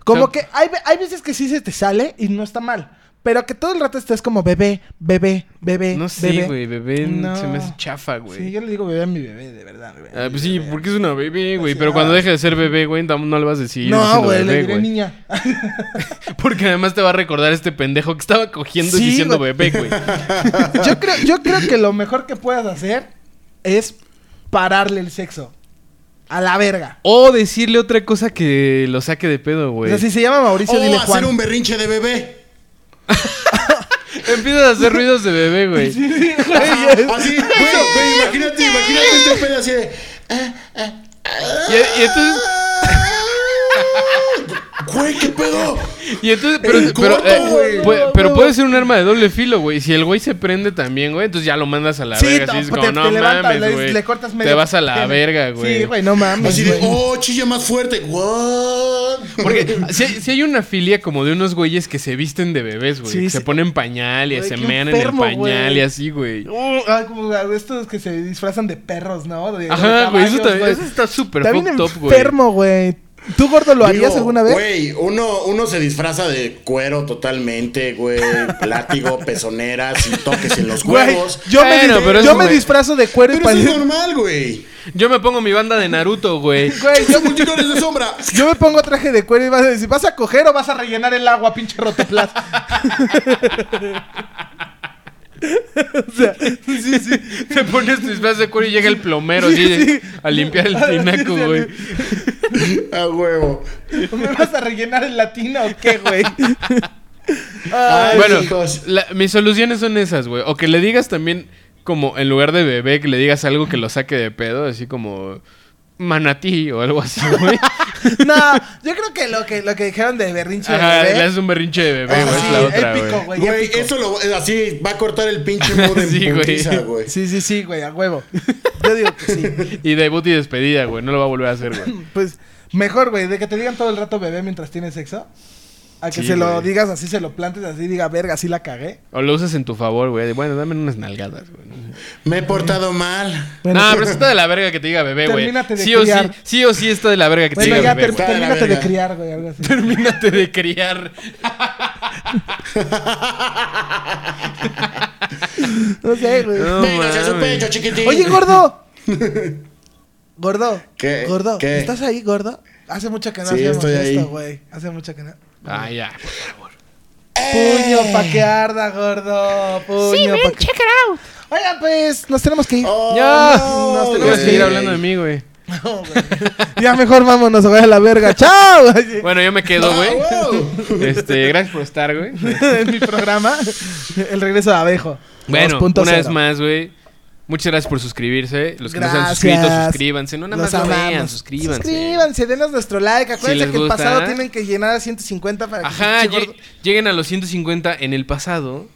Speaker 3: Como
Speaker 2: O sea,
Speaker 3: que hay, ve- hay veces que sí se te sale y no está mal. Pero que todo el rato estés como bebé, bebé, bebé.
Speaker 2: No sé,
Speaker 3: bebé.
Speaker 2: güey, bebé
Speaker 3: No.
Speaker 2: se me hace chafa, güey.
Speaker 3: Sí, yo le digo bebé a mi bebé, de verdad. güey.
Speaker 2: Ah, pues
Speaker 3: Mi
Speaker 2: sí,
Speaker 3: bebé.
Speaker 2: porque es una bebé, güey.
Speaker 3: Así,
Speaker 2: Pero
Speaker 3: ah.
Speaker 2: cuando deje de ser bebé, güey, tam- no le vas a decir.
Speaker 3: No,
Speaker 2: siendo
Speaker 3: güey, le
Speaker 2: bebé,
Speaker 3: diré
Speaker 2: güey.
Speaker 3: niña.
Speaker 2: Porque además te va a recordar este pendejo que estaba cogiendo
Speaker 3: Sí,
Speaker 2: y diciendo
Speaker 3: güey.
Speaker 2: bebé, güey.
Speaker 3: yo, creo, yo creo que lo mejor que puedas hacer es pararle el sexo. A la verga.
Speaker 2: O decirle otra cosa que lo saque de pedo,
Speaker 3: O
Speaker 2: güey.
Speaker 1: oh,
Speaker 3: sea, si se llama Mauricio,
Speaker 1: O
Speaker 3: dile
Speaker 1: hacer
Speaker 3: Juan.
Speaker 1: un berrinche de bebé.
Speaker 2: Empiezas a hacer ruidos de bebé, güey.
Speaker 1: Así, bueno, güey, imagínate, imagínate este pedo así de. "Ah,
Speaker 2: Y, y entonces.
Speaker 1: ah". Güey, qué pedo.
Speaker 2: Y entonces, pero,
Speaker 1: En
Speaker 2: pero,
Speaker 1: corto,
Speaker 2: eh,
Speaker 1: güey.
Speaker 2: pu- pero puede ser un arma de doble filo, güey. Si el güey se prende también, güey, entonces ya lo mandas a la
Speaker 3: Sí,
Speaker 2: verga.
Speaker 3: te-
Speaker 2: Así es
Speaker 3: te-
Speaker 2: como,
Speaker 3: te
Speaker 2: no
Speaker 3: levantas,
Speaker 2: mames,
Speaker 3: le-
Speaker 2: güey.
Speaker 3: le cortas
Speaker 2: Te
Speaker 3: medio
Speaker 2: vas a la
Speaker 3: pene.
Speaker 2: verga, güey.
Speaker 3: Sí, güey, no mames.
Speaker 1: Así de,
Speaker 3: güey.
Speaker 1: oh, chilla más fuerte. What?
Speaker 2: Porque si, Ah, hay- si hay una filia como de unos güeyes que se visten de bebés, güey.
Speaker 3: Sí,
Speaker 2: que
Speaker 3: sí.
Speaker 2: se ponen pañal y
Speaker 3: Güey,
Speaker 2: se
Speaker 3: qué
Speaker 2: mean
Speaker 3: enfermo,
Speaker 2: en el pañal
Speaker 3: güey.
Speaker 2: y así, güey.
Speaker 3: Uh, ah, como estos que se disfrazan de perros, ¿no? De- de
Speaker 2: Ajá, güey. Eso,
Speaker 3: caballos,
Speaker 2: también,
Speaker 3: güey.
Speaker 2: eso está súper
Speaker 3: También
Speaker 2: fucked up, güey.
Speaker 3: enfermo, güey. ¿Tú, gordo, lo harías
Speaker 1: Digo,
Speaker 3: alguna vez?
Speaker 1: Güey, uno, uno se disfraza de cuero totalmente, güey. Látigo, pezoneras y toques en los
Speaker 3: Güey,
Speaker 1: huevos.
Speaker 3: yo me,
Speaker 2: Bueno,
Speaker 3: dis-
Speaker 2: pero
Speaker 3: yo
Speaker 2: eso,
Speaker 3: me
Speaker 2: güey.
Speaker 3: disfrazo de cuero y
Speaker 1: Pero eso es
Speaker 3: pañal.
Speaker 1: normal, güey.
Speaker 2: Yo me pongo mi banda de Naruto, güey.
Speaker 3: Güey, yo,
Speaker 1: Son multicolores de sombra.
Speaker 3: yo me pongo traje de cuero y vas a decir, ¿vas a coger o vas a rellenar el agua, pinche rotoplas? o sea, sí, sí.
Speaker 2: Te pones tu este disfraz de cuero y llega el plomero así,
Speaker 3: sí.
Speaker 2: a limpiar el
Speaker 3: Ah, sí,
Speaker 2: tinaco,
Speaker 3: sí,
Speaker 2: güey.
Speaker 1: A Ah, huevo.
Speaker 3: ¿Me vas a rellenar el latina o qué, güey?
Speaker 1: Ay,
Speaker 2: Bueno,
Speaker 1: hijos.
Speaker 2: la- mis soluciones son esas, güey. O que le digas también, como en lugar de bebé, que le digas algo que lo saque de pedo, así como manatí o algo así, güey.
Speaker 3: No, yo creo que lo que, lo que dijeron de berrinche de
Speaker 2: Ajá,
Speaker 3: bebé,
Speaker 2: le haces un berrinche de bebé,
Speaker 3: Ah,
Speaker 2: güey.
Speaker 3: sí,
Speaker 2: es la otra,
Speaker 3: épico,
Speaker 2: güey.
Speaker 3: güey.
Speaker 1: Güey,
Speaker 3: épico.
Speaker 1: eso lo, eh, así va a cortar el pinche mood en
Speaker 2: Sí, güey.
Speaker 1: putiza, güey.
Speaker 3: Sí, sí, sí, güey, a huevo. Yo digo que sí.
Speaker 2: Y debut y despedida, güey. No lo va a volver a hacer, güey.
Speaker 3: Pues mejor, güey, de que te digan todo el rato bebé mientras tienes sexo. A que
Speaker 2: Sí,
Speaker 3: se lo
Speaker 2: güey.
Speaker 3: digas así, se lo plantes así, diga, verga, así la cagué.
Speaker 2: O lo usas en tu favor, güey. de, Bueno, dame unas nalgadas, güey.
Speaker 1: Me he portado mal.
Speaker 3: Bueno,
Speaker 2: no, pero eso está de la verga que te diga bebé, güey.
Speaker 3: Termínate de
Speaker 2: Sí o sí,
Speaker 3: criar.
Speaker 2: sí o sí está de la verga que
Speaker 3: Bueno,
Speaker 2: te diga
Speaker 3: ya
Speaker 2: bebé.
Speaker 3: ter-
Speaker 1: Está
Speaker 2: güey.
Speaker 1: de la
Speaker 3: termínate de
Speaker 1: verga.
Speaker 3: criar, güey, algo así.
Speaker 2: Termínate de criar.
Speaker 3: No sé, güey.
Speaker 2: No
Speaker 1: Venga, hacia su
Speaker 2: mames.
Speaker 1: pecho, chiquitín.
Speaker 3: Oye, gordo. gordo.
Speaker 1: ¿Qué?
Speaker 3: Gordo.
Speaker 1: ¿Qué?
Speaker 3: ¿Estás ahí, gordo? Hace mucho que no
Speaker 1: Sí,
Speaker 3: hacíamos
Speaker 1: estoy ahí.
Speaker 3: esto, güey. Hace mucho que no.
Speaker 2: Ah, ya, por favor.
Speaker 1: ¡Eh!
Speaker 3: Puño pa' que arda, gordo. Puño
Speaker 10: Sí,
Speaker 3: pa'
Speaker 10: ven,
Speaker 3: que...
Speaker 10: check it out.
Speaker 3: Oigan, pues, nos tenemos que ir.
Speaker 1: Oh,
Speaker 2: ya.
Speaker 1: no,
Speaker 3: Nos tenemos
Speaker 2: Tenemos
Speaker 1: güey.
Speaker 2: que seguir hablando de mí, güey.
Speaker 3: No, güey. ya mejor vámonos, güey, a la verga. ¡Chao!
Speaker 2: Bueno, yo me quedo, güey.
Speaker 3: Ah,
Speaker 2: Este, gracias por estar, güey.
Speaker 3: en mi programa, el regreso de Abejo.
Speaker 2: Bueno,
Speaker 3: 2.0.
Speaker 2: una vez más, güey. Muchas gracias por suscribirse. Los que no se han
Speaker 3: Gracias.
Speaker 2: suscrito, suscríbanse. No nada
Speaker 3: Los
Speaker 2: más lo vean,
Speaker 3: amamos.
Speaker 2: suscríbanse.
Speaker 3: Suscríbanse, denos nuestro like. Acuérdense
Speaker 2: les
Speaker 3: que el
Speaker 2: gusta.
Speaker 3: pasado tienen que llenar a 150 para
Speaker 2: Ajá,
Speaker 3: que.
Speaker 2: lle- lleguen a los 150 en el pasado.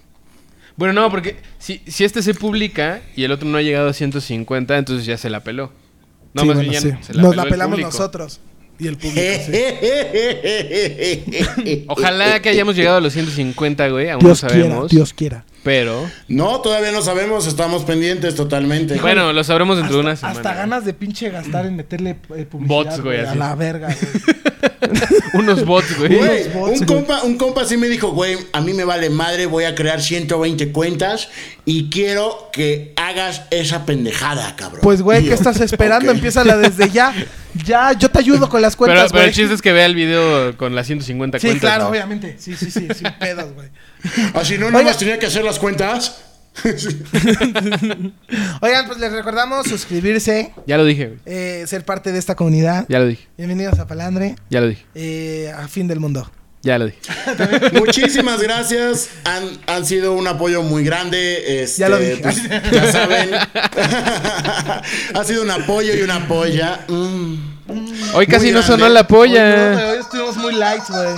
Speaker 2: Bueno, no, porque si, si este se publica y el otro no ha llegado a 150, entonces ya se la peló. No,
Speaker 3: Sí,
Speaker 2: más
Speaker 3: bueno,
Speaker 2: bien ya
Speaker 3: sí.
Speaker 2: se
Speaker 3: Nos
Speaker 2: peló
Speaker 3: la
Speaker 2: el
Speaker 3: pelamos
Speaker 2: público. Eh,
Speaker 3: nosotros. Y el público. sí.
Speaker 2: Ojalá que hayamos llegado a los 150, güey. Aún
Speaker 3: Dios
Speaker 2: no
Speaker 3: quiera,
Speaker 2: sabemos.
Speaker 3: Dios quiera.
Speaker 2: Pero.
Speaker 1: No, todavía no sabemos, estamos pendientes totalmente.
Speaker 2: Bueno, lo sabremos dentro de una
Speaker 3: Hasta,
Speaker 2: semana.
Speaker 3: hasta
Speaker 2: güey.
Speaker 3: ganas de pinche gastar en meterle eh, publicidad.
Speaker 2: Bots, güey,
Speaker 3: A
Speaker 2: así.
Speaker 3: la verga, güey.
Speaker 2: Unos bots, güey.
Speaker 1: Güey,
Speaker 3: Unos bots,
Speaker 1: un,
Speaker 3: güey.
Speaker 1: compa, un compa sí me dijo, güey, a mí me vale madre, voy a crear 120 cuentas y quiero que hagas esa pendejada, cabrón.
Speaker 3: Pues, güey,
Speaker 1: Y
Speaker 3: ¿qué
Speaker 1: yo,
Speaker 3: estás esperando?
Speaker 1: "Ok".
Speaker 3: Empiézala desde ya. Ya, yo te ayudo con las
Speaker 2: Pero,
Speaker 3: cuentas,
Speaker 2: pero el
Speaker 3: güey.
Speaker 2: chiste es que vea el video con las 150
Speaker 3: Sí,
Speaker 2: cuentas.
Speaker 3: claro,
Speaker 2: ¿no?
Speaker 3: obviamente. Sí, sí, sí, sin pedos, güey.
Speaker 1: Así Ah, no, nomás
Speaker 3: Oiga.
Speaker 1: tenía que hacer las cuentas.
Speaker 3: Oigan, pues les recordamos suscribirse,
Speaker 2: Ya lo dije, güey.
Speaker 3: eh, ser parte de esta comunidad.
Speaker 2: Ya lo dije.
Speaker 3: Bienvenidos a Palandre,
Speaker 2: Ya lo dije.
Speaker 3: eh, a fin del mundo.
Speaker 2: Ya lo dije.
Speaker 1: Muchísimas gracias. Han, han sido un apoyo muy grande. este,
Speaker 3: Ya lo dije.
Speaker 1: pues, ya saben. ha sido un apoyo y una apoya. Mm.
Speaker 2: Hoy casi no
Speaker 1: grande.
Speaker 2: sonó la
Speaker 3: Hoy, no,
Speaker 2: polla.
Speaker 3: hoy estuvimos muy light, güey.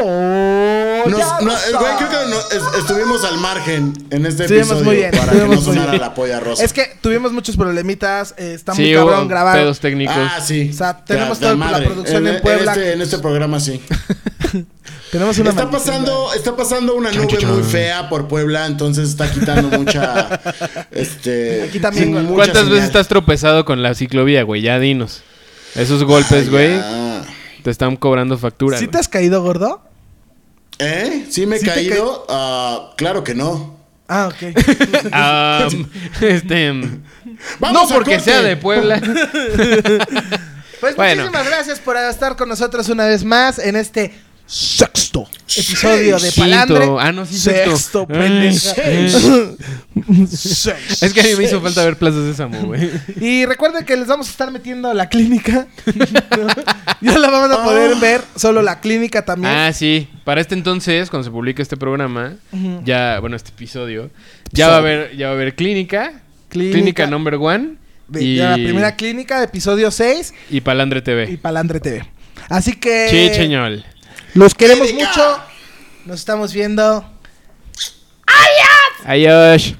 Speaker 1: Nos-
Speaker 3: ya
Speaker 1: no, eh,
Speaker 3: basta.
Speaker 1: güey, creo que no- es- estuvimos al margen en este
Speaker 3: Estuvimos
Speaker 1: episodio
Speaker 3: muy bien,
Speaker 1: para que no
Speaker 3: estuvimos muy
Speaker 1: sonara
Speaker 3: bien.
Speaker 1: la polla rosa.
Speaker 3: Es que tuvimos muchos problemitas, eh, está muy
Speaker 2: Sí,
Speaker 3: cabrón
Speaker 2: hubo
Speaker 3: grabar.
Speaker 2: pedos técnicos.
Speaker 1: Ah, sí.
Speaker 3: O sea,
Speaker 1: Ya,
Speaker 3: tenemos
Speaker 1: de
Speaker 3: toda la
Speaker 1: madre.
Speaker 3: producción en Puebla.
Speaker 1: este, en este programa sí.
Speaker 3: Tenemos una
Speaker 1: Está
Speaker 3: maldición,
Speaker 1: pasando, está pasando una
Speaker 13: Chan,
Speaker 1: nube
Speaker 13: chan,
Speaker 1: muy
Speaker 13: chan.
Speaker 1: fea por Puebla, entonces está quitando mucha este
Speaker 3: Aquí también,
Speaker 1: sí,
Speaker 3: güey.
Speaker 1: mucha
Speaker 2: ¿Cuántas
Speaker 1: señal.
Speaker 2: veces estás tropezado con la ciclovía, güey? Ya dinos. Esos golpes, güey,
Speaker 1: Ah.
Speaker 2: te están cobrando factura.
Speaker 3: güey. ¿Sí
Speaker 2: güey.
Speaker 3: te has caído, gordo?
Speaker 1: ¿Eh? ¿Sí me he
Speaker 3: ¿Sí te
Speaker 1: caído? Ah, claro que no.
Speaker 3: Ah, ok.
Speaker 2: Am, Ah, este, mm,
Speaker 1: Vamos
Speaker 2: no
Speaker 1: a
Speaker 2: porque
Speaker 1: corte.
Speaker 2: sea de Puebla.
Speaker 3: Pues
Speaker 2: Bueno.
Speaker 3: muchísimas gracias por estar con nosotros una vez más en este
Speaker 7: sexto
Speaker 3: episodio de
Speaker 2: Quinto.
Speaker 3: Palandre.
Speaker 2: Ah, no, sí, sexto.
Speaker 3: sexto.
Speaker 2: Ay,
Speaker 3: pendejo.
Speaker 2: seis. Es que a mí me hizo falta ver Plaza Sésamo, güey.
Speaker 3: Y recuerden que les vamos a estar metiendo a la clínica. ya la vamos a poder ver, solo la clínica también.
Speaker 2: Ah, sí. Para este entonces, cuando se publique este programa,
Speaker 3: Ujú.
Speaker 2: ya, bueno, este episodio, ya va a haber, ya va a haber clínica,
Speaker 3: Clínica.
Speaker 2: clínica, number one
Speaker 3: De-
Speaker 2: y,
Speaker 3: de la primera clínica, episodio 6
Speaker 2: y Palandre
Speaker 3: y
Speaker 2: TV.
Speaker 3: Palandre TV. Así que
Speaker 2: Sí, señor.
Speaker 3: los queremos mucho. Nos estamos viendo.
Speaker 2: Adiós.